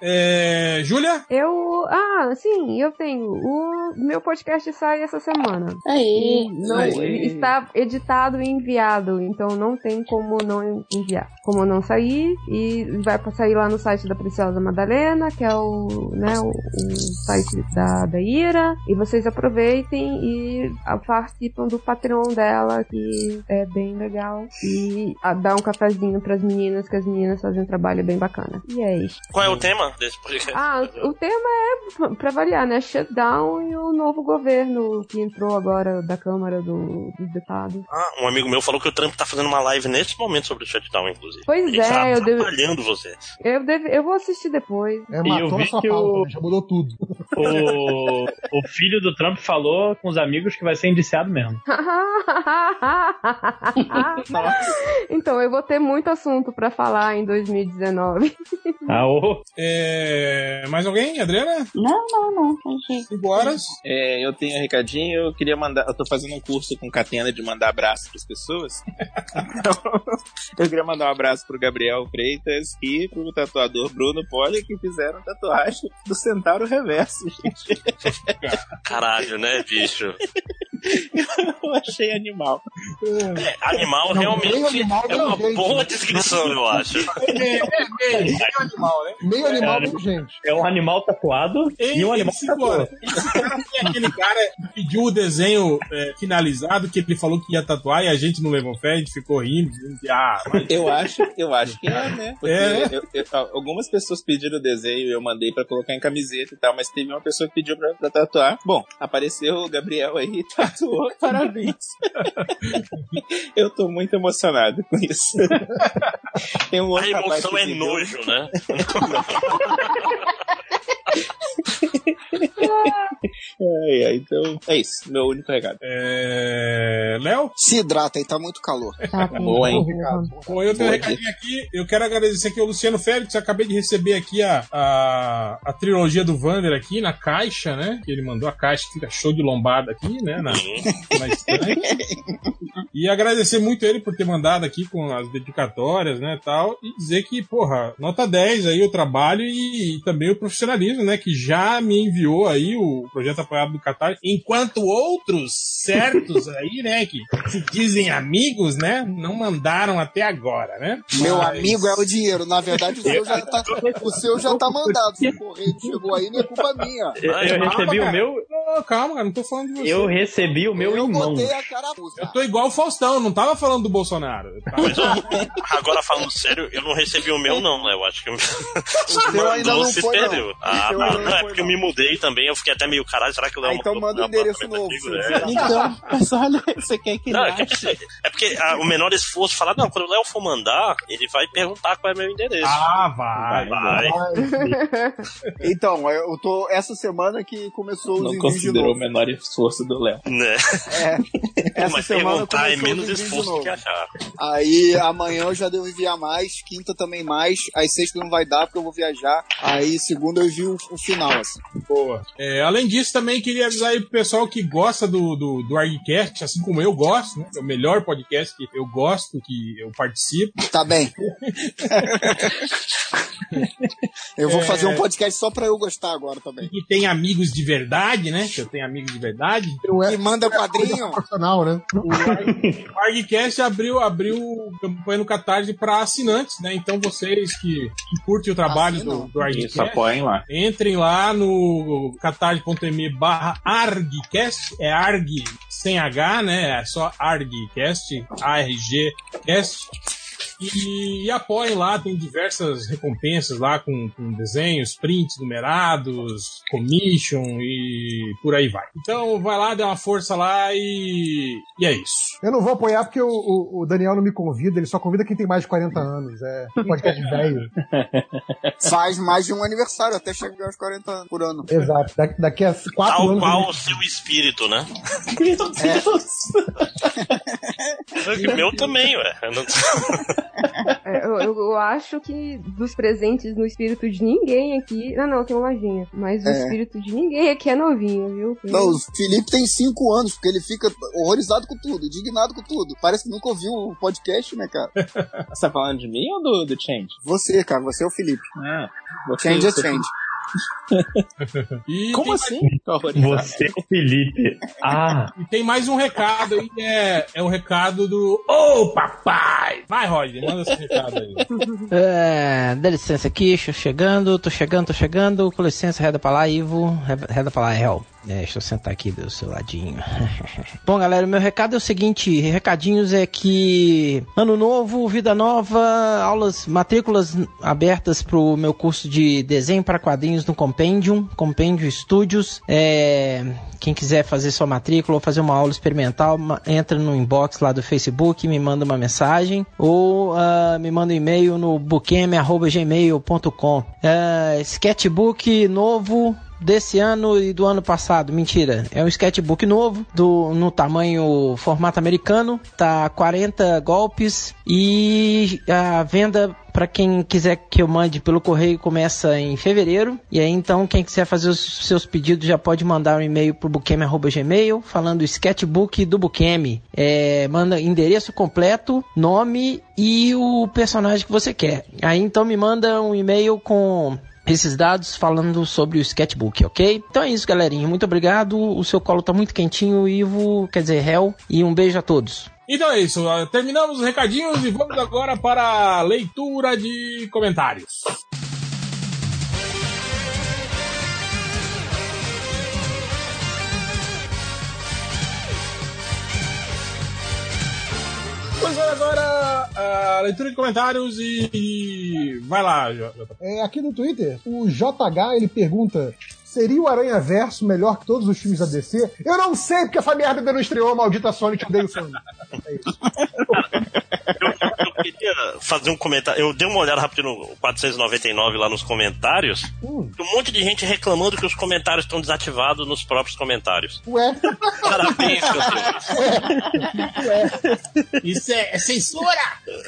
S2: É, Júlia?
S8: Eu. Ah, sim, eu tenho. O meu podcast sai essa semana.
S9: Aí.
S8: Não,
S9: Aí.
S8: Está editado e enviado, então não tem como não enviar. Como não sair. E vai pra sair lá no site da Preciosa Madalena, que é o, né, o, o site da, da Ira. E vocês aproveitem e ah, participam do Patreon dela, que é bem legal. E ah, dá um cafezinho pras meninas, que as meninas fazem um trabalho bem bacana. E é isso.
S11: Qual é o tema desse podcast?
S8: Ah, o tema é, pra variar, né? Shutdown e o novo governo que entrou agora da Câmara do- dos Deputados.
S11: Ah, um amigo meu falou que o Trump tá fazendo uma live nesse momento sobre o shutdown, inclusive.
S8: Pois
S11: Ele
S8: é,
S11: tá
S8: eu devo-
S11: atrapalhando você.
S8: Eu, deve, eu vou assistir depois.
S10: É,
S6: E eu
S10: matou a
S6: vi
S10: sua
S6: que
S10: pauta,
S6: o,
S10: né? já mudou tudo.
S6: o, o filho do Trump falou com os amigos que vai ser indiciado mesmo.
S10: né?
S8: então, eu vou ter muito assunto pra falar em 2019.
S6: Ah,
S2: É, mais alguém, Adriana?
S9: Não, não, não.
S2: Cinco horas.
S13: É, eu tenho um recadinho, eu queria mandar. Eu tô fazendo um curso com Catena de mandar abraço pras pessoas. Então, eu queria mandar um abraço pro Gabriel Freitas e pro tatuador Bruno Poli, que fizeram tatuagem do Centauro Reverso, gente.
S11: Caralho, né, bicho?
S13: Eu achei animal.
S11: É, animal
S13: Não,
S11: realmente
S13: meio animal
S11: é
S13: não,
S11: uma
S13: gente.
S11: boa descrição, eu acho.
S14: É
S2: meio
S10: animal, né? Meio animal, meio gente.
S6: É um animal tatuado e um animal
S2: Esse
S6: tatuado.
S2: cara, esse cara foi aquele cara que pediu o desenho é, finalizado, que ele falou que ia tatuar e a gente não levou fé, a gente ficou rindo. dizendo que, ah, mas-
S13: Eu acho, eu acho que é, né? Porque
S2: É.
S13: eu- eu- algumas pessoas pediram o desenho e eu mandei pra colocar em camiseta e tal, mas teve uma pessoa que pediu pra, pra tatuar. Bom, apareceu o Gabriel aí e tatuou. Parabéns. eu tô muito emocionado com isso. Tem um
S11: A
S13: outro rapaz
S11: emoção
S13: que
S11: é
S13: pediu-
S11: nojo, né?
S13: É, é, então, é isso. Meu único recado.
S2: É... Léo?
S14: Se hidrata aí, tá muito calor.
S9: Ah,
S13: Boa, hein?
S9: Tá
S2: Bom, eu
S14: Boa,
S2: tenho um recadinho aqui. Eu quero agradecer aqui ao Luciano Félix. Eu acabei de receber aqui a, a, a trilogia do Vander aqui na caixa, né? Que ele mandou a caixa, que fica show de lombada aqui, né? Na, na estante. E agradecer muito ele por ter mandado aqui com as dedicatórias, né, tal, e dizer que, porra, nota 10 aí o trabalho e, e também o profissionalismo, né, que já me enviou apoiou aí o projeto apoiado do Catar, enquanto outros certos aí, né, que se dizem amigos, né, não mandaram até agora, né?
S14: Meu
S2: Mas-
S14: amigo é o dinheiro. Na verdade, o
S4: É,
S14: seu já tá, o seu já tá mandado. Se o correio chegou aí, não é culpa minha.
S6: Eu, eu recebi o
S2: cara.
S6: meu.
S2: Não, calma, cara, não tô falando de você.
S6: Eu recebi o meu
S2: Eu
S6: em mãos.
S14: Botei a cara a busca.
S2: Eu tô igual o Faustão, não tava falando do Bolsonaro. Eu tava-
S11: Agora falando sério, eu não recebi o meu, não, né? Eu acho que o
S14: seu
S11: meu
S14: ainda não
S11: se
S14: foi, não.
S11: perdeu.
S14: O
S11: Ah,
S14: seu
S11: não,
S14: ainda
S11: não,
S14: não
S11: é
S14: foi,
S11: porque eu me mudei também, eu fiquei até meio caralho, será que o Léo
S13: Ah, então
S11: mandou
S13: manda o
S11: pra-
S13: endereço
S11: pra- pra-
S13: novo,
S11: comigo,
S13: seu
S11: né?
S13: filho.
S11: Então,
S13: mas olha, você quer que
S11: Não, é, que assim, é porque ah, o menor esforço falar, não, quando o Léo for mandar, ele vai perguntar qual é meu endereço.
S2: Ah, vai,
S11: vai.
S14: Então, eu tô. Essa semana que começou os
S13: Não
S14: envios de novo. É,
S13: considerou o menor esforço do Léo.
S11: Né?
S14: Essa
S11: Mas
S14: semana
S11: perguntar é
S14: começou os
S11: menos
S14: envios de
S11: esforço
S14: novo.
S11: que achar.
S14: Aí amanhã eu já devo enviar mais, quinta também mais, aí sexta não vai dar porque eu vou viajar. Aí segunda eu envio o o final, assim.
S2: Boa. É, além disso, também queria avisar aí pro pessoal que gosta do, do, do Argcast, assim como eu gosto, né? É o melhor podcast que eu gosto, que eu participo.
S14: Tá bem. Eu vou
S2: É.
S14: fazer um podcast só pra eu gostar agora também.
S2: E tem amigos de verdade, né? Que eu tenho amigos de verdade.
S14: Que manda quadrinho.
S10: Não, né?
S2: O Argcast abriu, abriu campanha no Catarse para assinantes, né? Então vocês que, que curtem o trabalho do, do Argcast,
S13: Isso, apoiem lá.
S2: Entrem lá no catarse.me barra argcast, é arg sem H, né? É só argcast, argcast. E, e apoiem lá, tem diversas recompensas lá com, com desenhos, prints numerados, commission e por aí vai. Então vai lá, dê uma força lá e, e é isso.
S10: Eu não vou apoiar porque o, o- o Daniel não me convida, ele só convida quem tem mais de 40 anos. É podcast velho.
S14: Faz mais de um aniversário, até chegar aos 40 anos por ano.
S10: Exato. Da- daqui a quatro
S11: Tal
S10: anos.
S11: qual o seu espírito, né?
S14: É.
S11: O meu também, ué. Eu não-
S8: É, eu, eu- eu acho que dos presentes no espírito de ninguém aqui. Ah, não, tem uma lojinha. Mas o
S14: É.
S8: espírito de ninguém aqui é novinho, viu?
S14: Não, o Felipe tem cinco anos, porque ele fica horrorizado com tudo, indignado com tudo. Parece que nunca ouviu o podcast, né, cara?
S13: Você tá falando de mim ou do, do Change?
S14: Você, cara, você é o Felipe.
S13: Ah,
S14: Change é change.
S13: Como assim?
S6: Você, é Felipe. Ah,
S2: um. E tem mais um recado aí, que é, é o recado do Ô papai! Vai, Roger, manda esse recado aí.
S15: É, dá licença aqui, estou chegando, tô chegando, tô chegando. Com licença, reda pra lá, Ivo. Re- Reda pra lá, Hel. É, deixa eu sentar aqui do seu ladinho. Bom, galera, o meu recado é o seguinte: recadinhos é que ano novo, vida nova, aulas, matrículas abertas pro meu curso de desenho para quadrinhos no Compendium, Compendium Studios. É, quem quiser fazer sua matrícula ou fazer uma aula experimental, ma- entra no inbox lá do Facebook, me manda uma mensagem ou ah, me manda um e-mail no bookm@gmail.com. É, sketchbook novo desse ano e do ano passado. Mentira, é um sketchbook novo, do, no tamanho formato americano, tá 40 golpes e a venda para quem quiser que eu mande pelo correio começa em fevereiro. E aí então quem quiser fazer os seus pedidos já pode mandar um e-mail pro buqueme@gmail falando o sketchbook do Buqueme. É, manda endereço completo, nome e o personagem que você quer. Aí então me manda um e-mail com esses dados falando sobre o sketchbook, ok? Então é isso, galerinha. Muito obrigado. O seu colo tá muito quentinho, Ivo, quer dizer, réu. E um beijo a todos.
S2: Então é isso, ó, terminamos os recadinhos e vamos agora para a leitura de comentários. Pois vai agora ah, a leitura de comentários e, e vai lá, Jota.
S10: É, aqui no Twitter, o JH ele pergunta: seria o Aranha Verso melhor que todos os filmes da DC? Eu não sei, porque essa merda ainda não estreou, maldita Sony, te odeio Sony. É
S11: Eu queria fazer um comentário. Eu dei uma olhada rápido no 499 lá nos comentários. Tem Um monte de gente reclamando que os comentários estão desativados nos próprios comentários.
S10: Ué.
S11: Parabéns, seu senhor.
S2: Isso é, censura!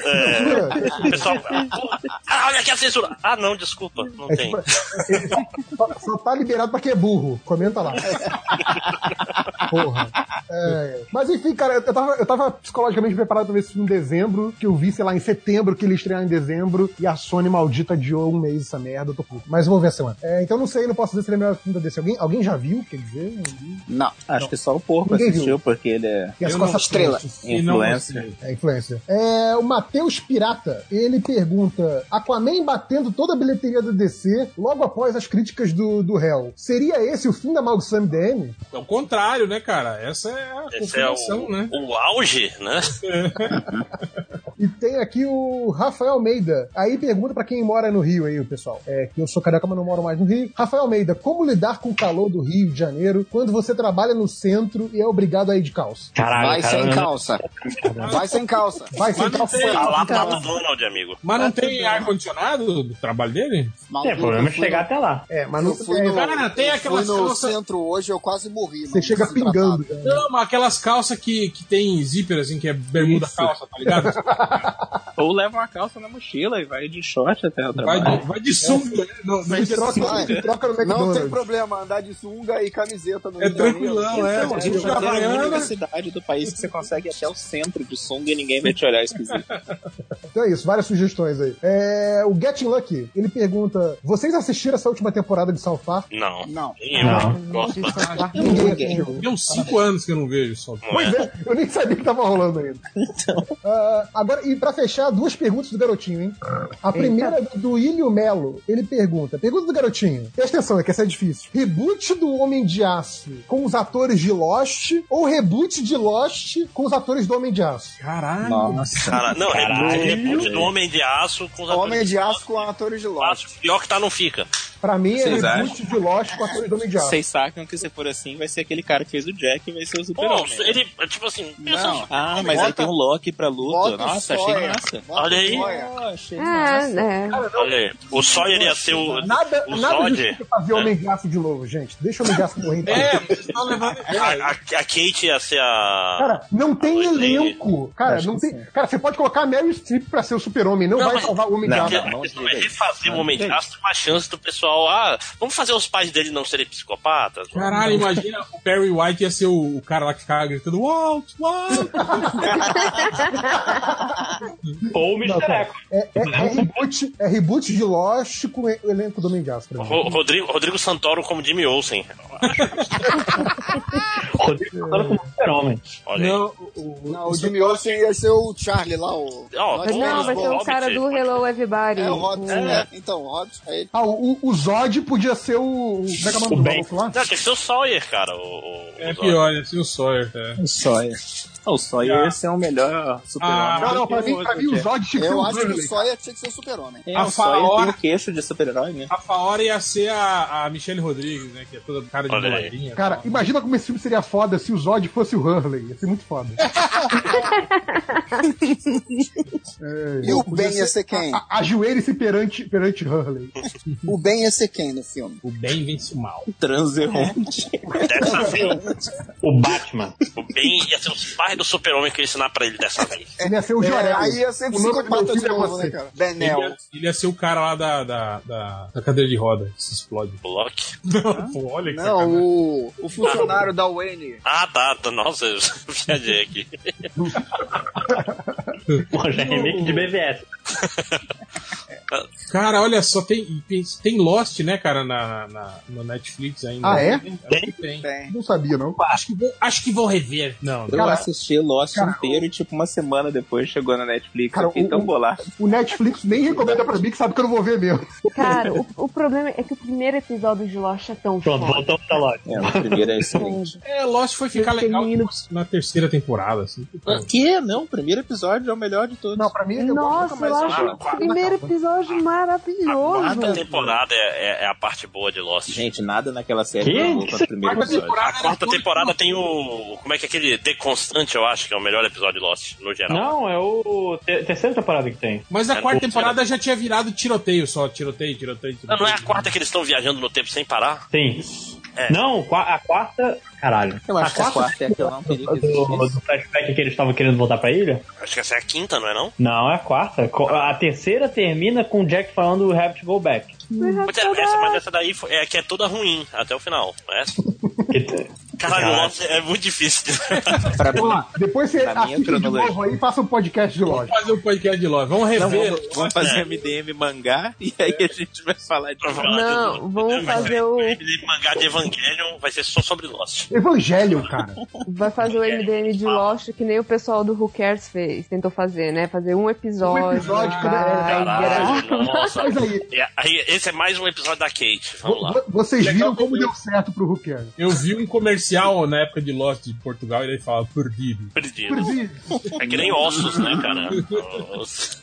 S11: É, pessoal, ah, olha aqui a censura. Ah, não, desculpa, não
S10: É
S11: tem.
S10: tipo- Só, só tá liberado pra quem é burro. Comenta lá. Porra. É. Mas enfim, cara, eu tava, eu tava psicologicamente preparado pra ver esse filme em dezembro, que eu vi, sei lá, em setembro, que ele ia estrear em dezembro, e a Sony maldita adiou um mês essa merda, eu tô puto. Mas eu vou ver a semana. É, então não sei, não posso dizer se ele é o melhor filme desse. Alguém, alguém já viu? Quer dizer?
S13: Não, acho que só o porco
S10: Ninguém
S13: assistiu,
S10: viu.
S13: porque ele é
S10: E as Eu costas não
S13: estrela.
S10: assisti. E não
S13: Influencer.
S10: É influência. É, o Matheus Pirata, ele pergunta: Aquaman batendo toda a bilheteria do DC logo após as críticas do, do réu. Seria esse o fim da maldição MDM?
S2: É o contrário, né, cara? Essa é a
S11: Esse é o,
S2: confirmação, né?
S11: o auge, né?
S10: E tem aqui o Rafael Almeida. Aí pergunta pra quem mora no Rio aí, o pessoal. É que eu sou carioca, mas não moro mais no Rio. Rafael Almeida, como lidar com o calor do Rio de Janeiro quando você trabalha no centro e é obrigado a ir de calça?
S6: Caralho,
S14: Vai
S6: cara,
S14: sem
S6: eu-
S14: calça.
S2: Ah,
S14: Vai sem calça.
S10: Vai sem
S11: Mas não
S10: calça.
S11: tem. Tá lá tá
S10: Calça.
S11: do Donald, amigo.
S2: Mas não tem ar-condicionado do trabalho dele?
S14: Maluco, É, o problema é eu fui chegar no- até
S6: lá.
S10: É, mas
S14: Eu
S10: não
S14: fui no,
S2: Cara, tem
S14: eu
S2: aquelas
S14: fui no
S2: calças-
S14: centro hoje, eu quase morri.
S10: Você chega pingando. cara.
S2: Não, mas aquelas calças que, que tem zíper, assim, que é bermuda calça, tá ligado?
S13: Ou leva uma calça Tá na mochila e vai de short até o
S2: Vai
S13: trabalho.
S2: de, vai de sunga, né? Não,
S13: Vai de
S10: troca-
S13: sunga.
S10: troca no
S14: Não tem
S10: McDonald's.
S14: problema andar de sunga e camiseta no
S2: É
S14: Rio de Janeiro.
S2: tranquilão, é.
S13: Então, Rio de Janeiro é a única cidade do país que você consegue ir até o centro de sunga e ninguém vai te olhar esquisito.
S10: Então é isso, várias sugestões aí. É, o Getting Lucky, ele pergunta: Vocês assistiram essa última temporada de South Park?
S11: Não.
S14: Não.
S11: Eu
S10: Não.
S11: gosto bastante.
S2: Tem uns 5 anos que eu não vejo só.
S10: Pois é, eu nem sabia que tava rolando ainda. Ah, agora, e pra fechar, duas perguntas do garotinho, hein? A primeira é do Ilho Melo. Ele pergunta: Pergunta do garotinho. Presta atenção, é que essa é difícil. Reboot do Homem de Aço com os atores de Lost ou reboot de Lost com os atores do Homem de Aço?
S2: Caralho.
S11: Cara, não,
S10: Caralho.
S11: é reboot do Homem de Aço com os
S14: Homem de aço com atores de loja.
S11: Aço. Pior que tá, não fica.
S10: Pra mim é
S13: Vocês
S10: reboot de Lost com atores do Homem de Aço.
S13: Vocês sacam que se for assim, vai ser aquele cara que fez o Jack e vai ser o
S11: Pô,
S13: super-homem. né?
S11: ele, tipo assim, pensa
S13: Não.
S11: só.
S13: Ah, mas aí tem o Loki pra luta.
S11: Bota o
S13: Nossa, achei
S11: Sawyer.
S13: massa.
S11: Bota Olha o aí. Sawyer.
S13: Nossa,
S8: É, né?
S11: Olha aí, o Sawyer ia ser o.
S10: Nada,
S11: o
S10: nada
S11: Zod.
S10: justifica fazer Homem de Aço de novo, gente. Deixa o Homem de Aço morrer. então.
S11: A, a- a Kate ia ser a.
S10: Cara, não tem elenco. Cara, não tem. Cara, você pode colocar a Mary Streep pra ser o super-homem, não, vai salvar o homem de
S11: não,
S10: aço.
S11: não, é refazer o Homem de Aço tem uma chance do pessoal. Ah, vamos fazer os pais dele não serem psicopatas?
S2: Caralho, imagina o Barry White ia ser o, o cara lá que ficava gritando Walt, Walt!
S6: Ou o
S10: Não,
S6: Mr.
S10: cara,
S6: Echo.
S10: é, é- é reboot, é reboot de Lost com o elenco do Homem de Aço. pra mim.
S11: Ro- Rodrigo, Rodrigo Santoro como Jimmy Olsen.
S6: Rodrigo Santoro como super-homem.
S11: Olha aí.
S14: Não, o Jimmy Olsen ia ser o Charlie lá, o...
S8: Mas não, vai ser o cara do Hello Everybody.
S14: É, o Hobbit,
S8: O-
S14: né? Então, o Hobbit é ele.
S10: Ah, o, o Zod podia ser o. o- Como é que é o nome do maluco lá?
S11: Não, tem que ser o Sawyer, cara. O, o-
S2: É
S11: o Zod.
S2: pior, ia ser o Sawyer, cara.
S13: O Um Sawyer. Ah, o Sawyer ia ser o melhor
S2: Ah,
S13: super-homem.
S2: não, não,
S10: pra mim- pra mim o Zod tinha que ser
S14: Eu
S10: o
S14: acho que o
S4: né?
S10: Hurley.
S14: Sawyer tinha que ser o super-homem. Ah,
S13: É,
S2: A
S13: o Sawyer tem
S2: Faora-
S13: o queixo de super-herói, né?
S2: A Faora ia ser a, a Michelle Rodrigues, né? Que é toda cara de
S13: Olha aí.
S2: boladinha.
S10: Cara, imagina como esse filme seria foda se o Zod fosse o Hurley. Ia ser muito foda. É,
S14: E o
S10: podia
S14: Ben ia ser quem?
S10: a- Ajoelhe-se perante, perante Hurley.
S14: O Ben ia ser quem no filme?
S2: O bem vence o mal.
S13: Transeunte.
S11: Dessa vez.
S6: É. O Batman.
S11: O Ben ia ser os pais do super-homem que ia ensinar pra ele dessa vez.
S10: Ele ia ser o
S14: É,
S10: Jorel.
S14: aí ia ser
S10: o nome do meu
S14: psicopata de
S10: filho é
S14: novo,
S10: você.
S14: né, cara? Benel.
S2: Ele ia, ele ia ser o cara lá da, da, da, da cadeira de roda que se explode.
S11: O Loki.
S2: Não, pô, olha que
S14: Não, o, o funcionário da Wayne.
S11: Ah, tá. tá nossa, eu viajei aqui.
S6: Pô, já é remake de BVS.
S2: Cara, olha só, tem, tem, tem Lost, né, cara, na, na, na Netflix ainda.
S10: Ah, é?
S2: Tem, tem.
S10: Não sabia, não.
S2: Acho que vou, acho que vou rever. Não,
S13: Eu
S10: Cara,
S13: assisti Lost inteiro e, tipo, uma semana depois chegou na Netflix.
S10: Cara,
S13: eu fiquei
S10: o-
S13: tão bolado.
S10: O Netflix nem recomenda pra mim que sabe que eu não vou ver mesmo.
S8: Cara, o, o problema é que o primeiro episódio de Lost é tão
S6: Pronto,
S8: foda.
S6: voltamos pra Loki.
S13: É, o primeiro é excelente.
S2: É, Lost foi ficar legal na terceira temporada, assim.
S13: Que? Não, o primeiro episódio é o melhor de todos.
S10: Não, pra mim eu nunca
S8: Nossa,
S10: mais
S8: eu acho
S10: assisti.
S8: o primeiro episódio maravilhoso.
S11: Quarta
S2: né?
S11: temporada é, é- é a parte boa de Lost.
S13: Gente, nada naquela série
S6: Que?
S13: pegou quanto o primeiro
S2: Quarta
S13: episódio.
S2: temporada
S11: A quarta temporada tem o. Como é que é aquele The Constante, eu acho, que é o melhor episódio de Lost, no geral.
S6: Não, é o te- terceira temporada que tem.
S2: Mas a
S11: É,
S2: quarta
S11: o-
S2: temporada já tinha virado tiroteio só. Tiroteio, tiroteio,
S11: Não,
S2: tiroteio.
S11: não é a quarta que eles estão viajando no tempo sem parar?
S6: Sim. Não, qua- a quarta. Caralho.
S13: Eu acho que a quarta é aquela não queria que
S6: do,
S13: existisse.
S6: do flashback que eles estavam querendo voltar pra ilha?
S11: Acho que essa é a quinta, não é não?
S6: Não, é a quarta. Co- A terceira termina com o Jack falando We have to go back.
S11: Pois é, essa, mas essa daí foi- é a que é toda ruim até o final, não é? Caralho, nossa, é muito difícil.
S10: Vamos lá, depois você assiste de novo aí e faça um podcast de loja.
S2: Fazer um podcast de loja. Vamos
S10: Não,
S2: rever.
S10: vamos-
S13: Vamos fazer MDM mangá e aí a gente vai falar de
S8: Não, vamos fazer o.
S11: Aquele mangá de Evangelion vai ser só sobre Lost.
S10: Evangelho, cara.
S8: Vai fazer o MDM de Lost que nem o pessoal do Who Cares fez, tentou fazer, né? Fazer um episódio. Ah,
S10: Um episódio,
S8: vai, grava.
S11: Caralho, nossa.
S10: Mas aí-
S11: E aí, esse é mais um episódio da Kate. Vamos lá.
S10: Vo- Vocês viram como deu certo pro Hooker.
S2: Eu vi um comercial na época de Lost de Portugal e ele falava perdido.
S11: Perdido. É que nem ossos, né, cara? Os-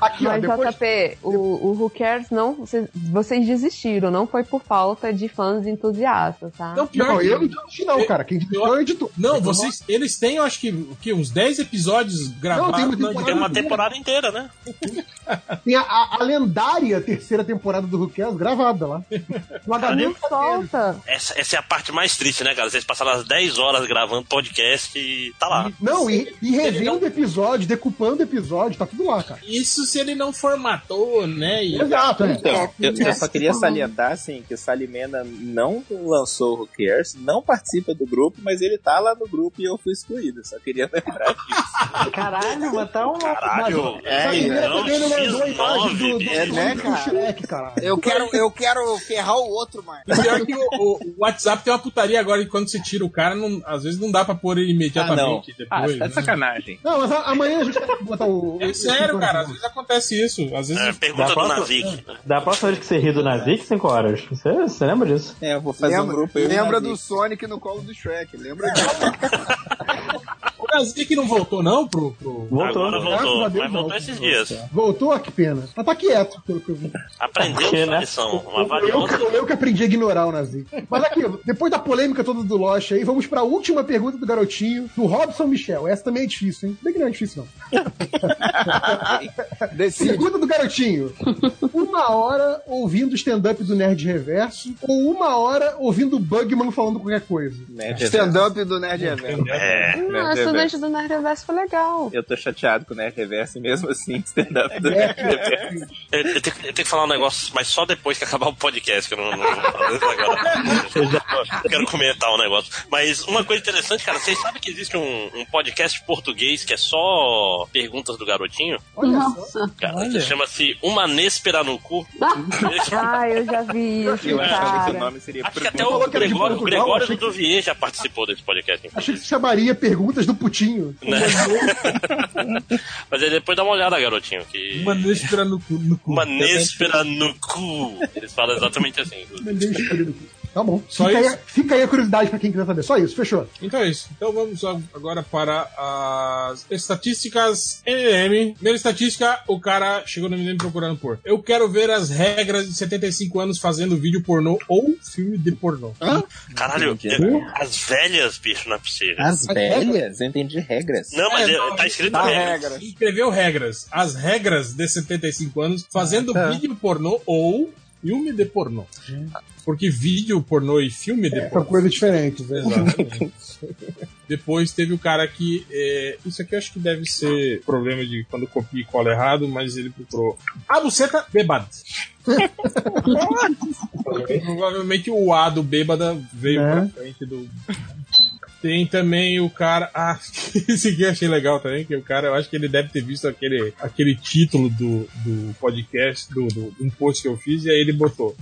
S10: Aqui,
S8: Mas, JP, o, o Who Cares não. Vocês, vocês desistiram, não foi por falta de fãs entusiastas, tá?
S2: Não, pior que-
S10: eu não desisti não, cara. Quem desistiu é o editor.
S2: Não, vocês, eles têm, eu acho que, o quê? uns 10 episódios gravados.
S10: tem uma
S2: né? na-
S10: temporada
S11: Tem uma temporada inteira, né?
S10: Tem a, a- a lendária terceira temporada do Hooker gravada lá. No HD.
S8: Solta!
S11: Essa, essa é a parte mais triste, né, cara? Vocês passaram as 10 horas gravando podcast e tá
S2: Ah.
S11: lá.
S10: Não, e, e revendo episódio, decupando episódio, tá tudo lá, cara.
S2: Isso se ele não formatou, né? E...
S10: Exato, é.
S13: Então, eu, eu só queria salientar, assim, que o Salimena não lançou o Who Cares, não participa do grupo, mas ele tá lá no grupo e eu fui excluído. Só queria lembrar
S6: Caralho, mas tá um.
S11: Caralho.
S13: É, então,
S10: Só que
S4: tá
S10: ele tá também não mandou a imagem do, do,
S14: É, né,
S10: do
S14: cara?
S10: Shrek, caralho.
S14: Eu quero, eu quero ferrar o outro, mano.
S2: E pior que o, o- o WhatsApp tem uma putaria agora que quando você tira o cara, não- às vezes não dá pra pôr ele
S11: Ah,
S2: imediatamente
S11: tá
S2: depois. né?
S13: sacanagem.
S10: Não, mas a- amanhã a gente tem que botar o.
S2: É sério, cara, às vezes acontece isso. Às vezes.
S11: É, Pergunta do
S6: próxima-
S11: Nazik.
S6: Da próxima vez que você ri do Nazik, 5 horas. Você, você lembra disso?
S13: É, eu vou fazer um grupo. eu e o
S14: lembra
S13: Nazik.
S14: do Sonic no colo do Shrek, lembra
S11: É,
S14: disso?
S2: O Brasil que não voltou, não, pro. pro...
S6: Voltou.
S11: Agora
S10: Graças a
S11: voltou.
S10: Deus,
S11: Mas voltou
S10: não.
S11: esses dias.
S10: Voltou, que pena. Mas tá quieto, pelo que eu vi.
S11: Aprendeu
S6: Porque,
S11: sua
S6: né?
S11: lição. Uma
S10: Eu,
S11: valiosa.
S10: eu que aprendi a ignorar o Nazi. Mas aqui, depois da polêmica toda do Loche aí, vamos pra última pergunta do garotinho, do Robson Michel. Essa também é difícil, hein? Bem que não é difícil, não. Pergunta do garotinho. Uma hora ouvindo stand-up do Nerd Reverso ou uma hora ouvindo o Bugman falando qualquer coisa?
S13: Nerd Reverso.
S14: Stand-up do Nerd Event.
S13: É,
S8: Não,
S13: Nerd Reverso.
S8: estudante do Nerd Reverso foi legal.
S13: Eu tô chateado com o Nerd Reverso e mesmo assim, stand-up do
S10: É.
S13: Nerd Reverso.
S11: Eu, eu tenho, que- eu tenho que falar um negócio, mas só depois que acabar o podcast, que eu não, não vou falar isso agora. Eu quero comentar um negócio. Mas uma coisa interessante, cara, vocês sabem que existe um, um podcast português que é só perguntas do garotinho?
S9: Nossa.
S11: Cara, que chama-se Uma Nespera no Cu.
S8: Ah, eu já vi isso,
S13: Eu achava que é o
S8: cara.
S13: nome seria
S11: Acho que até
S13: Pergunta-
S11: o
S10: falou que era de
S11: Gregório,
S10: Portugal,
S11: Gregório
S10: achei
S11: do Duvier já participou desse podcast.
S10: Achei que se chamaria Perguntas do Putinho.
S11: Né?
S13: Né?
S11: Mas aí depois dá uma olhada, garotinho, que...
S2: Uma nespera no cu. No cu.
S11: Uma Nespera no Cu. Eles falam exatamente assim.
S10: Tá bom.
S2: Só
S10: fica,
S2: isso?
S10: Aí, fica aí a curiosidade pra quem quiser saber. Só isso, fechou.
S2: Então é isso. Então vamos a- agora para as estatísticas MDM. Primeira estatística, o cara chegou no MDM procurando por. Eu quero ver as regras de 75 anos fazendo vídeo pornô ou filme de pornô.
S11: Caralho,
S13: Entendi. Uhum.
S11: as velhas, bicho, não é possível.
S13: As velhas? Eu entendi regras.
S11: Não, mas
S2: É,
S11: é-
S2: não,
S11: tá escrito
S14: A
S11: regras.
S14: regra.
S2: Escreveu regras. As regras de 75 anos fazendo vídeo pornô ou filme de pornô. Porque vídeo pornô e filme de
S10: É, São
S2: pornô.
S10: coisas diferentes. né?
S2: Exatamente. Depois teve o cara que. é, isso aqui eu acho que deve ser problema de quando copia e cola errado, mas ele procurou. A buceta bêbada. Provavelmente o A do bêbada veio
S10: É.
S2: pra frente do. Tem também o cara. Ah, esse aqui eu achei legal também, que o cara, eu acho que ele deve ter visto aquele, aquele título do, do podcast, do, do, de um post que eu fiz, e aí ele botou.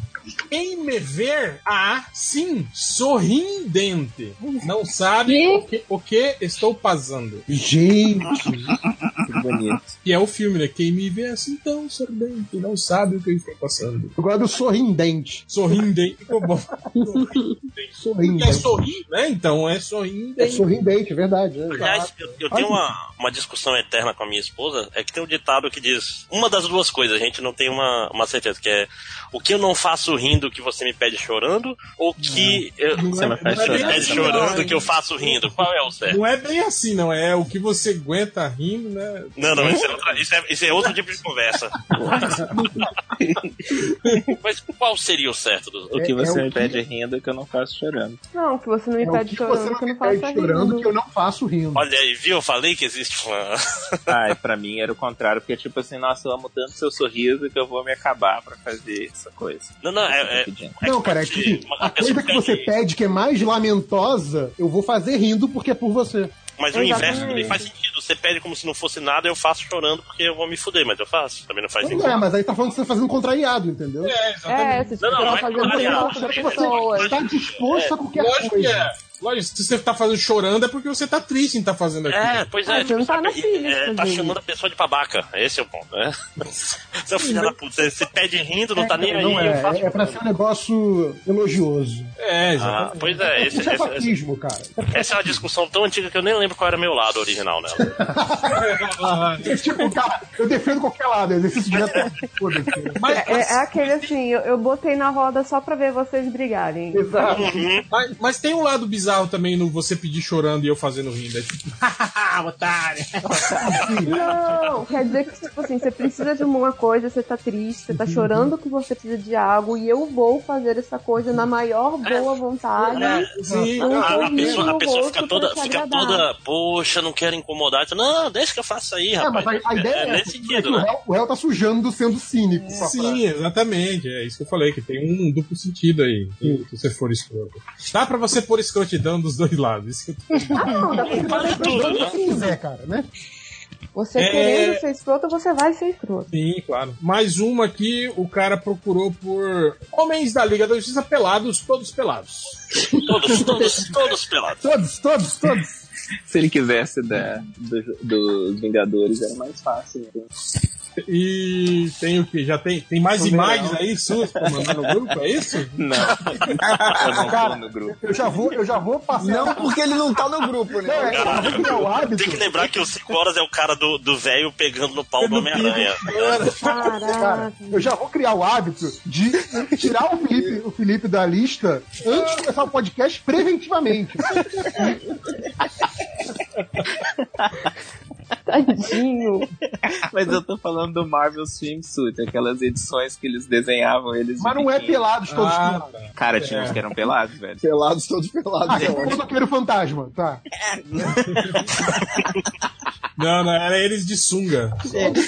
S2: Em me ver, ah, sim, sorridente. Não sabe o que, o que estou passando.
S10: Gente,
S13: Que bonito.
S2: Que é o filme, né? Quem me vê assim tão sorridente, não sabe o que eu estou passando.
S10: eu gosto do sorrindente.
S2: Sorridente, ficou bom. Porque é
S10: Sorrindente.
S2: sorrir, né? Então é
S10: É
S2: sorridente.
S10: sorrindente, é verdade. é.
S11: Aliás, eu, eu tenho uma, uma discussão eterna com a minha esposa. É que tem um ditado que diz uma das duas coisas, a gente não tem uma, uma certeza, que é o que eu não faço rindo que você me pede chorando, ou que eu,
S13: Você não faz
S2: não é
S11: você me
S2: bem
S13: chorar.
S11: pede
S2: assim,
S13: também.
S2: não.
S11: chorando que eu faço rindo. Qual é o certo?
S2: Não é bem assim, não. É o que você aguenta rindo, né?
S11: Não, não,
S10: Hum?
S11: isso é, outra- isso é- isso é outro tipo de conversa. Mas qual seria o certo? Do...
S13: O que você me pede rindo é que eu não faço chorando.
S8: Não, que você não me
S10: É, o
S8: pede
S10: que
S8: chorando,
S10: você não
S8: que eu não
S10: me
S8: faço
S10: pede chorando,
S8: rindo.
S10: que eu não faço rindo.
S11: Olha aí, viu? Eu falei que existe uma.
S13: Ai, pra mim era o contrário, porque tipo assim, nossa, eu amo tanto seu sorriso que eu vou me acabar pra fazer essa coisa. tipo
S11: Não, não, é.
S10: Não, cara, é que assim, a coisa que você pede que é mais lamentosa, eu vou fazer rindo porque é por você.
S11: Mas o inverso também faz sentido. Você pede como se não fosse nada, eu faço chorando porque eu vou me fuder, mas eu faço. Também não faz
S10: Não
S11: sentido.
S10: é, mas aí tá falando que você tá fazendo contrariado, entendeu? É,
S8: É, você
S11: Não, não, não é contrariado. assim,
S10: Você tá disposto a qualquer
S2: Lógico que
S10: coisa.
S2: é. Lógico, se você tá fazendo chorando é porque você tá triste em estar fazendo aquilo.
S11: É, pois
S10: Ah,
S11: é. tipo, sabe, é, tá chamando a pessoa de babaca. Esse é o ponto, né? Seu filho da puta, você se pede rindo, não tá nem aí.
S10: Não
S11: eu
S10: é,
S11: faço.
S10: é, é pra ser um negócio elogioso.
S2: É,
S11: Ah, pois é, esse,
S10: Isso é
S11: esse-
S10: faquismo, cara.
S11: esse- essa é uma discussão tão antiga que eu nem lembro qual era meu lado original nela.
S10: É tipo, cara, eu defendo qualquer lado, exercício direto. é foda, cara.
S8: É, é aquele assim, eu, eu botei na roda só pra ver vocês brigarem.
S2: Uhum. Mas, mas tem um lado bizarro também no você pedir chorando e eu fazendo rindo. É tipo, hahaha, otário.
S11: é
S8: Não, quer dizer que, tipo assim, você precisa de alguma coisa, você tá triste,
S10: Uhum.
S8: você tá chorando que você precisa de algo e eu vou fazer essa coisa na maior boa vontade.
S11: É,
S8: Um
S11: a, a
S8: sorriso
S11: pessoa, a
S8: no
S11: pessoa
S8: rosto
S11: fica
S8: pra
S11: toda,
S8: te
S11: fica
S8: agradar.
S11: toda, poxa, não quero incomodar. Tu, Não, não, deixa que eu faça aí,
S10: É,
S11: rapaz.
S10: mas a, a ideia é,
S11: é, nesse
S10: essa,
S11: sentido,
S10: que o
S11: né?
S10: réu, o réu tá sujando sendo cínico. com a frase.
S2: Sim, exatamente. É isso que eu falei, que tem um duplo sentido aí, se você for escroto. Dá pra você pôr escrotidão dos dois lados. Isso que eu tô
S8: Ah, não, dá pra você fazer tudo,
S10: Se quiser, cara, né?
S8: Você
S2: É.
S8: querendo ser escroto, você vai ser escroto.
S2: Sim, claro. Mais uma aqui, o cara procurou por homens da Liga da Justiça pelados, todos pelados.
S11: Todos, todos, todos pelados.
S10: Todos, todos, todos.
S13: Se ele quisesse da, do- dos Vingadores, era mais fácil. né?
S2: E tem o que? Já tem, tem mais
S13: Não,
S2: imagens
S13: não.
S2: aí suas pra mandar no grupo, é isso?
S13: Não. Eu não tô no grupo.
S10: Ah, Eu já vou, eu já vou passar.
S4: Não, porque ele não tá no grupo, né?
S10: É, eu vou criar o hábito.
S11: Tem que lembrar que o 5 horas é o cara do do velho pegando no pau do Homem-Aranha. É
S10: Cara, eu já vou criar o hábito de tirar o Felipe, o Felipe da lista antes de começar o podcast preventivamente.
S8: Tadinho.
S13: Mas eu tô falando do Marvel Swimsuit, aquelas edições que eles desenhavam eles.
S10: Mas não é pelados todos
S13: Ah,
S10: pelados.
S2: tá.
S13: Cara,
S2: É.
S13: tinha uns que eram pelados, velho.
S4: Pelados, todos pelados.
S10: Ah, que é o motoqueiro fantasma, tá.
S2: Não, não, era eles de
S10: É,
S2: É, sunga.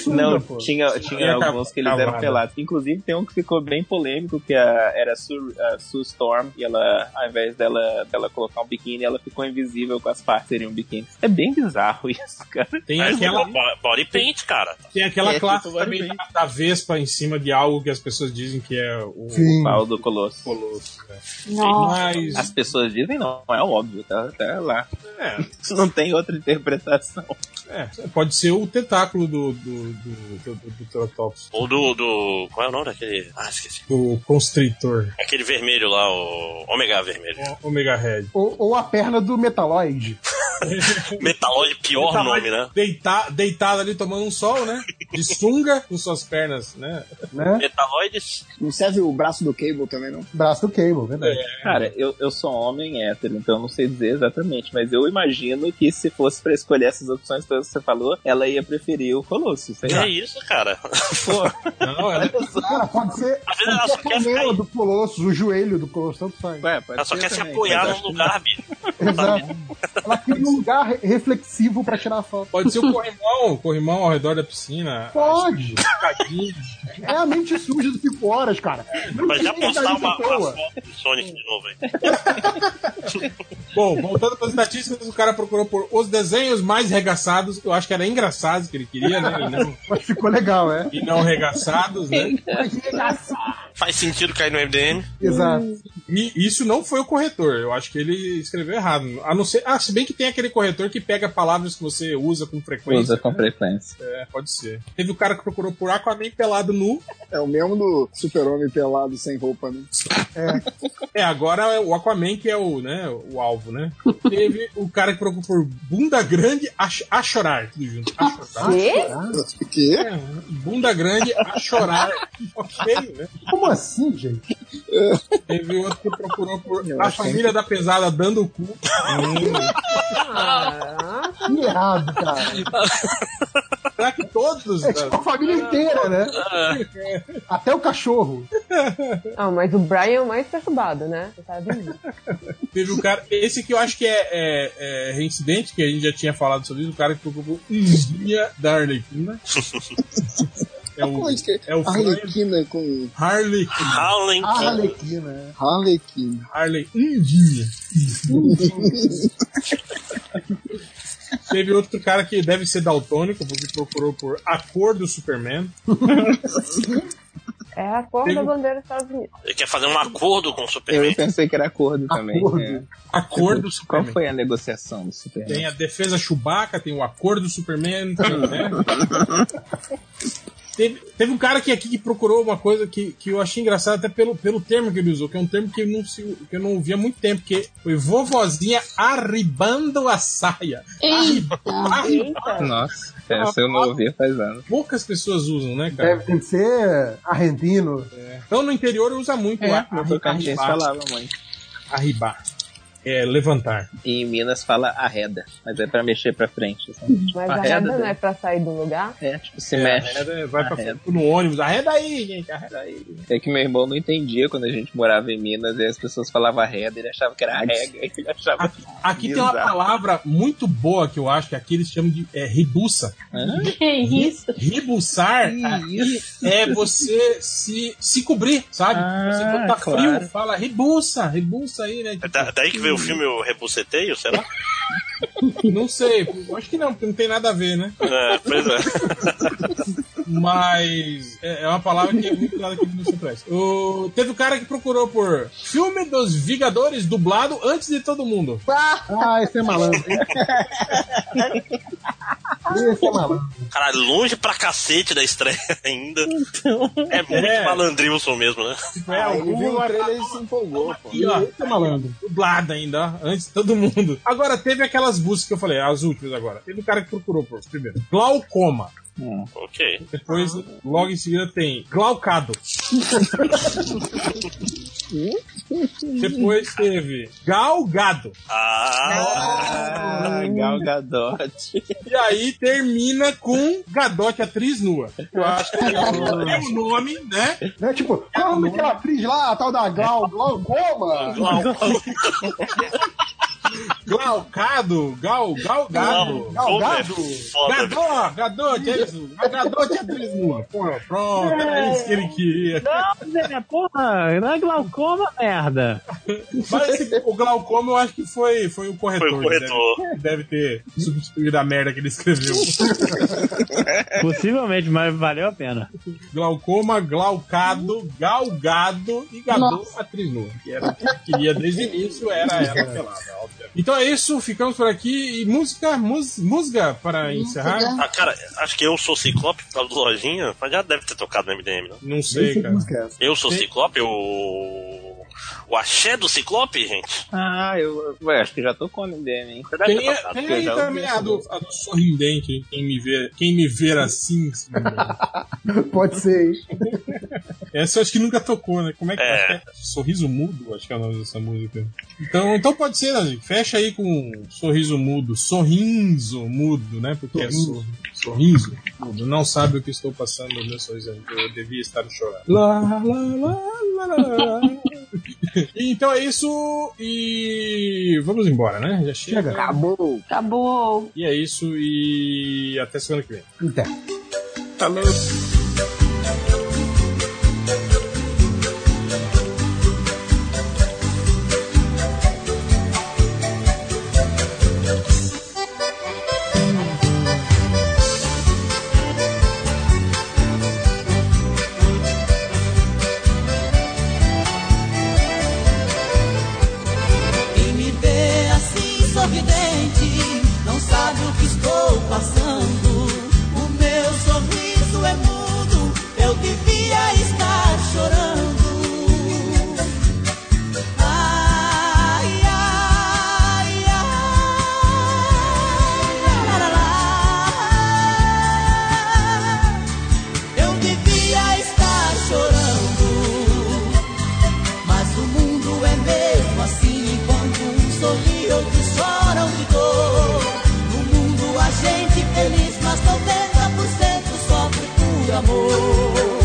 S13: Não,
S2: pô.
S13: tinha, tinha
S2: Sunga
S13: alguns que eles eram
S2: cavada.
S13: pelados. Inclusive, tem um que ficou bem polêmico, que a- era a Sue, a Sue Storm, e ela, ao invés dela, dela colocar um biquíni, ela ficou invisível com as partes seriam um biquíni. É bem bizarro isso, cara.
S2: Tem
S11: Mas
S2: aquela-
S11: bo- Body paint, cara.
S2: Tem aquela
S13: É,
S2: classe
S13: tipo,
S2: também da, da Vespa em cima de algo que as pessoas dizem que é o
S13: O pau do Colosso.
S2: Colosso, cara.
S9: Nossa.
S2: Mas-
S13: As pessoas dizem não, é óbvio, tá, tá lá.
S2: É.
S13: Não tem outra interpretação.
S2: É, pode ser o tentáculo do, do, do, do, do, do Triceratops,
S11: Ou do, do. Qual é o nome daquele. Ah, esqueci.
S2: do Constrictor,
S11: Aquele vermelho lá, o. Ômega vermelho.
S2: Omega Red.
S10: Ou, ou a perna do Metaloid.
S11: Metaloid, pior
S2: Tá mais
S11: nome, né?
S2: deita- deitado ali tomando um sol, né? De sunga com suas pernas, né?
S11: Metaloides.
S4: Não serve o braço do Cable também, não?
S10: Braço do Cable, verdade.
S2: É.
S13: Cara, eu, eu sou um homem hétero, então eu não sei dizer exatamente, mas eu imagino que se fosse pra escolher essas opções todas que você falou, ela ia preferir o Colosso, sei
S11: Que
S13: lá.
S11: é isso, cara?
S2: Não, ela...
S10: Cara, pode ser,
S11: é Às vezes ela
S10: pode ser
S11: só
S10: a
S11: quer ficar
S10: canela do Colosso, o joelho do Colosso, tanto faz.
S13: Ué, pode
S11: Ela tá só
S13: ser
S11: quer se
S13: também,
S11: apoiar
S13: mas
S11: num lugar, bicho. tá
S10: Exato. Ela cria um lugar re- reflexivo pra tirar a foto.
S2: Pode ser o corrimão, o corrimão ao redor da piscina.
S10: Pode!
S2: Cadinho.
S10: É a mente suja do 5 horas, cara. Não
S11: Mas já
S10: tem
S11: postar uma,
S10: mentalidade à
S11: uma
S10: toa.
S11: foto do Sonic de novo aí.
S2: Bom, voltando para as estatísticas, o cara procurou por os desenhos mais regaçados. Eu acho que era engraçados que ele queria, né? E não,
S10: Mas ficou legal, é.
S2: e não regaçados, né?
S11: Faz sentido cair no MDM?
S10: Exato.
S2: E isso não foi o corretor. Eu acho que ele escreveu errado. A não ser. Ah, se bem que tem aquele corretor que pega palavras que você usa com frequência.
S13: Usa com frequência.
S2: É, pode ser. Teve o cara que procurou por Aquaman pelado nu.
S4: É o mesmo do super-homem pelado sem roupa, né?
S2: É, agora é o Aquaman que é o, né, o alvo, né? Teve o cara que procurou por bunda grande a, ch- a chorar. Tudo junto. A chorar.
S8: Quê?
S4: Que?
S2: É, bunda grande a chorar. ok, né?
S10: Como assim, gente?
S2: Teve outro que procurou por
S4: Eu
S2: a
S4: acho que- Hum.
S2: família da pesada dando o cu.
S10: Que errado, cara.
S2: Será que todos?
S10: É tipo a família inteira, né? Até o cachorro.
S7: Ah, mas o Brian é o mais perturbado, né? Você sabe?
S2: Teve um cara, esse que eu acho que é, é- é reincidente, que a gente já tinha falado sobre isso, o cara que colocou Ismia da Arlequina. É o, é o
S14: Arlequina com.
S2: Harley.
S11: Harley.
S10: Arlequina.
S14: Arlequina.
S2: é? Harley. um Indinha. Teve outro cara que deve ser daltônico, porque procurou por A Cor do Superman.
S7: É a cor
S2: Tem-
S7: da bandeira dos Estados Unidos.
S11: Ele quer fazer um acordo com o Superman.
S13: Eu pensei que era acordo também.
S2: Acordo.
S13: é.
S2: Acordo
S13: Qual
S2: Superman.
S13: foi a negociação do Superman?
S2: Tem a defesa Chewbacca, tem o acordo do Superman. tem, né? teve, teve um cara que aqui que procurou uma coisa que, que eu achei engraçado até pelo, pelo termo que ele usou, que é um termo que eu não, se, que eu não ouvi há muito tempo, que foi vovozinha arribando a saia. Eita,
S13: Nossa, essa eu não ouvi faz anos.
S2: Poucas pessoas usam, né, cara?
S10: Deve tem que ser argentino.
S2: Então no interior usa muito
S13: É,
S2: lá.
S13: no Tocantins falava muito.
S2: Arribar. É, levantar.
S13: E em Minas fala arreda, mas é pra mexer pra frente.
S7: Mas a
S13: Arreda,
S7: renda não é
S13: né?
S7: pra sair do lugar?
S13: É, tipo, se
S2: É,
S13: mexe. Ah,
S2: arreda, vai pra
S13: Arreda.
S2: frente no ônibus. Arreda aí, gente, arreda aí.
S13: É que meu irmão não entendia quando a gente morava em Minas e as pessoas falavam arreda, ele achava que era arrega. Ele
S2: Ah,
S13: achava que
S2: Aqui tem uma
S13: Exato.
S2: palavra muito boa que eu acho que aqui eles chamam de é, ribuça.
S9: Que isso?
S2: Ribuçar aqui é você se, se cobrir, sabe? você quando tá
S13: Ah, claro.
S2: frio, fala ribuça, ribuça aí, né?
S11: É da- daí que veio o filme O Rebuceteio, sei lá?
S2: Não sei, eu acho que não, porque não tem nada a ver, né?
S11: É, pois é.
S2: Mas é é uma palavra que é muito clara aqui no Supress. O... Teve um cara que procurou por filme dos Vingadores dublado antes de todo mundo.
S10: Ah, esse é malandro. esse é malandro.
S11: Caralho, longe pra cacete da estreia ainda. É muito
S2: É.
S11: malandrilson mesmo, né?
S2: É,
S14: Ah,
S2: algum
S14: trailer e se empolgou, pô.
S2: Aqui, ó.
S10: Esse é malandro.
S2: dublada ainda, ó, antes de todo mundo. Agora, teve aquelas buscas que eu falei, ah, as últimas agora. Teve o cara que procurou por primeiro. Glaucoma.
S11: Ok.
S2: Depois, logo em seguida, tem Glaucado. Depois teve Galgado.
S13: Ah, Gal Gadot.
S2: E aí termina com Gadote, atriz nua. Eu acho que é o nome, né?
S10: Né? Tipo, qual é o nome daquela atriz lá, a tal da Glau, Glau Goma?
S2: Glaucado, Gal, Galgado.
S10: Galgado?
S11: Foda.
S2: Gadó, Gadote, é isso. Gadote, atriz nua. Pô, Pronto, é isso que ele queria.
S12: Não, Zé, porra, não é glaucoma, merda.
S2: Mas esse- o glaucoma eu acho que foi, foi o corretor.
S11: Foi o corretor.
S2: Deve, deve ter substituído a merda que ele escreveu.
S12: Possivelmente, mas valeu a pena.
S2: glaucoma, glaucado, galgado e gadô atriz nua. Que era o que ele queria desde o início, era ela pelada, óbvio. Então é isso, ficamos por aqui. E música, mus- música para encerrar?
S11: Ah, cara, acho que eu sou ciclope por causa do lojinha, mas já deve ter tocado no MDM, não?
S2: Não sei,
S14: é
S2: cara.
S11: Eu sou ciclope, o. O axé do ciclope, gente?
S13: Ah, eu, eu acho que já tocou no MDM, hein?
S11: Já deve
S2: Tem,
S11: ter
S2: tem
S11: tocado.
S13: porque eu
S2: aí
S13: já ouvi
S2: também
S13: essa
S2: a do, a do sorridente, quem me ver, quem me ver assim.
S10: Pode ser, hein?
S2: Essa eu acho que nunca tocou, né? Como é que
S11: É.
S2: acho que é? Sorriso Mudo, acho que é o nome dessa música. Então, então pode ser, Nazi. Fecha aí com Sorriso Mudo. Sorriso Mudo, né? Porque é sor- sorriso mudo. Não sabe o que estou passando, meu sorriso. Eu devia estar chorando. Lá, lá, Ah, lá, lá, lá, lá. então é isso e vamos embora, né? Já chega.
S14: Acabou.
S9: Acabou.
S2: E é isso e até semana que vem.
S10: Então.
S1: Quem me
S2: Então.
S1: vê assim sorridente não sabe o que estou passando. O meu sorriso é mudo, eu vivo é assim
S13: amor. assim é é